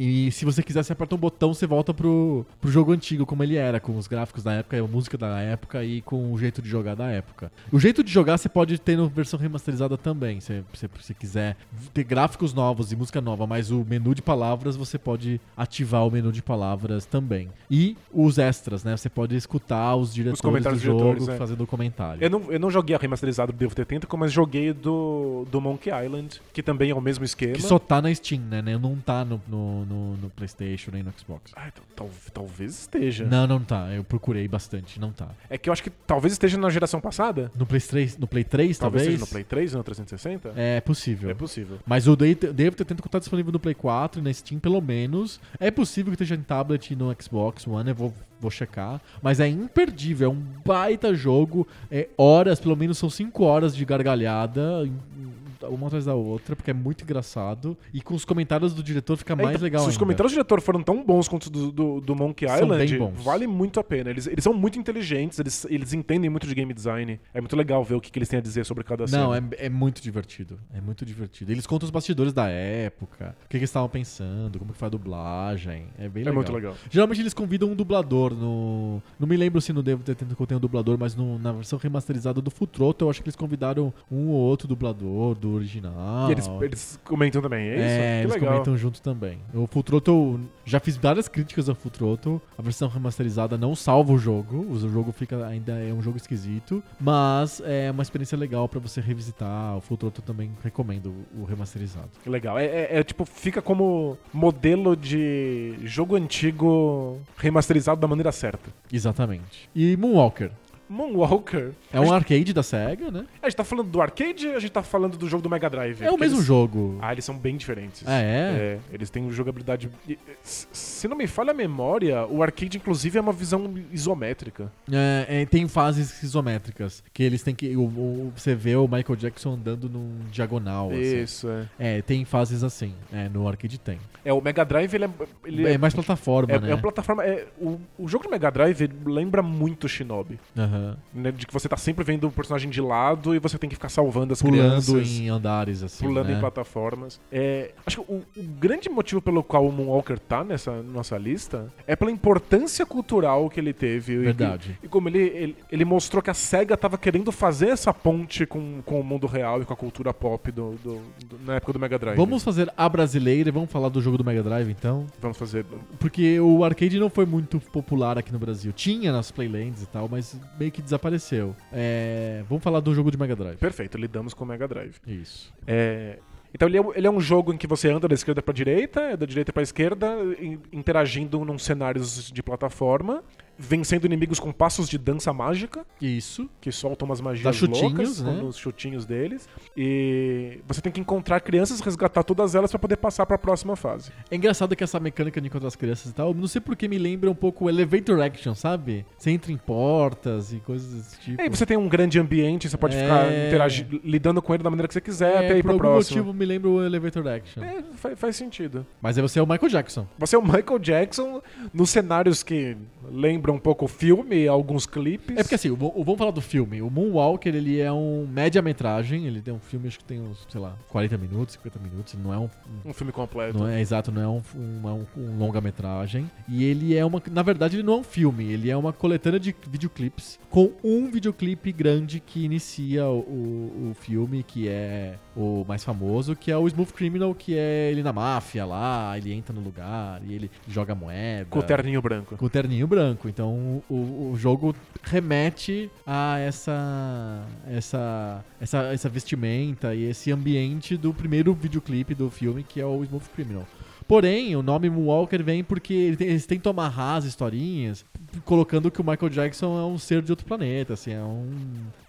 [SPEAKER 1] E se você quiser, você aperta um botão, você volta pro, pro jogo antigo, como ele era, com os gráficos da época, a música da época e com o jeito de jogar da época. O jeito de jogar você pode ter na versão remasterizada também, se você se quiser ter gráficos novos e música nova, mas o menu de palavras você pode ativar o menu de palavras também. E os extras, né? Você pode escutar os diretores
[SPEAKER 2] comentários
[SPEAKER 1] do
[SPEAKER 2] dos
[SPEAKER 1] jogo
[SPEAKER 2] diretores, é.
[SPEAKER 1] fazendo comentário.
[SPEAKER 2] Eu não, eu não joguei a remasterizada do Devil Ter Tentacle, mas joguei do, do Monkey Island, que também é o mesmo esquema.
[SPEAKER 1] Que só tá na Steam, né? né? Não tá no, no, no- no PlayStation nem no Xbox.
[SPEAKER 2] Ah, então, tal- talvez esteja.
[SPEAKER 1] Não, não tá. Eu procurei bastante, não tá.
[SPEAKER 2] É que eu acho que talvez esteja na geração passada.
[SPEAKER 1] No Play 3, no Play 3 talvez?
[SPEAKER 2] Talvez esteja no Play 3, no 360.
[SPEAKER 1] É possível.
[SPEAKER 2] É possível.
[SPEAKER 1] Mas o Day- Devo ter tentado tá disponível no Play 4 e na Steam, pelo menos. É possível que esteja em tablet e no Xbox One, eu vou, vou checar. Mas é imperdível, é um baita jogo. É horas, pelo menos são 5 horas de gargalhada, em- em- uma atrás da outra, porque é muito engraçado. E com os comentários do diretor fica É mais
[SPEAKER 2] Então,
[SPEAKER 1] legal
[SPEAKER 2] Se os
[SPEAKER 1] ainda.
[SPEAKER 2] comentários do diretor foram tão bons quanto os do, do, do Monkey
[SPEAKER 1] São
[SPEAKER 2] Island,
[SPEAKER 1] bem bons.
[SPEAKER 2] vale muito a pena. Eles, eles são muito inteligentes, eles, eles entendem muito de game design. É muito legal ver o que, que eles têm a dizer sobre cada cena.
[SPEAKER 1] Não, é, é muito divertido. É muito divertido. Eles contam os bastidores da época, o que, que eles estavam pensando, como que foi a dublagem. É bem
[SPEAKER 2] É
[SPEAKER 1] legal.
[SPEAKER 2] muito legal.
[SPEAKER 1] Geralmente eles convidam um dublador no. Não me lembro se no Devo ter Tentacle tem um dublador, mas no- na versão remasterizada do Futroto, eu acho que eles convidaram um ou outro dublador do original.
[SPEAKER 2] E eles, eles comentam também, é isso?
[SPEAKER 1] É,
[SPEAKER 2] que
[SPEAKER 1] eles
[SPEAKER 2] legal.
[SPEAKER 1] comentam junto também. O Futroto, já fiz várias críticas ao Futroto. A versão remasterizada não salva o jogo. O jogo fica ainda é um jogo esquisito, mas é uma experiência legal pra você revisitar. O Futroto também recomendo o remasterizado.
[SPEAKER 2] Que legal. É, é- é, tipo, fica como modelo de jogo antigo remasterizado da maneira certa.
[SPEAKER 1] Exatamente. E Moonwalker
[SPEAKER 2] Moonwalker.
[SPEAKER 1] é um arcade da Sega, né?
[SPEAKER 2] A gente tá falando do arcade, a gente tá falando do jogo do Mega Drive.
[SPEAKER 1] É o
[SPEAKER 2] Porque
[SPEAKER 1] mesmo
[SPEAKER 2] eles-
[SPEAKER 1] jogo.
[SPEAKER 2] Ah, eles são bem diferentes.
[SPEAKER 1] Ah, é?
[SPEAKER 2] É, eles têm jogabilidade. e- e- se- Se não me falha a memória, o arcade, inclusive, é uma visão isométrica.
[SPEAKER 1] É, é, tem fases isométricas que eles têm que. O, o- você vê o Michael Jackson andando num diagonal. Assim.
[SPEAKER 2] Isso, é.
[SPEAKER 1] É, tem fases assim. É, no arcade tem.
[SPEAKER 2] É, o Mega Drive, ele é. ele
[SPEAKER 1] é
[SPEAKER 2] é-
[SPEAKER 1] mais plataforma,
[SPEAKER 2] é-
[SPEAKER 1] né?
[SPEAKER 2] é uma plataforma. é, o, o jogo do Mega Drive ele lembra muito Shinobi.
[SPEAKER 1] Aham.
[SPEAKER 2] né, de que você tá sempre vendo o personagem de lado e você tem que ficar salvando as
[SPEAKER 1] Pulando
[SPEAKER 2] crianças.
[SPEAKER 1] em andares, assim.
[SPEAKER 2] Pulando
[SPEAKER 1] né?
[SPEAKER 2] em plataformas. É, acho que o, o grande motivo pelo qual o Moonwalker tá nessa nossa lista é pela importância cultural que ele teve. e-
[SPEAKER 1] Verdade.
[SPEAKER 2] E, como ele, ele, ele mostrou que a SEGA tava querendo fazer essa ponte com, com o mundo real e com a cultura pop do, do- do- na época do Mega Drive.
[SPEAKER 1] Vamos fazer a brasileira e vamos falar do jogo do Mega Drive, então?
[SPEAKER 2] Vamos fazer.
[SPEAKER 1] Porque o arcade não foi muito popular aqui no Brasil. Tinha nas Playlands e tal, mas meio que desapareceu. É, Vamos falar do jogo de Mega Drive.
[SPEAKER 2] Perfeito, lidamos com o Mega Drive.
[SPEAKER 1] Isso.
[SPEAKER 2] É, Então ele é, um- ele é um jogo em que você anda da esquerda pra direita, é da direita pra esquerda, in- interagindo num cenários de plataforma, vencendo inimigos com passos de dança mágica,
[SPEAKER 1] Isso.
[SPEAKER 2] que soltam umas
[SPEAKER 1] Dá
[SPEAKER 2] magias
[SPEAKER 1] chutinhos,
[SPEAKER 2] loucas
[SPEAKER 1] né?
[SPEAKER 2] os chutinhos deles. E você tem que encontrar crianças, resgatar todas elas pra poder passar pra próxima fase.
[SPEAKER 1] É engraçado que essa mecânica de encontrar as crianças e tal, não sei porque me lembra um pouco o Elevator Action, sabe? Você entra em portas e coisas desse tipo.
[SPEAKER 2] E aí você tem um grande ambiente, você pode
[SPEAKER 1] É.
[SPEAKER 2] ficar interagindo, lidando com ele da maneira que você quiser
[SPEAKER 1] É,
[SPEAKER 2] até ir
[SPEAKER 1] por
[SPEAKER 2] pro
[SPEAKER 1] algum
[SPEAKER 2] próximo.
[SPEAKER 1] motivo me lembra o Elevator Action.
[SPEAKER 2] É, fa- faz sentido.
[SPEAKER 1] Mas aí você é o Michael Jackson.
[SPEAKER 2] Você é o Michael Jackson nos cenários que lembram um pouco o filme, alguns clipes.
[SPEAKER 1] É porque assim, o, o- vamos falar do filme. O Moonwalker, ele é um média-metragem. Ele tem um filme, acho que tem uns, sei lá, 40 minutos, 50 minutos. Ele não é um. um-
[SPEAKER 2] Um filme completo.
[SPEAKER 1] não é exato, não é um, um- é um- um longa-metragem. E ele é uma. Na verdade, ele não é um filme, ele é uma coletânea de videoclipes com um videoclipe grande que inicia o, o- o filme, que é o mais famoso, que é o Smooth Criminal, que é ele na máfia lá, ele entra no lugar e ele joga moeda.
[SPEAKER 2] Com o terninho branco.
[SPEAKER 1] é. Com o terninho branco. Então o, o jogo remete a essa, essa, essa, essa vestimenta e esse ambiente do primeiro videoclipe do filme, que é o Smooth Criminal. Porém, o nome Moonwalker vem porque ele tem- eles tentam amarrar as historinhas, p- colocando que o Michael Jackson é um ser de outro planeta, assim, é um-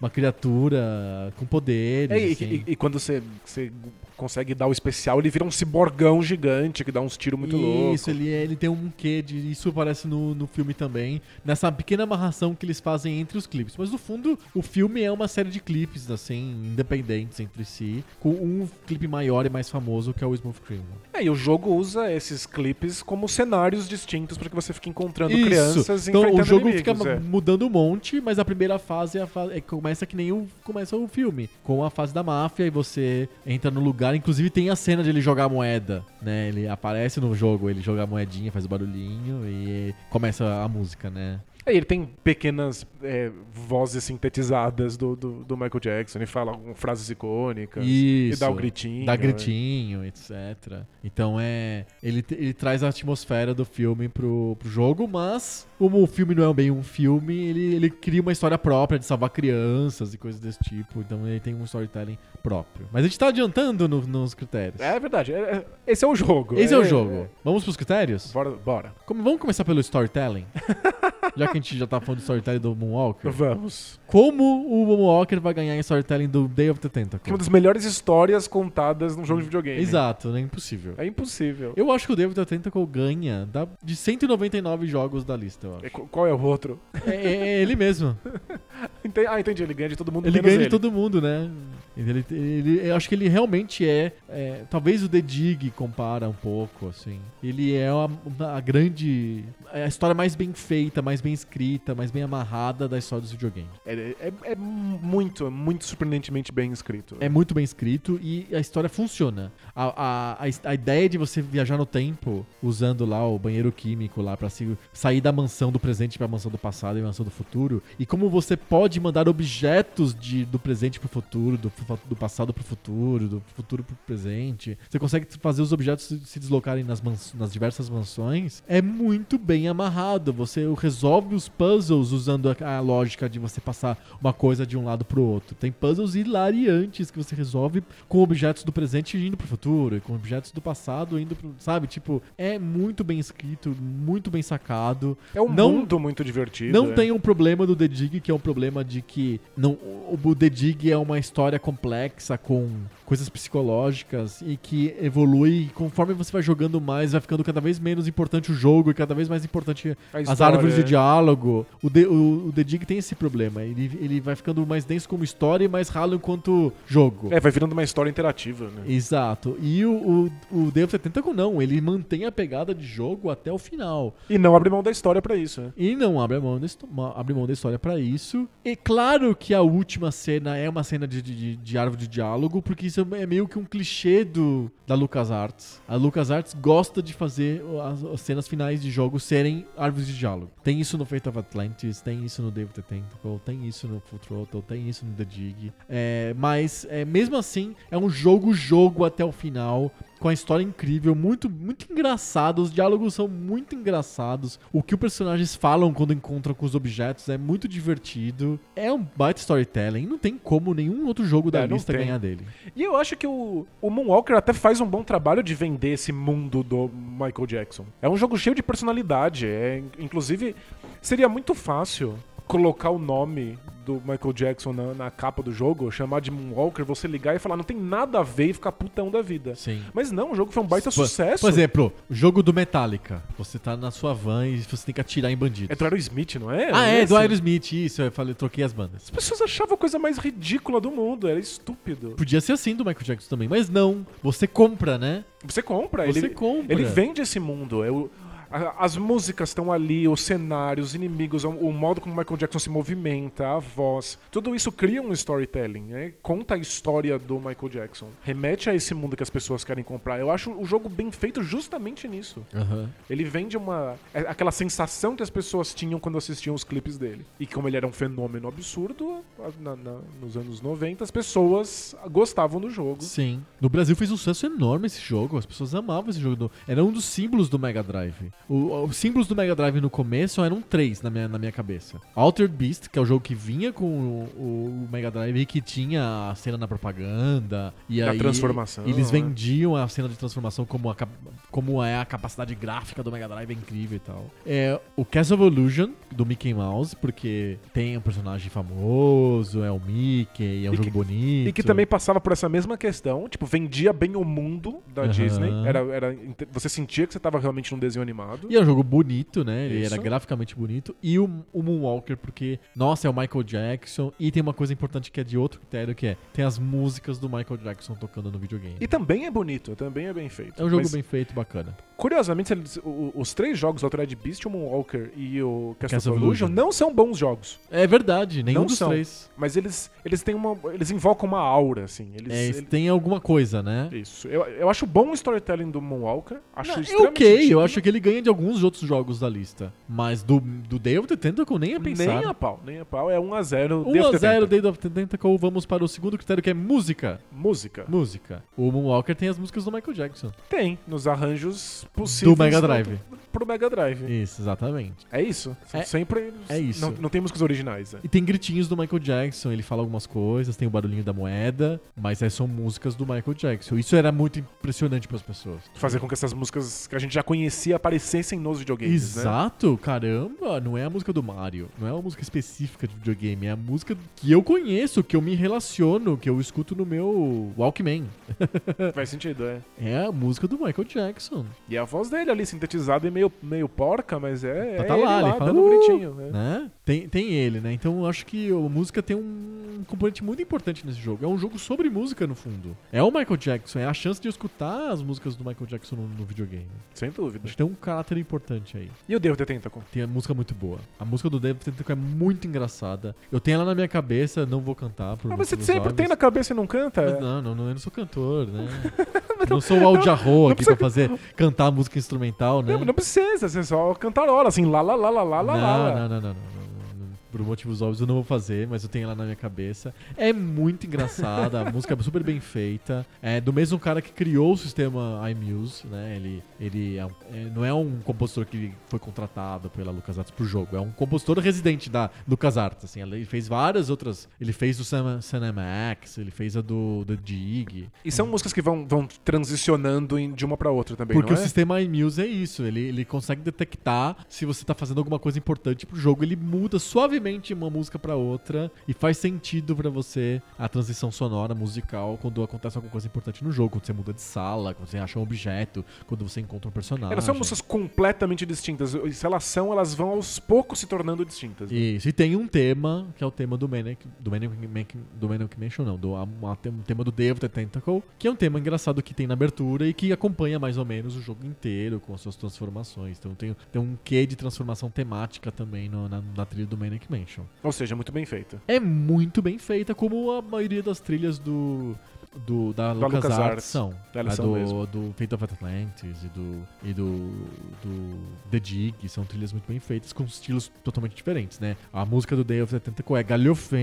[SPEAKER 1] uma criatura com poderes.
[SPEAKER 2] É, e,
[SPEAKER 1] assim.
[SPEAKER 2] e- e quando você, você consegue dar o especial, ele vira um ciborgão gigante que dá uns tiros muito
[SPEAKER 1] Isso,
[SPEAKER 2] loucos.
[SPEAKER 1] ele, ele tem um quê de. Isso aparece no, no filme também, nessa pequena amarração que eles fazem entre os clipes. Mas no fundo, o filme é uma série de clipes, assim, independentes entre si, com um clipe maior e mais famoso que é o Smooth Criminal.
[SPEAKER 2] É, e o jogo usa esses clipes como cenários distintos para que você fique encontrando
[SPEAKER 1] Isso.
[SPEAKER 2] crianças
[SPEAKER 1] então então o
[SPEAKER 2] enfrentando
[SPEAKER 1] jogo
[SPEAKER 2] inimigos,
[SPEAKER 1] fica
[SPEAKER 2] é.
[SPEAKER 1] mudando um monte, mas a primeira fase, é a fase é, começa que nem o, começa o filme, com a fase da máfia e você entra no lugar, inclusive tem a cena de ele jogar a moeda, né? Ele aparece no jogo, ele joga a moedinha, faz o barulhinho e começa a música, né?
[SPEAKER 2] É, ele tem pequenas é, vozes sintetizadas do, do, do Michael Jackson, ele fala algumas frases icônicas, e
[SPEAKER 1] Isso.
[SPEAKER 2] dá o gritinho.
[SPEAKER 1] Dá
[SPEAKER 2] né?
[SPEAKER 1] gritinho, etc. Então é. Ele, ele traz a atmosfera do filme pro, pro jogo, mas como o filme não é bem um filme, ele, ele cria uma história própria de salvar crianças e coisas desse tipo. Então ele tem um storytelling próprio. Mas a gente tá adiantando no- nos critérios.
[SPEAKER 2] É verdade, é- é- esse é o jogo.
[SPEAKER 1] Esse é o jogo. Vamos pros critérios?
[SPEAKER 2] Bora, bora.
[SPEAKER 1] Como- vamos começar pelo storytelling? Já que a gente já tá falando de storytelling do Moonwalker.
[SPEAKER 2] Vamos.
[SPEAKER 1] Como o Moonwalker vai ganhar em storytelling do Day of the
[SPEAKER 2] Que é uma
[SPEAKER 1] Tentacle?
[SPEAKER 2] das melhores histórias contadas num jogo de videogame.
[SPEAKER 1] Exato, né? Impossível.
[SPEAKER 2] É impossível.
[SPEAKER 1] Eu acho que o David the Tentacle ganha da- de 199 jogos da lista, eu acho.
[SPEAKER 2] É, qu- Qual é o outro?
[SPEAKER 1] É, é- é ele mesmo.
[SPEAKER 2] Ente- Ah, entendi. Ele ganha de todo mundo
[SPEAKER 1] Ele
[SPEAKER 2] menos
[SPEAKER 1] ganha de
[SPEAKER 2] ele.
[SPEAKER 1] todo mundo, né? Ele, ele- eu acho que ele realmente é, é, Talvez o The Dig compara um pouco, assim. Ele é a, a grande. é A história mais bem feita, mais bem escrita, mais bem amarrada da história dos videogames.
[SPEAKER 2] É, é- é muito, é muito surpreendentemente bem escrito.
[SPEAKER 1] É muito bem escrito e a história funciona. A, a, a, his- a ideia de você viajar no tempo usando lá o banheiro químico lá pra se- sair da mansão do presente pra mansão do passado e mansão do futuro. E como você pode mandar objetos de, do presente pro futuro, do, fu- do passado pro futuro, do futuro pro presente. Você consegue fazer os objetos se- se deslocarem nas, mans- nas diversas mansões. É muito bem amarrado. Você resolve os puzzles usando a, a lógica de você passar uma coisa de um lado pro outro. Tem puzzles hilariantes que você resolve com objetos do presente indo pro futuro, e com objetos do passado indo pro. Sabe? Tipo, é muito bem escrito, muito bem sacado.
[SPEAKER 2] É um
[SPEAKER 1] Não-
[SPEAKER 2] mundo muito divertido.
[SPEAKER 1] Não
[SPEAKER 2] é.
[SPEAKER 1] tem um problema do The Dig, que é um problema de que não, o o The Dig é uma história complexa com coisas psicológicas e que evolui e conforme você vai jogando mais, vai ficando cada vez menos importante o jogo e cada vez mais importante
[SPEAKER 2] A
[SPEAKER 1] as
[SPEAKER 2] história,
[SPEAKER 1] árvores de
[SPEAKER 2] é.
[SPEAKER 1] diálogo. O, The- o, o The Dig tem esse problema. Ele, ele vai ficando mais denso como história e mais ralo enquanto jogo.
[SPEAKER 2] É, vai virando uma história interativa, né?
[SPEAKER 1] Exato. E o, o, o Day of the Tentacle não, ele mantém a pegada de jogo até o final.
[SPEAKER 2] E não abre mão da história pra isso, né?
[SPEAKER 1] E não abre mão da, histó- ma- abre mão da história pra isso. E claro que a última cena é uma cena de, de- de, de árvore de diálogo, porque isso é meio que um clichê do, da LucasArts. A LucasArts gosta de fazer as, as cenas finais de jogo serem árvores de diálogo. Tem isso no Fate of Atlantis, tem isso no David the Tentacle, tem isso no Full Throttle, tem isso no The Dig. É, mas, é, mesmo assim, é um jogo-jogo até o final com a história incrível, muito muito engraçado, os diálogos são muito engraçados. O que os personagens falam quando encontram com os objetos é muito divertido. É um baita storytelling, não tem como nenhum outro jogo da
[SPEAKER 2] É, não
[SPEAKER 1] lista
[SPEAKER 2] tem.
[SPEAKER 1] ganhar dele.
[SPEAKER 2] E eu acho que o, o Moonwalker até faz um bom trabalho de vender esse mundo do Michael Jackson. É um jogo cheio de personalidade. É, inclusive, seria muito fácil colocar o nome do Michael Jackson na, na capa do jogo, chamar de Moonwalker, você ligar e falar, não tem nada a ver e ficar putão da vida.
[SPEAKER 1] Sim. é.
[SPEAKER 2] Mas não, o jogo foi um baita
[SPEAKER 1] Por-
[SPEAKER 2] sucesso.
[SPEAKER 1] Por exemplo, o jogo do Metallica. Você tá na sua van e você tem que atirar em
[SPEAKER 2] É
[SPEAKER 1] bandidos.
[SPEAKER 2] do Aerosmith, não é?
[SPEAKER 1] ah, é,
[SPEAKER 2] Esse?
[SPEAKER 1] do Aerosmith, isso, eu falei, troquei as bandas.
[SPEAKER 2] As pessoas achavam a coisa mais ridícula do mundo, era estúpido.
[SPEAKER 1] Podia ser assim do Michael Jackson também, mas não. Você compra, né?
[SPEAKER 2] Você compra,
[SPEAKER 1] Você
[SPEAKER 2] ele
[SPEAKER 1] compra.
[SPEAKER 2] Ele vende esse mundo. é o- a- as músicas estão ali, o cenário, os inimigos, é um, o, o modo como Michael Jackson se movimenta, a voz. Tudo isso cria um storytelling, né? Conta a história do Michael Jackson. Remete a esse mundo que as pessoas querem comprar. Eu acho o jogo bem feito justamente nisso.
[SPEAKER 1] Aham.
[SPEAKER 2] Ele vende uma é aquela sensação que as pessoas tinham quando assistiam os clipes dele. E como ele era um fenômeno absurdo, a- na- na- nos anos 90 as pessoas gostavam do jogo.
[SPEAKER 1] Sim. No Brasil fez um sucesso enorme esse jogo. As pessoas amavam esse jogo. do- Era um dos símbolos do Mega Drive. O- os símbolos do Mega Drive no começo eram três na minha, na minha cabeça. Altered Beast, que é o jogo que vinha com o, o- o Mega Drive e que tinha a cena na propaganda. E
[SPEAKER 2] Da
[SPEAKER 1] aí
[SPEAKER 2] transformação,
[SPEAKER 1] Eles
[SPEAKER 2] né?
[SPEAKER 1] vendiam a cena de transformação como, a cap- como é a capacidade gráfica do Mega Drive é incrível e tal. É o Castle of Illusion, do Mickey Mouse, porque tem um personagem famoso, é o Mickey, é um
[SPEAKER 2] E
[SPEAKER 1] jogo
[SPEAKER 2] que-
[SPEAKER 1] bonito.
[SPEAKER 2] E que também passava por essa mesma questão, tipo, vendia bem o mundo da
[SPEAKER 1] Aham.
[SPEAKER 2] Disney. Era, era, inte- você sentia que você tava realmente num desenho lançado.
[SPEAKER 1] E é um jogo bonito, né? Ele
[SPEAKER 2] Isso.
[SPEAKER 1] era graficamente bonito. E o, o Moonwalker, porque, nossa, é o Michael Jackson. E tem uma coisa importante que é de outro critério, que é tem as músicas do Michael Jackson tocando no videogame.
[SPEAKER 2] E também é bonito, também é bem feito.
[SPEAKER 1] É um jogo
[SPEAKER 2] Mas,
[SPEAKER 1] bem feito, bacana.
[SPEAKER 2] Curiosamente, eles- o- os três jogos, o Altered Beast, o Moonwalker e o Castle
[SPEAKER 1] Castle
[SPEAKER 2] of Illusion,
[SPEAKER 1] Illusion.
[SPEAKER 2] não são bons jogos.
[SPEAKER 1] É verdade, nenhum
[SPEAKER 2] Não
[SPEAKER 1] dos
[SPEAKER 2] são.
[SPEAKER 1] três.
[SPEAKER 2] Mas eles, eles têm uma. Eles invocam uma aura, assim. Eles,
[SPEAKER 1] É,
[SPEAKER 2] ele-
[SPEAKER 1] tem alguma coisa, né?
[SPEAKER 2] Isso. Eu, eu acho bom o storytelling do Moonwalker. Acho
[SPEAKER 1] Não, é
[SPEAKER 2] extremamente
[SPEAKER 1] ok, eu
[SPEAKER 2] digno.
[SPEAKER 1] acho que ele ganha de alguns outros jogos da lista. Mas do, do Day of the Tentacle nem ia pensar.
[SPEAKER 2] Nem a pau, nem a pau. É 1x0.
[SPEAKER 1] 1x0 Day of the Tentacle, vamos para o segundo critério que é música.
[SPEAKER 2] Música.
[SPEAKER 1] Música. O Moonwalker tem as músicas do Michael Jackson.
[SPEAKER 2] Tem, nos arranjos possíveis.
[SPEAKER 1] Do Mega
[SPEAKER 2] no-
[SPEAKER 1] Drive.
[SPEAKER 2] Pro Mega Drive.
[SPEAKER 1] Isso, exatamente.
[SPEAKER 2] É isso. São
[SPEAKER 1] É-
[SPEAKER 2] sempre.
[SPEAKER 1] é isso.
[SPEAKER 2] Não, não tem músicas originais. Né?
[SPEAKER 1] E tem gritinhos do Michael Jackson, ele fala algumas coisas, tem o barulhinho da moeda, mas aí são músicas do Michael Jackson. Isso era muito impressionante para as pessoas.
[SPEAKER 2] Fazer com que essas músicas que a gente já conhecia aparecessem nos videogames, né?
[SPEAKER 1] Exato, caramba, não é a música do Mario, não é uma música específica de videogame, é a música que eu conheço, que eu me relaciono, que eu escuto no meu Walkman.
[SPEAKER 2] Faz sentido, é.
[SPEAKER 1] É a música do Michael Jackson,
[SPEAKER 2] E a voz dele ali, sintetizada e meio, meio porca, mas é.
[SPEAKER 1] Tá-
[SPEAKER 2] é
[SPEAKER 1] tá
[SPEAKER 2] ele
[SPEAKER 1] lá,
[SPEAKER 2] lá,
[SPEAKER 1] ele fala,
[SPEAKER 2] dando
[SPEAKER 1] "Uh",
[SPEAKER 2] gritinho. né?
[SPEAKER 1] né? Tem, tem ele, né? Então eu acho que a música tem um componente muito importante nesse jogo. É um jogo sobre música, no fundo. É o Michael Jackson, é a chance de eu escutar as músicas do Michael Jackson no, no videogame.
[SPEAKER 2] Sem dúvida.
[SPEAKER 1] Acho que tem um caráter importante aí.
[SPEAKER 2] E o Deus The Tentacle?
[SPEAKER 1] Tem a música muito boa. A música do David Tentacle é muito engraçada. Eu tenho ela na minha cabeça, não vou cantar. Por
[SPEAKER 2] Ah, mas você
[SPEAKER 1] motivos
[SPEAKER 2] sempre tem
[SPEAKER 1] óbvios.
[SPEAKER 2] na cabeça e não canta?
[SPEAKER 1] Não, não, não, eu não sou cantor, né? não sou o Al Jarreau aqui
[SPEAKER 2] precisa-
[SPEAKER 1] pra fazer, cantar música instrumental, né?
[SPEAKER 2] Não, não precisa, você só cantarola, assim, lá, lá, lá, lá, lá, lá, lá.
[SPEAKER 1] não, não, não, não, não, não, não. Por motivos óbvios eu não vou fazer, mas eu tenho ela na minha cabeça. É muito engraçada, a música é super bem feita. É do mesmo cara que criou o sistema iMuse, né? Ele, ele é um- é- não é um compositor que foi contratado pela LucasArts pro jogo, é um compositor residente da LucasArts, assim. Ele fez várias outras, ele fez o Cinema- Cinemax, ele fez a do The Dig,
[SPEAKER 2] E são músicas que vão, vão transicionando em- de uma pra outra também,
[SPEAKER 1] Porque o
[SPEAKER 2] não é?
[SPEAKER 1] sistema iMuse é isso, ele, ele consegue detectar se você tá fazendo alguma coisa importante pro jogo, ele muda suavemente uma música pra outra e faz sentido pra você a transição sonora, musical, quando acontece alguma coisa importante no jogo, quando você muda de sala, quando você acha um objeto, quando você encontra um personagem.
[SPEAKER 2] Elas são músicas completamente distintas. E se elas são, elas vão aos poucos se tornando distintas.
[SPEAKER 1] Isso, e tem um tema, que é o tema do Manic, do Manic, Manic- do Manic Mansion, não, do, a, a- tem um tema do Devil the Tentacle, que é um tema engraçado que tem na abertura e que acompanha mais ou menos o jogo inteiro com as suas transformações. Então tem, tem um quê de transformação temática também no- na, na trilha do Manic Mansion.
[SPEAKER 2] Ou seja, muito bem feito.
[SPEAKER 1] É muito bem feita, como a maioria das trilhas do... Do, da
[SPEAKER 2] Da
[SPEAKER 1] LucasArts
[SPEAKER 2] LucasArts.
[SPEAKER 1] são.
[SPEAKER 2] Elas
[SPEAKER 1] A
[SPEAKER 2] são mesmo.
[SPEAKER 1] do, do Fate of Atlantis e do. e do. do The Dig, são trilhas muito bem feitas, com estilos totalmente diferentes, né? A música do Day of the Tentacle é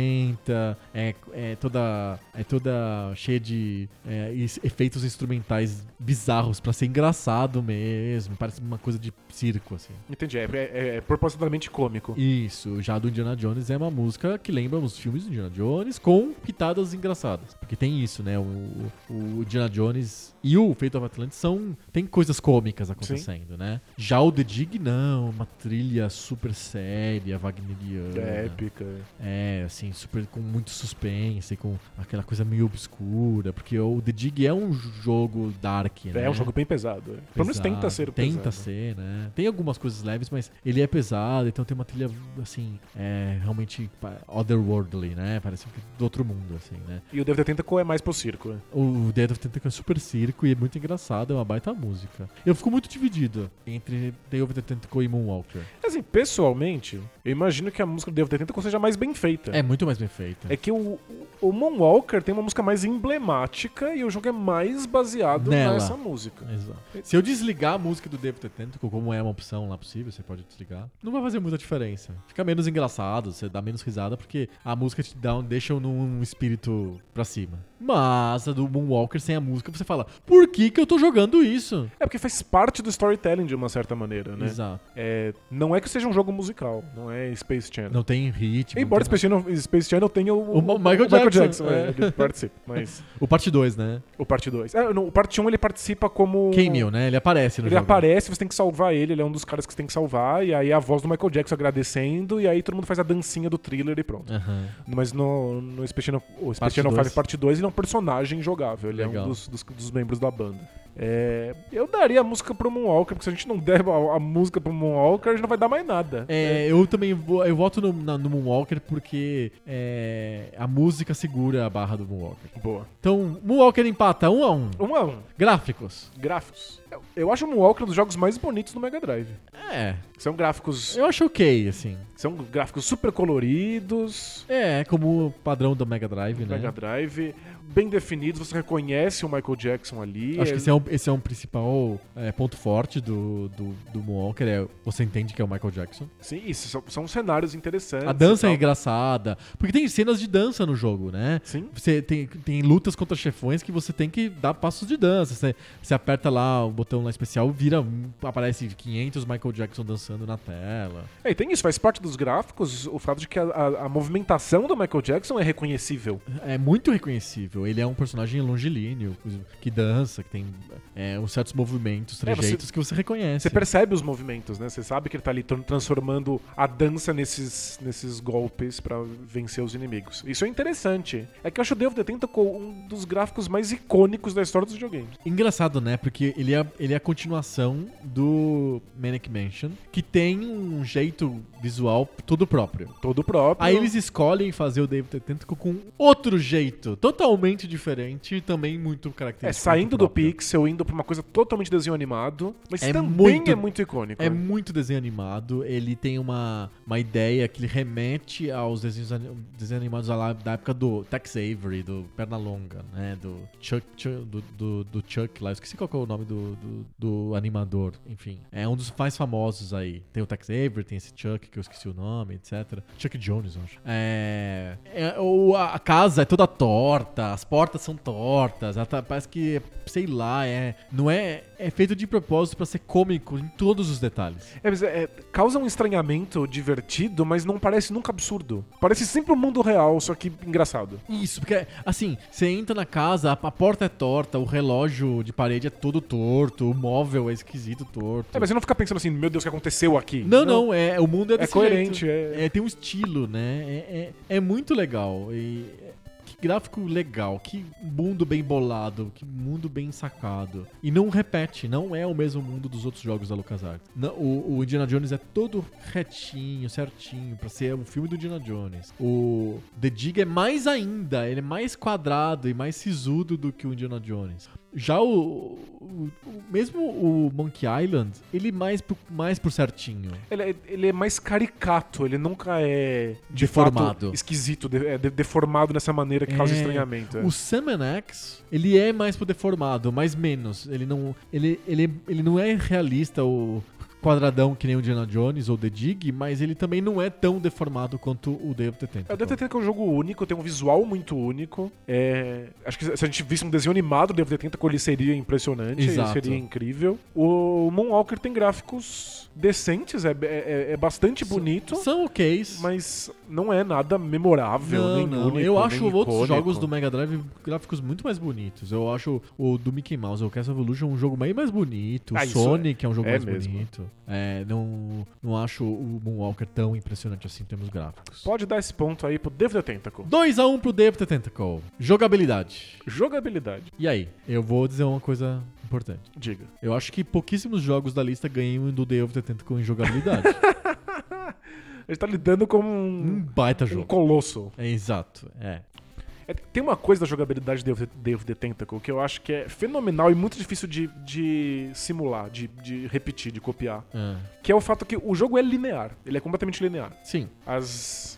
[SPEAKER 1] galhofenta, é, é toda. é toda cheia de é, es- efeitos instrumentais bizarros pra ser engraçado mesmo. Parece uma coisa de circo, assim.
[SPEAKER 2] Entendi, é, é- é propositalmente cômico.
[SPEAKER 1] Isso, já do Indiana Jones é uma música que lembra os filmes do Indiana Jones com pitadas engraçadas. Porque tem isso, né? O, o- o Indiana Jones e o Fate of Atlantis são. tem coisas cômicas acontecendo, né? Já o The Dig, não, uma trilha super séria, wagneriana.
[SPEAKER 2] É épica.
[SPEAKER 1] É, assim, super com muito suspense, com aquela coisa meio obscura. Porque o The Dig é um jogo dark, né?
[SPEAKER 2] É um jogo bem pesado. é. Pelo menos
[SPEAKER 1] Pesado.
[SPEAKER 2] tenta ser
[SPEAKER 1] Tenta
[SPEAKER 2] pesado.
[SPEAKER 1] ser, né? Tem algumas coisas leves, mas ele é pesado, então tem uma trilha, assim, é, realmente pa- otherworldly, né? Parece que do outro mundo, assim, né?
[SPEAKER 2] E o Dev Tentacle é mais pro circo. é.
[SPEAKER 1] O Dead of Tentacle é super circo e é muito engraçado, é uma baita música. Eu fico muito dividido entre Day of the Tentacle e Moonwalker.
[SPEAKER 2] Assim, pessoalmente, eu imagino que a música do Dev Tentacle seja mais bem feita.
[SPEAKER 1] É muito mais bem feita.
[SPEAKER 2] É que o, o Moonwalker tem uma música mais emblemática e o jogo é mais baseado
[SPEAKER 1] Nela.
[SPEAKER 2] nessa música.
[SPEAKER 1] Exato. Se eu desligar a música do Day of the Tentacle, como é uma opção lá possível, você pode desligar, não vai fazer muita diferença. Fica menos engraçado, você dá menos risada, porque a música te dá um, deixa num espírito pra cima. Mas a do Moonwalker sem a música, você fala, por que que eu tô jogando isso?
[SPEAKER 2] É porque faz parte do storytelling de uma certa maneira, né?
[SPEAKER 1] Exato.
[SPEAKER 2] É, não é que seja um jogo musical, não é Space Channel.
[SPEAKER 1] Não tem ritmo.
[SPEAKER 2] Embora
[SPEAKER 1] Tipo, não tem
[SPEAKER 2] Space Channel, Space Channel tenha o,
[SPEAKER 1] O Ma- Michael Jackson,
[SPEAKER 2] é,
[SPEAKER 1] é.
[SPEAKER 2] ele participa, mas
[SPEAKER 1] nada. O parte 2, né?
[SPEAKER 2] o parte 2. Ah, não, o parte 1 um, ele participa como
[SPEAKER 1] Cameo, né? Ele aparece no
[SPEAKER 2] Ele
[SPEAKER 1] jogo.
[SPEAKER 2] aparece, você tem que salvar ele, ele é um dos caras que você tem que salvar, e aí a voz do Michael Jackson agradecendo, e aí todo mundo faz a dancinha do thriller e pronto.
[SPEAKER 1] Aham.
[SPEAKER 2] Mas no, no Space Channel, o Space
[SPEAKER 1] É. Parte
[SPEAKER 2] Channel
[SPEAKER 1] dois.
[SPEAKER 2] 5 Parte 2 ele é um personagem jogável, ele é
[SPEAKER 1] Legal.
[SPEAKER 2] um dos, dos- dos membros da banda. É, eu daria a música pro Moonwalker, porque se a gente não der a, a música pro Moonwalker, a gente não vai dar mais nada.
[SPEAKER 1] É, eu também vou, eu voto no, na- no Moonwalker porque é, a música segura a barra do Moonwalker.
[SPEAKER 2] Boa.
[SPEAKER 1] Então, Moonwalker empata um a um.
[SPEAKER 2] Um a um.
[SPEAKER 1] Gráficos.
[SPEAKER 2] Gráficos. Eu, eu acho o Moonwalker um dos jogos mais bonitos do Mega Drive.
[SPEAKER 1] É,
[SPEAKER 2] São gráficos.
[SPEAKER 1] eu acho ok, assim.
[SPEAKER 2] São gráficos super coloridos.
[SPEAKER 1] É, como o padrão do Mega Drive, né?
[SPEAKER 2] Mega Drive, bem definidos, você reconhece o Michael Jackson ali.
[SPEAKER 1] Acho que esse é um, esse é um principal é, ponto forte do, do, do Moonwalker, é você entende que é o Michael Jackson.
[SPEAKER 2] Sim, isso, são, são cenários interessantes.
[SPEAKER 1] A dança
[SPEAKER 2] e
[SPEAKER 1] é
[SPEAKER 2] tal.
[SPEAKER 1] engraçada, porque tem cenas de dança no jogo, né?
[SPEAKER 2] Sim.
[SPEAKER 1] Você tem, tem lutas contra chefões que você tem que dar passos de dança. Você, você aperta lá o botão lá especial, vira, um- aparece 500 Michael Jackson dançando na tela.
[SPEAKER 2] É, e tem isso, faz parte dos gráficos o fato de que a, a- a movimentação do Michael Jackson é reconhecível.
[SPEAKER 1] É muito reconhecível. Ele é um personagem longilíneo, que dança, que tem é, uns certos movimentos,
[SPEAKER 2] É, você-
[SPEAKER 1] trejeitos que você reconhece.
[SPEAKER 2] Você percebe os movimentos, né? Você sabe que ele tá ali tran- transformando a dança nesses, nesses golpes pra vencer os inimigos. Isso é interessante. É que eu acho o Devil Detenta com um dos gráficos mais icônicos da história dos videogames.
[SPEAKER 1] Engraçado, né? Porque ele é, ele é a continuação do Manic Mansion, que tem um jeito visual todo próprio.
[SPEAKER 2] Todo próprio.
[SPEAKER 1] Aí eles escolhem fazer o David Tentco com outro jeito, totalmente diferente e também muito característico.
[SPEAKER 2] É, saindo
[SPEAKER 1] muito
[SPEAKER 2] do
[SPEAKER 1] próprio.
[SPEAKER 2] pixel, indo pra uma coisa totalmente desenho animado, mas
[SPEAKER 1] É
[SPEAKER 2] também
[SPEAKER 1] muito-
[SPEAKER 2] é muito icônico.
[SPEAKER 1] É
[SPEAKER 2] né?
[SPEAKER 1] muito desenho animado, ele tem uma, uma ideia que ele remete aos desenhos, ani- desenhos animados lá da época do Tex Avery, do Pernalonga, né? Do Chuck, Chu- do, do, do Chuck lá, eu esqueci qual que é o nome do, do, do animador, enfim. É um dos mais famosos aí. Tem o Tex Avery, tem esse Chuck que eu esqueci o nome, etc. Chuck Jones, eu acho. É, é, o, a a casa é toda torta, as portas são tortas, ela tá- parece que, sei lá, é, não é, é feito de propósito pra ser cômico em todos os detalhes.
[SPEAKER 2] É, mas é- é- causa um estranhamento divertido, mas não parece nunca absurdo. Parece sempre o mundo real, só que engraçado.
[SPEAKER 1] Isso, porque, assim, você entra na casa, a, a porta é torta, o relógio de parede é todo torto, o móvel é esquisito torto.
[SPEAKER 2] É, mas você não fica pensando assim, meu Deus, o que aconteceu aqui?
[SPEAKER 1] Não, não, é, o mundo é
[SPEAKER 2] É
[SPEAKER 1] desse
[SPEAKER 2] coerente,
[SPEAKER 1] jeito.
[SPEAKER 2] é-
[SPEAKER 1] Tem um estilo, né? É, é- é muito legal. E é- que gráfico legal, que mundo bem bolado, que mundo bem sacado. E não repete, não é o mesmo mundo dos outros jogos da LucasArts. Não, O, o Indiana Jones é todo retinho, certinho, pra ser um filme do Indiana Jones. O The Dig é mais ainda, ele é mais quadrado e mais sisudo do que o Indiana Jones. Já o, o- o- mesmo o Monkey Island, ele mais pro- mais por certinho.
[SPEAKER 2] Ele, é- ele é mais caricato, ele nunca é de
[SPEAKER 1] Deformado.
[SPEAKER 2] fato esquisito, de- é, de- deformado nessa maneira que causa
[SPEAKER 1] É.
[SPEAKER 2] estranhamento. é.
[SPEAKER 1] O Sam X, ele é mais pro deformado, mais menos. Ele não, ele, ele, ele não é realista ou quadradão que nem o Indiana Jones ou The Dig, mas ele também não é tão deformado quanto o Day of the
[SPEAKER 2] É,
[SPEAKER 1] Tentacle.
[SPEAKER 2] o DTT que é um jogo único, tem um visual muito único. É, acho que se a gente visse um desenho animado do DTT, ele seria impressionante, ele
[SPEAKER 1] Exato.
[SPEAKER 2] seria incrível. O Moonwalker tem gráficos decentes, é, é- é- é bastante bonito,
[SPEAKER 1] São ok.
[SPEAKER 2] mas não é nada memorável,
[SPEAKER 1] Não,
[SPEAKER 2] nem
[SPEAKER 1] não.
[SPEAKER 2] único,
[SPEAKER 1] eu acho
[SPEAKER 2] nem
[SPEAKER 1] outros
[SPEAKER 2] icônico.
[SPEAKER 1] jogos do Mega Drive gráficos muito mais bonitos. Eu acho o do Mickey Mouse, o Castle Evolution, um jogo bem mais bonito. O
[SPEAKER 2] Ah, isso
[SPEAKER 1] Sonic é um jogo
[SPEAKER 2] é
[SPEAKER 1] mais
[SPEAKER 2] mesmo.
[SPEAKER 1] bonito. É, não, não acho o Moonwalker tão impressionante assim em termos gráficos.
[SPEAKER 2] Pode dar esse ponto aí pro Devil Tentacle.
[SPEAKER 1] 2x1 pro David Tentacle. Jogabilidade.
[SPEAKER 2] Jogabilidade,
[SPEAKER 1] E aí? Eu vou dizer uma coisa importante.
[SPEAKER 2] diga.
[SPEAKER 1] Eu acho que pouquíssimos jogos da lista ganham do The Over the Tentacle em jogabilidade.
[SPEAKER 2] Ele tá lidando com
[SPEAKER 1] um
[SPEAKER 2] um,
[SPEAKER 1] baita
[SPEAKER 2] um
[SPEAKER 1] jogo.
[SPEAKER 2] colosso.
[SPEAKER 1] É, exato, é.
[SPEAKER 2] É, tem uma coisa da jogabilidade de Day of the Tentacle que eu acho que é fenomenal e muito difícil de, de simular, de, de repetir, de copiar.
[SPEAKER 1] É.
[SPEAKER 2] Que é o fato que o jogo é linear. Ele é completamente linear.
[SPEAKER 1] Sim.
[SPEAKER 2] As.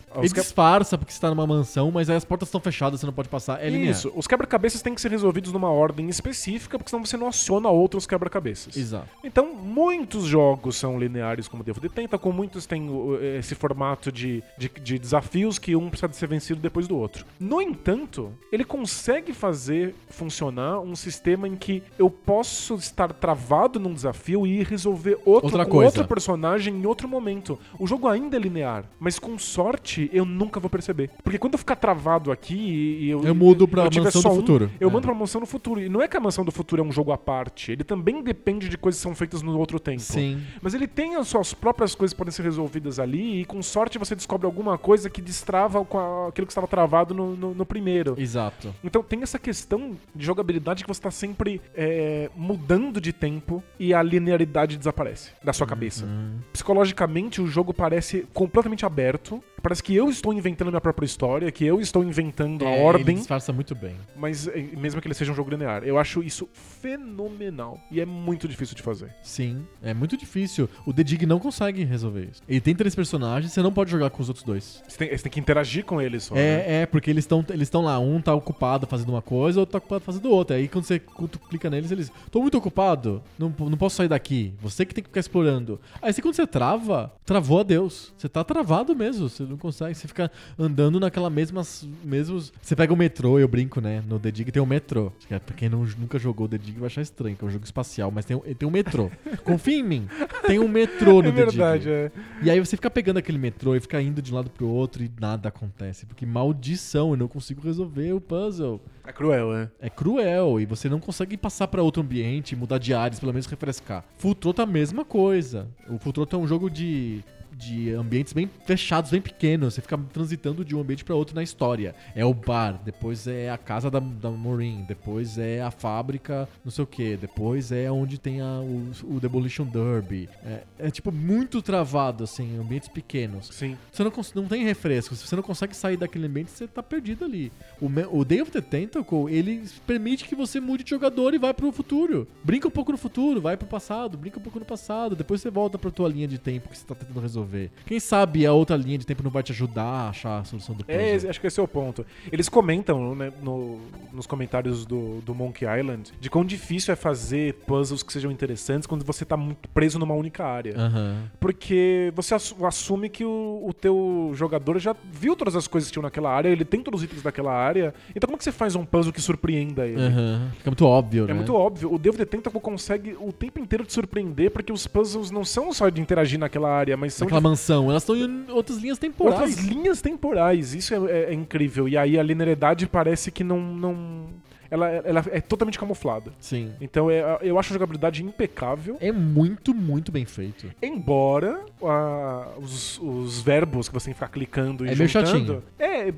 [SPEAKER 1] Ele
[SPEAKER 2] É, os
[SPEAKER 1] disfarça porque você tá numa mansão, mas aí as portas estão fechadas, você não pode passar. É linear.
[SPEAKER 2] Isso, os quebra-cabeças têm que ser resolvidos numa ordem específica, porque senão você não aciona outros quebra-cabeças.
[SPEAKER 1] Exato.
[SPEAKER 2] Então, muitos jogos são lineares como Devo Detenta, com muitos tem o, eh, esse formato de, de, de desafios que um precisa de ser vencido depois do outro. No entanto, ele consegue fazer funcionar um sistema em que eu posso estar travado num desafio e ir resolver outro
[SPEAKER 1] Outra
[SPEAKER 2] com
[SPEAKER 1] coisa.
[SPEAKER 2] outro personagem em outro momento. O jogo ainda é linear, mas com sorte assistir, eu nunca vou perceber. Porque quando eu ficar travado aqui e eu.
[SPEAKER 1] Eu mudo pra
[SPEAKER 2] tiver
[SPEAKER 1] Mansão do
[SPEAKER 2] só um,
[SPEAKER 1] Futuro.
[SPEAKER 2] eu
[SPEAKER 1] É.
[SPEAKER 2] mando pra Mansão do Futuro. E não é que a Mansão do Futuro é um jogo à parte. Ele também depende de coisas que são feitas no outro tempo.
[SPEAKER 1] Sim.
[SPEAKER 2] Mas ele tem as suas próprias coisas que podem ser resolvidas ali, e com sorte você descobre alguma coisa que destrava com a- aquilo que estava travado no, no- no primeiro.
[SPEAKER 1] Exato.
[SPEAKER 2] Então tem essa questão de jogabilidade que você tá sempre é, mudando de tempo e a linearidade desaparece da sua cabeça.
[SPEAKER 1] Uhum.
[SPEAKER 2] Psicologicamente, o jogo parece completamente aberto. Parece que eu estou inventando a minha própria história, que eu estou inventando a
[SPEAKER 1] É, Ele
[SPEAKER 2] ordem,
[SPEAKER 1] disfarça muito bem.
[SPEAKER 2] mas é, mesmo que ele seja um jogo linear. Eu acho isso fenomenal e é muito difícil de fazer.
[SPEAKER 1] Sim, é muito difícil. O The Dig não consegue resolver isso. Ele tem três personagens, você não pode jogar com os outros dois.
[SPEAKER 2] Você tem, você tem que interagir com ele só. né?
[SPEAKER 1] É, é, porque eles estão eles tão lá, um tá ocupado fazendo uma coisa, outro tá ocupado fazendo outra. Aí quando você cu- tu clica neles, eles. Tô muito ocupado, não, po- não posso sair daqui. Você que tem que ficar explorando. Aí você, quando você trava, travou a Deus. Você tá travado mesmo, você não consegue. Você fica andando naquela mesma. Mesmos, você pega o metrô, eu brinco, né? No The Dig tem o metrô. Acho que é Pra quem não- nunca jogou o The Dig vai achar estranho, que é um jogo espacial, mas tem, um- tem um metrô. Confia em mim, tem um metrô no
[SPEAKER 2] É
[SPEAKER 1] The Dig.
[SPEAKER 2] verdade, é.
[SPEAKER 1] E aí você fica pegando aquele metrô e fica indo de um lado pro outro e nada acontece. Porque maldição, eu não consigo resolver o puzzle.
[SPEAKER 2] É cruel, é.
[SPEAKER 1] É cruel e você não consegue passar pra outro ambiente, mudar de áreas, pelo menos refrescar. Futroto é a mesma coisa. O Futroto é um jogo de de ambientes bem fechados, bem pequenos. Você fica transitando de um ambiente pra outro na história. É o bar, depois é a casa da, da Maureen, depois é a fábrica, não sei o que, depois é onde tem a- o, o Demolition Derby. É, é, tipo muito travado, assim, ambientes pequenos.
[SPEAKER 2] Sim.
[SPEAKER 1] Você não, cons- não tem refresco, se você não consegue sair daquele ambiente, você tá perdido ali. O, me- o Day of the Tentacle, ele permite que você mude de jogador e vai pro futuro. Brinca um pouco no futuro, vai pro passado, brinca um pouco no passado, depois você volta pra tua linha de tempo que você tá tentando resolver. Quem sabe a outra linha de tempo não vai te ajudar a achar a solução do
[SPEAKER 2] É, esse-
[SPEAKER 1] puzzle.
[SPEAKER 2] acho que esse é o ponto. Eles comentam né, no- nos comentários do, do Monkey Island de quão difícil é fazer puzzles que sejam interessantes quando você tá muito preso numa única área.
[SPEAKER 1] Ah. Aham.
[SPEAKER 2] Porque você assu- assume que o, o teu jogador já viu todas as coisas que tinham naquela área, ele tem todos os itens daquela área. Então como é que você faz um puzzle que surpreenda ele?
[SPEAKER 1] Aham. Fica muito óbvio, né?
[SPEAKER 2] É muito óbvio. O Devil The Tentacle consegue o tempo inteiro te surpreender porque os puzzles não são só de interagir naquela área, mas são de
[SPEAKER 1] Naquela mansão, elas estão em outras linhas temporais.
[SPEAKER 2] Outras linhas temporais, isso é, é- é incrível. E aí a linearidade parece que não. não ela, ela é totalmente camuflada.
[SPEAKER 1] Sim.
[SPEAKER 2] Então é- eu acho a jogabilidade impecável.
[SPEAKER 1] É muito, muito bem feito.
[SPEAKER 2] Embora ah, os, os verbos que você tem que ficar clicando e
[SPEAKER 1] É meio
[SPEAKER 2] juntando...
[SPEAKER 1] chatinho.
[SPEAKER 2] É, é,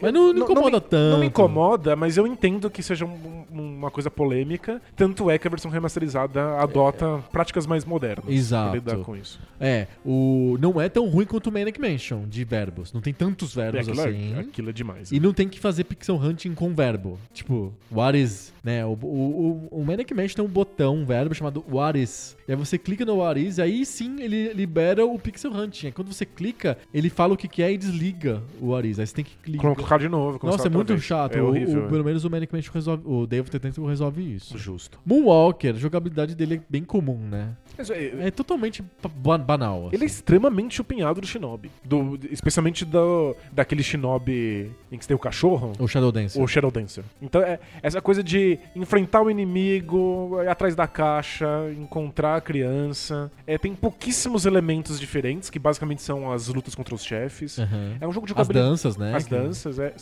[SPEAKER 1] Mas não- não incomoda
[SPEAKER 2] me- Não
[SPEAKER 1] tanto.
[SPEAKER 2] me incomoda, mas eu entendo que seja um- um- uma coisa polêmica. Tanto é que a versão remasterizada adota práticas mais modernas.
[SPEAKER 1] É, Exato.
[SPEAKER 2] Pra lidar com isso.
[SPEAKER 1] É, o não é tão ruim quanto o Manic Mansion de verbos. Não tem tantos
[SPEAKER 2] É,
[SPEAKER 1] verbos
[SPEAKER 2] aquilo, é-
[SPEAKER 1] assim.
[SPEAKER 2] aquilo é demais.
[SPEAKER 1] E não tem que fazer pixel hunting com verbo. Tipo, what is, né? O, o, o, o Manic Mansion tem um botão, um verbo chamado what is. E aí você clica no what is, e aí sim ele libera o pixel hunting. Aí quando você clica, ele fala o que que é e desliga o what is. Aí você tem que clicar.
[SPEAKER 2] Colocar de novo. começar
[SPEAKER 1] Nossa, é
[SPEAKER 2] outra
[SPEAKER 1] muito
[SPEAKER 2] vez.
[SPEAKER 1] chato.
[SPEAKER 2] É
[SPEAKER 1] O- o-
[SPEAKER 2] horrível. é.
[SPEAKER 1] pelo menos o Manic Mansion resolve, o Dave Tentacle resolve isso.
[SPEAKER 2] Justo.
[SPEAKER 1] Moonwalker, a jogabilidade dele é bem comum, né?
[SPEAKER 2] Mas, é,
[SPEAKER 1] É totalmente ba- banal. assim.
[SPEAKER 2] Ele é extremamente chupinhado do Shinobi. Do, especialmente do, daquele Shinobi em que você tem o cachorro.
[SPEAKER 1] O Shadow Dance.
[SPEAKER 2] O Shadow Dancer. Então, é essa coisa de enfrentar o inimigo, ir atrás da caixa, encontrar a criança. É, tem pouquíssimos elementos diferentes, que basicamente são as lutas contra os chefes.
[SPEAKER 1] Aham.
[SPEAKER 2] É um jogo de
[SPEAKER 1] Uhum. As
[SPEAKER 2] jogabilidade.
[SPEAKER 1] danças, né?
[SPEAKER 2] As
[SPEAKER 1] Que-
[SPEAKER 2] danças, é.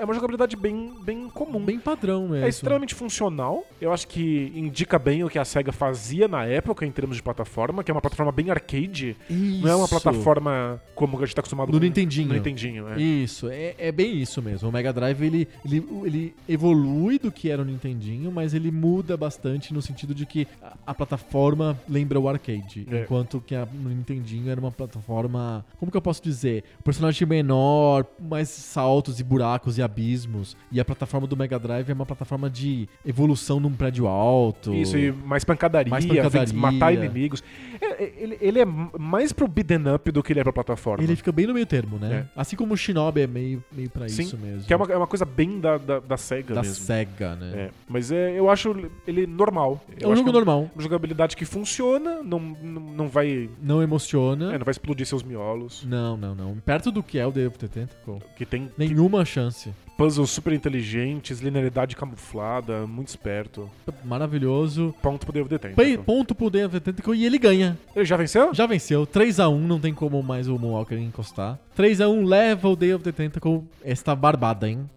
[SPEAKER 2] É uma jogabilidade bem, bem comum.
[SPEAKER 1] Bem padrão mesmo.
[SPEAKER 2] É extremamente funcional. Eu acho que indica bem o que a SEGA fazia na época em termos de plataforma, que é uma plataforma bem arcade. Não é uma
[SPEAKER 1] Isso.
[SPEAKER 2] plataforma como a gente tá acostumado
[SPEAKER 1] No
[SPEAKER 2] com-
[SPEAKER 1] Nintendinho.
[SPEAKER 2] No Nintendinho, é.
[SPEAKER 1] Isso, é, é bem isso mesmo. O Mega Drive ele, ele, ele evolui do que era o Nintendinho, mas ele muda bastante no sentido de que a, a plataforma lembra o arcade,
[SPEAKER 2] É.
[SPEAKER 1] enquanto que a, no Nintendinho era uma plataforma, como que eu posso dizer, O personagem menor, mais saltos e buracos e abismos. E a plataforma do Mega Drive é uma plataforma de evolução num prédio alto.
[SPEAKER 2] Isso, e mais pancadaria,
[SPEAKER 1] Mais pancadaria.
[SPEAKER 2] vem- matar inimigos. É, é, ele, ele é mais pro beaten up do que ele é pra plataforma.
[SPEAKER 1] Ele fica bem no meio termo, né? Assim como o Shinobi é meio, meio pra
[SPEAKER 2] Sim,
[SPEAKER 1] isso mesmo.
[SPEAKER 2] Que é uma, é uma coisa bem da, da, da SEGA
[SPEAKER 1] da
[SPEAKER 2] mesmo.
[SPEAKER 1] SEGA, né?
[SPEAKER 2] É, mas é, eu acho ele normal.
[SPEAKER 1] É
[SPEAKER 2] Eu
[SPEAKER 1] um
[SPEAKER 2] acho
[SPEAKER 1] jogo
[SPEAKER 2] que
[SPEAKER 1] normal.
[SPEAKER 2] uma Jogabilidade que funciona, não, não, não vai.
[SPEAKER 1] Não emociona.
[SPEAKER 2] é, não vai explodir seus miolos.
[SPEAKER 1] Não, não, não. Perto do que é o The Tentacle.
[SPEAKER 2] Que tem
[SPEAKER 1] Nenhuma chance.
[SPEAKER 2] puzzles super inteligentes, linearidade camuflada, muito esperto.
[SPEAKER 1] Maravilhoso.
[SPEAKER 2] Ponto pro David Tentacle.
[SPEAKER 1] Pei- Ponto pro Denver Tentacle e ele ganha.
[SPEAKER 2] Ele já venceu?
[SPEAKER 1] Já venceu. 3x1, não tem como mais o Moonwalker encostar. 3x1 leva o Day of the Tentacle. Esta barbada, hein?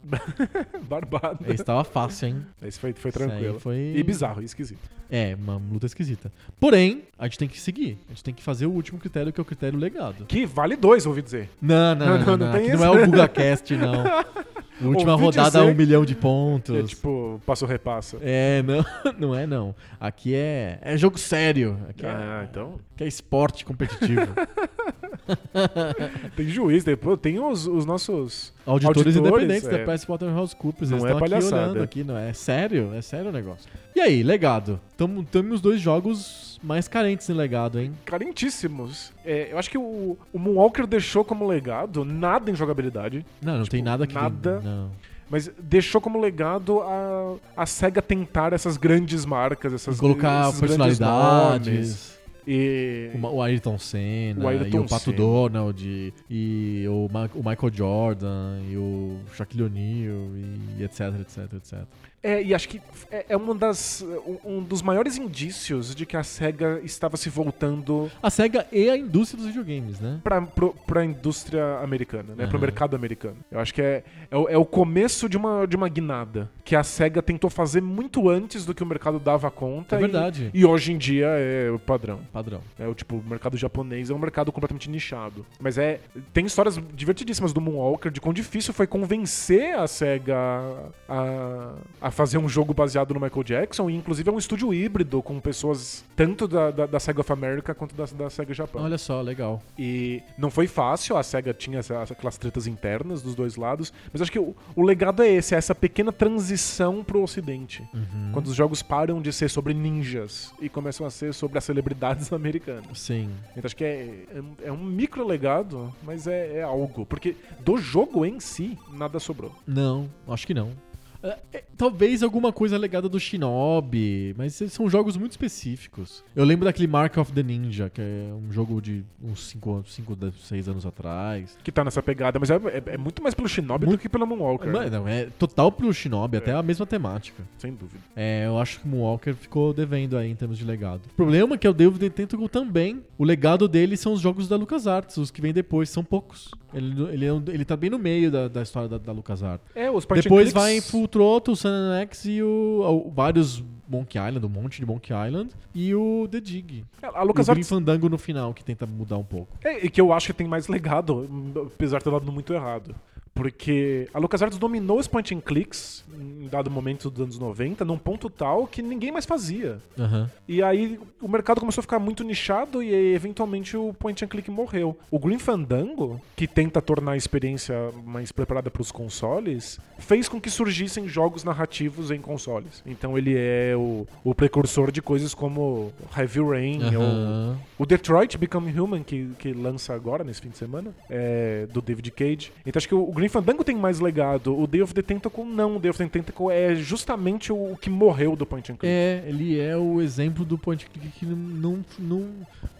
[SPEAKER 2] Barbado.
[SPEAKER 1] Estava fácil, hein?
[SPEAKER 2] Esse foi,
[SPEAKER 1] É
[SPEAKER 2] foi
[SPEAKER 1] Isso aí
[SPEAKER 2] tranquilo.
[SPEAKER 1] foi-
[SPEAKER 2] E bizarro, e esquisito.
[SPEAKER 1] É, uma luta esquisita. Porém, a gente tem que seguir. A gente tem que fazer o último critério, que é o critério legado.
[SPEAKER 2] Que vale dois, ouvi dizer.
[SPEAKER 1] Não, não, não. Não, não,
[SPEAKER 2] tem
[SPEAKER 1] Aqui
[SPEAKER 2] isso,
[SPEAKER 1] não é
[SPEAKER 2] né?
[SPEAKER 1] o GugaCast, não. Última
[SPEAKER 2] Ouvi
[SPEAKER 1] rodada,
[SPEAKER 2] dizer
[SPEAKER 1] um milhão de pontos.
[SPEAKER 2] É tipo, passa ou repassa.
[SPEAKER 1] É, não, não é não. Aqui é, é jogo sério. Aqui é,
[SPEAKER 2] Ah, então.
[SPEAKER 1] aqui é esporte competitivo.
[SPEAKER 2] É, Tem juiz, depois tem os, os nossos.
[SPEAKER 1] Auditores, independentes
[SPEAKER 2] é.
[SPEAKER 1] da PricewaterhouseCoopers,
[SPEAKER 2] Não
[SPEAKER 1] eles
[SPEAKER 2] é
[SPEAKER 1] estão aqui
[SPEAKER 2] palhaçada.
[SPEAKER 1] olhando aqui, não é? É sério, é sério o negócio. E aí, legado? Tamo, tamo os dois jogos mais carentes em legado, hein?
[SPEAKER 2] Carentíssimos. É, eu acho que o, o Moonwalker deixou como legado nada em jogabilidade,
[SPEAKER 1] Não, não tem nada que...
[SPEAKER 2] Tipo, nada.
[SPEAKER 1] Não.
[SPEAKER 2] mas deixou como legado a, a SEGA tentar essas grandes marcas, essas
[SPEAKER 1] E colocar
[SPEAKER 2] esses grandes nomes.
[SPEAKER 1] personalidades...
[SPEAKER 2] E.
[SPEAKER 1] O Ma- O Ayrton Senna,
[SPEAKER 2] O Ayrton
[SPEAKER 1] e o Pato
[SPEAKER 2] Senna.
[SPEAKER 1] Donald, e o, Ma- o Michael Jordan, e o Shaquille O'Neal, e etc, etc, etc.
[SPEAKER 2] É, e acho que é, é uma das, um, um dos maiores indícios de que a SEGA estava se voltando
[SPEAKER 1] A SEGA e a indústria dos videogames, né?
[SPEAKER 2] pra, pro, pra indústria americana, né? Pro
[SPEAKER 1] Aham.
[SPEAKER 2] mercado americano. Eu acho que é, é, o- é o começo de uma, de uma guinada que a SEGA tentou fazer muito antes do que o mercado dava conta.
[SPEAKER 1] É
[SPEAKER 2] e-
[SPEAKER 1] verdade.
[SPEAKER 2] E, hoje em dia é o padrão.
[SPEAKER 1] Padrão.
[SPEAKER 2] É o tipo, o mercado japonês é um mercado completamente nichado. Mas é. Tem histórias divertidíssimas do Moonwalker de quão difícil foi convencer a SEGA a, a fazer um jogo baseado no Michael Jackson. E inclusive é um estúdio híbrido com pessoas tanto da, da, da SEGA of America quanto da, da SEGA Japão.
[SPEAKER 1] Olha só, legal.
[SPEAKER 2] E não foi fácil, a SEGA tinha essa- aquelas tretas internas dos dois lados, mas acho que o, o legado é esse, é essa pequena transição pro ocidente.
[SPEAKER 1] Uhum.
[SPEAKER 2] Quando os jogos param de ser sobre ninjas e começam a ser sobre as celebridades americanas.
[SPEAKER 1] Sim.
[SPEAKER 2] Então acho que é, é um- é um micro legado, mas é, é algo. Porque do jogo em si, nada sobrou.
[SPEAKER 1] Não, acho que não. É, é, Talvez alguma coisa legada do Shinobi, mas esses são jogos muito específicos. Eu lembro daquele Mark of the Ninja, que é um jogo de uns 5, 6 anos atrás.
[SPEAKER 2] Que tá nessa pegada, mas é, é- é muito mais pelo Shinobi do que pelo Moonwalker,
[SPEAKER 1] Mas, não, é total pro Shinobi,
[SPEAKER 2] É.
[SPEAKER 1] até a mesma temática.
[SPEAKER 2] sem dúvida.
[SPEAKER 1] É, eu acho que o Moonwalker ficou devendo aí em termos de legado. O problema é que o David Tentacle também. O legado dele são os jogos da LucasArts, os que vêm depois, são poucos. Ele, ele, é um- ele tá bem no meio da, da história da, da LucasArts.
[SPEAKER 2] É, os point and
[SPEAKER 1] Depois
[SPEAKER 2] clicks-
[SPEAKER 1] vai em Full Throttle, o Sun X e o, o- vários Monkey Island, um monte de Monkey Island. E o The Dig.
[SPEAKER 2] É, A
[SPEAKER 1] e o Grim
[SPEAKER 2] LucasArts
[SPEAKER 1] Fandango no final, que tenta mudar um pouco.
[SPEAKER 2] É, e que eu acho que tem mais legado, m- apesar de ter dado muito errado. Porque a LucasArts dominou os point and clicks em dado momento dos anos 90, num ponto tal que ninguém mais fazia.
[SPEAKER 1] Aham.
[SPEAKER 2] E aí o mercado começou a ficar muito nichado e aí, eventualmente o point and click morreu. O Green Fandango, que tenta tornar a experiência mais preparada para os consoles, fez com que surgissem jogos narrativos em consoles. Então ele é o, o precursor de coisas como Heavy Rain
[SPEAKER 1] é
[SPEAKER 2] ou
[SPEAKER 1] Aham.
[SPEAKER 2] o Detroit Become Human, que, que lança agora, nesse fim de semana, é do David Cage. Então acho que o, o Green Fandango tem mais legado. O Day of the Tentacle, não. O Day of the Tentacle é justamente o, o que morreu do Point and Click.
[SPEAKER 1] É, ele é o exemplo do point and click que não, não, não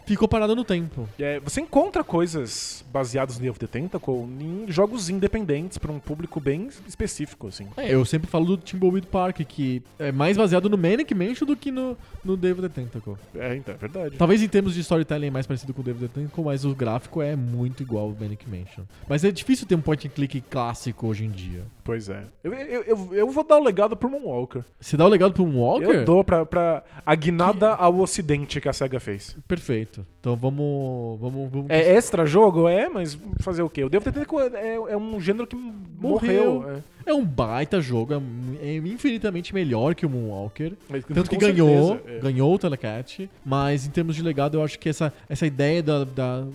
[SPEAKER 1] ficou parado no tempo.
[SPEAKER 2] É, você encontra coisas baseadas no Day of the Tentacle em jogos independentes para um público bem específico, assim.
[SPEAKER 1] É, eu sempre falo do Timbleweed Park, que é mais baseado no Manic Mansion do que no, no David the Tentacle.
[SPEAKER 2] É, então, é verdade.
[SPEAKER 1] Talvez em termos de storytelling é mais parecido com o David the Tentacle, mas o gráfico é muito igual ao Manic Mansion. Mas é difícil ter um point and click clássico hoje em dia.
[SPEAKER 2] Pois é. Eu, eu, eu, eu vou dar o legado pro Moonwalker.
[SPEAKER 1] Você dá o legado pro Moonwalker?
[SPEAKER 2] Eu dou pra, pra a guinada ao ocidente que a SEGA fez.
[SPEAKER 1] Perfeito. Então vamos... vamos, vamos...
[SPEAKER 2] É extra jogo? É, mas fazer o quê? O Devo ter que é, é um gênero que morreu.
[SPEAKER 1] Morreu.
[SPEAKER 2] é.
[SPEAKER 1] É um baita jogo, é mu- é infinitamente melhor que o Moonwalker.
[SPEAKER 2] Mas
[SPEAKER 1] Tanto que
[SPEAKER 2] com
[SPEAKER 1] ganhou,
[SPEAKER 2] certeza, é.
[SPEAKER 1] ganhou o Telecat, mas em termos de legado, eu acho que essa, essa ideia da, da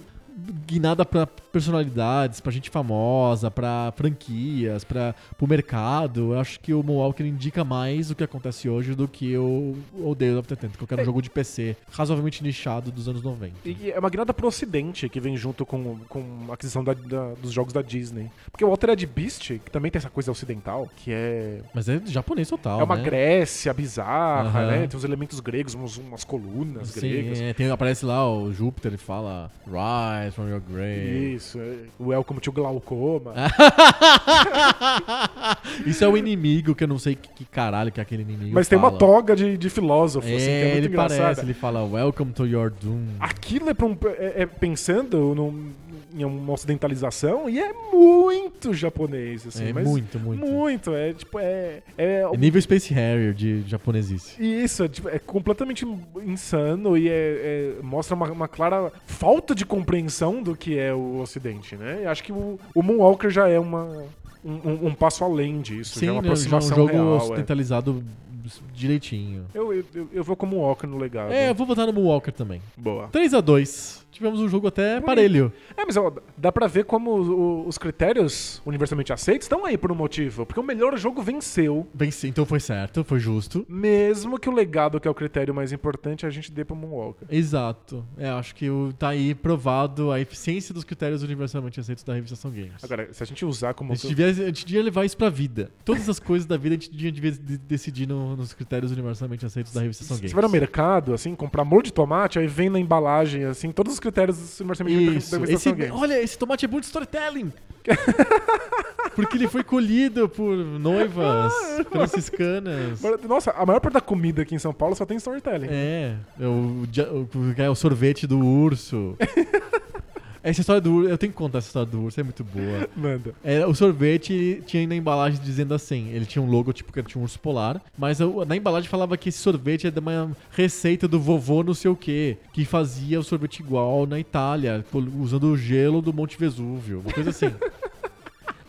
[SPEAKER 1] guinada pra personalidades, pra gente famosa, pra franquias, para pro mercado, eu acho que o Moonwalker indica mais o que acontece hoje do que o, o Day of the Tentacle, que era um jogo de PC razoavelmente nichado dos anos 90.
[SPEAKER 2] É. E é uma guinada pro ocidente que vem junto com, com a aquisição da- da- dos jogos da Disney. Porque o Altered Beast, que também tem essa coisa ocidental, que é.
[SPEAKER 1] Mas é japonês total,
[SPEAKER 2] é uma
[SPEAKER 1] né?
[SPEAKER 2] Grécia bizarra,
[SPEAKER 1] Aham.
[SPEAKER 2] né? Tem uns elementos gregos, uns- umas colunas
[SPEAKER 1] Sim,
[SPEAKER 2] gregas.
[SPEAKER 1] é, tem- aparece lá o Júpiter e fala Rise from Your Grave.
[SPEAKER 2] Isso, é. Welcome to Glaucoma.
[SPEAKER 1] Isso é o inimigo que eu não sei que, que caralho que é aquele inimigo.
[SPEAKER 2] Mas tem uma
[SPEAKER 1] fala.
[SPEAKER 2] toga de, de filósofo,
[SPEAKER 1] É,
[SPEAKER 2] assim, que é muito
[SPEAKER 1] ele
[SPEAKER 2] engraçada.
[SPEAKER 1] parece, ele fala Welcome to Your Doom.
[SPEAKER 2] Aquilo é, pra um- é- é pensando num- em uma ocidentalização e é muito japonês, assim.
[SPEAKER 1] é
[SPEAKER 2] mas
[SPEAKER 1] muito, muito.
[SPEAKER 2] Muito, é tipo, é. é-
[SPEAKER 1] É nível Space Harrier de japonesice.
[SPEAKER 2] e isso, é, tipo, é completamente insano e é- é- mostra uma, uma clara falta de compreensão do que é o Ocidente, né? E acho que o, o Moonwalker já é uma, um, um- um passo além disso, já é uma
[SPEAKER 1] né, já é um
[SPEAKER 2] aproximação
[SPEAKER 1] jogo
[SPEAKER 2] real. é.
[SPEAKER 1] ocidentalizado direitinho.
[SPEAKER 2] Eu, eu, eu- eu vou como Walker no legado.
[SPEAKER 1] É, eu vou votar no Moonwalker também.
[SPEAKER 2] Boa.
[SPEAKER 1] 3x2. Tivemos um jogo até parelho.
[SPEAKER 2] É, mas ó, dá pra ver como o- os critérios universalmente aceitos estão aí por um motivo. Porque o melhor jogo venceu,
[SPEAKER 1] Venci, então foi certo, foi justo.
[SPEAKER 2] mesmo que o legado, que é o critério mais importante, a gente dê pro Moonwalker.
[SPEAKER 1] Exato. É, acho que o- tá aí provado a eficiência dos critérios universalmente aceitos da revistação Games.
[SPEAKER 2] Agora, se a gente usar como.
[SPEAKER 1] a, gente devia, a gente devia levar isso pra vida. Todas as coisas da vida a gente devia, devia de- decidir no- nos critérios universalmente aceitos da revistação
[SPEAKER 2] Você
[SPEAKER 1] Games.
[SPEAKER 2] vai no mercado, assim, comprar molho de tomate, aí vem na embalagem, assim, todos os critérios universalmente da
[SPEAKER 1] Isso. Esse,
[SPEAKER 2] Revistação Games.
[SPEAKER 1] olha, esse tomate é muito storytelling. Porque ele foi colhido por noivas
[SPEAKER 2] Ah,
[SPEAKER 1] franciscanas.
[SPEAKER 2] Mas, Nossa, a maior parte da comida aqui em São Paulo só tem storytelling.
[SPEAKER 1] É, é o, dia- o, é o sorvete do urso. Essa história do urso, eu tenho que contar essa história do urso, é muito boa.
[SPEAKER 2] Manda.
[SPEAKER 1] Era, o sorvete tinha na embalagem dizendo assim, ele tinha um logo tipo que tinha um urso polar, mas eu- na embalagem falava que esse sorvete era de uma receita do vovô não sei o que, que fazia o sorvete igual na Itália, col- usando o gelo do Monte Vesúvio, uma coisa assim.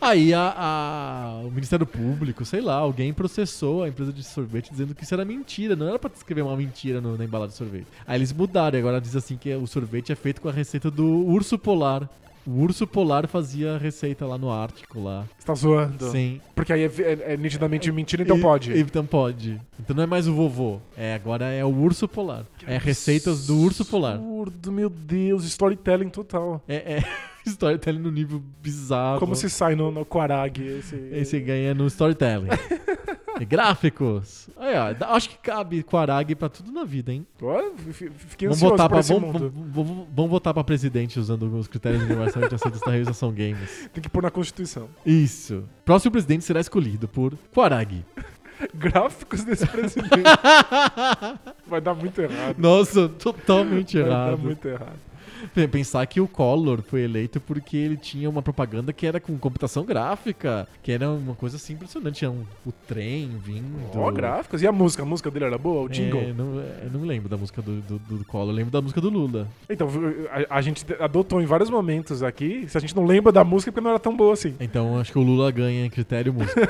[SPEAKER 1] Aí a- a- o Ministério Público, sei lá, alguém processou a empresa de sorvete dizendo que isso era mentira, não era pra escrever uma mentira no- na embalagem de sorvete. Aí eles mudaram e agora diz assim que o sorvete é feito com a receita do urso polar. O urso polar fazia a receita lá no Ártico lá.
[SPEAKER 2] Você tá zoando.
[SPEAKER 1] Sim.
[SPEAKER 2] Porque aí é, é- é nitidamente mentira, então
[SPEAKER 1] E-
[SPEAKER 2] pode.
[SPEAKER 1] Então pode. Então não é mais o vovô. É, agora é o urso polar. É receitas do urso polar.
[SPEAKER 2] Absurdo, meu Deus, storytelling total.
[SPEAKER 1] É, é storytelling no nível bizarro.
[SPEAKER 2] Como se sai no, no Quarag esse.
[SPEAKER 1] Aí você ganha no storytelling. E gráficos. Aí, ó, dá- acho que cabe Quarag pra tudo na vida, hein?
[SPEAKER 2] Olha, f- f- fiquei
[SPEAKER 1] Vamos
[SPEAKER 2] é ansioso
[SPEAKER 1] votar,
[SPEAKER 2] por
[SPEAKER 1] pra,
[SPEAKER 2] esse
[SPEAKER 1] vamos,
[SPEAKER 2] mundo.
[SPEAKER 1] vamos, vamos- vamos votar pra presidente usando os critérios universalmente aceitos da realização games.
[SPEAKER 2] Tem que pôr na Constituição.
[SPEAKER 1] Isso. Próximo presidente será escolhido por Quarag.
[SPEAKER 2] Gráficos desse presidente. Vai dar muito errado.
[SPEAKER 1] Nossa, totalmente
[SPEAKER 2] Vai dar
[SPEAKER 1] errado.
[SPEAKER 2] muito errado.
[SPEAKER 1] Pe- Pensar que o Collor foi eleito porque ele tinha uma propaganda que era com computação gráfica, que era uma coisa assim impressionante. Tinha um, o trem vindo.
[SPEAKER 2] Ó, gráficos. E a música? A música dele era boa? O jingle?
[SPEAKER 1] É, não, é, não lembro da música do, do, do Collor, eu lembro da música do Lula.
[SPEAKER 2] Então, a, a gente adotou em vários momentos aqui. Se a gente não lembra da música, é porque não era tão boa assim.
[SPEAKER 1] Então acho que o Lula ganha em critério música.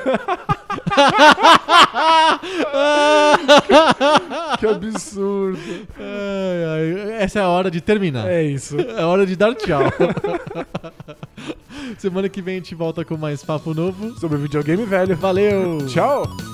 [SPEAKER 2] Que absurdo.
[SPEAKER 1] Ai, ai, essa é a hora de terminar.
[SPEAKER 2] é isso.
[SPEAKER 1] É hora de dar tchau. Semana que vem a gente volta com mais papo novo.
[SPEAKER 2] Sobre videogame velho.
[SPEAKER 1] Valeu!
[SPEAKER 2] Tchau.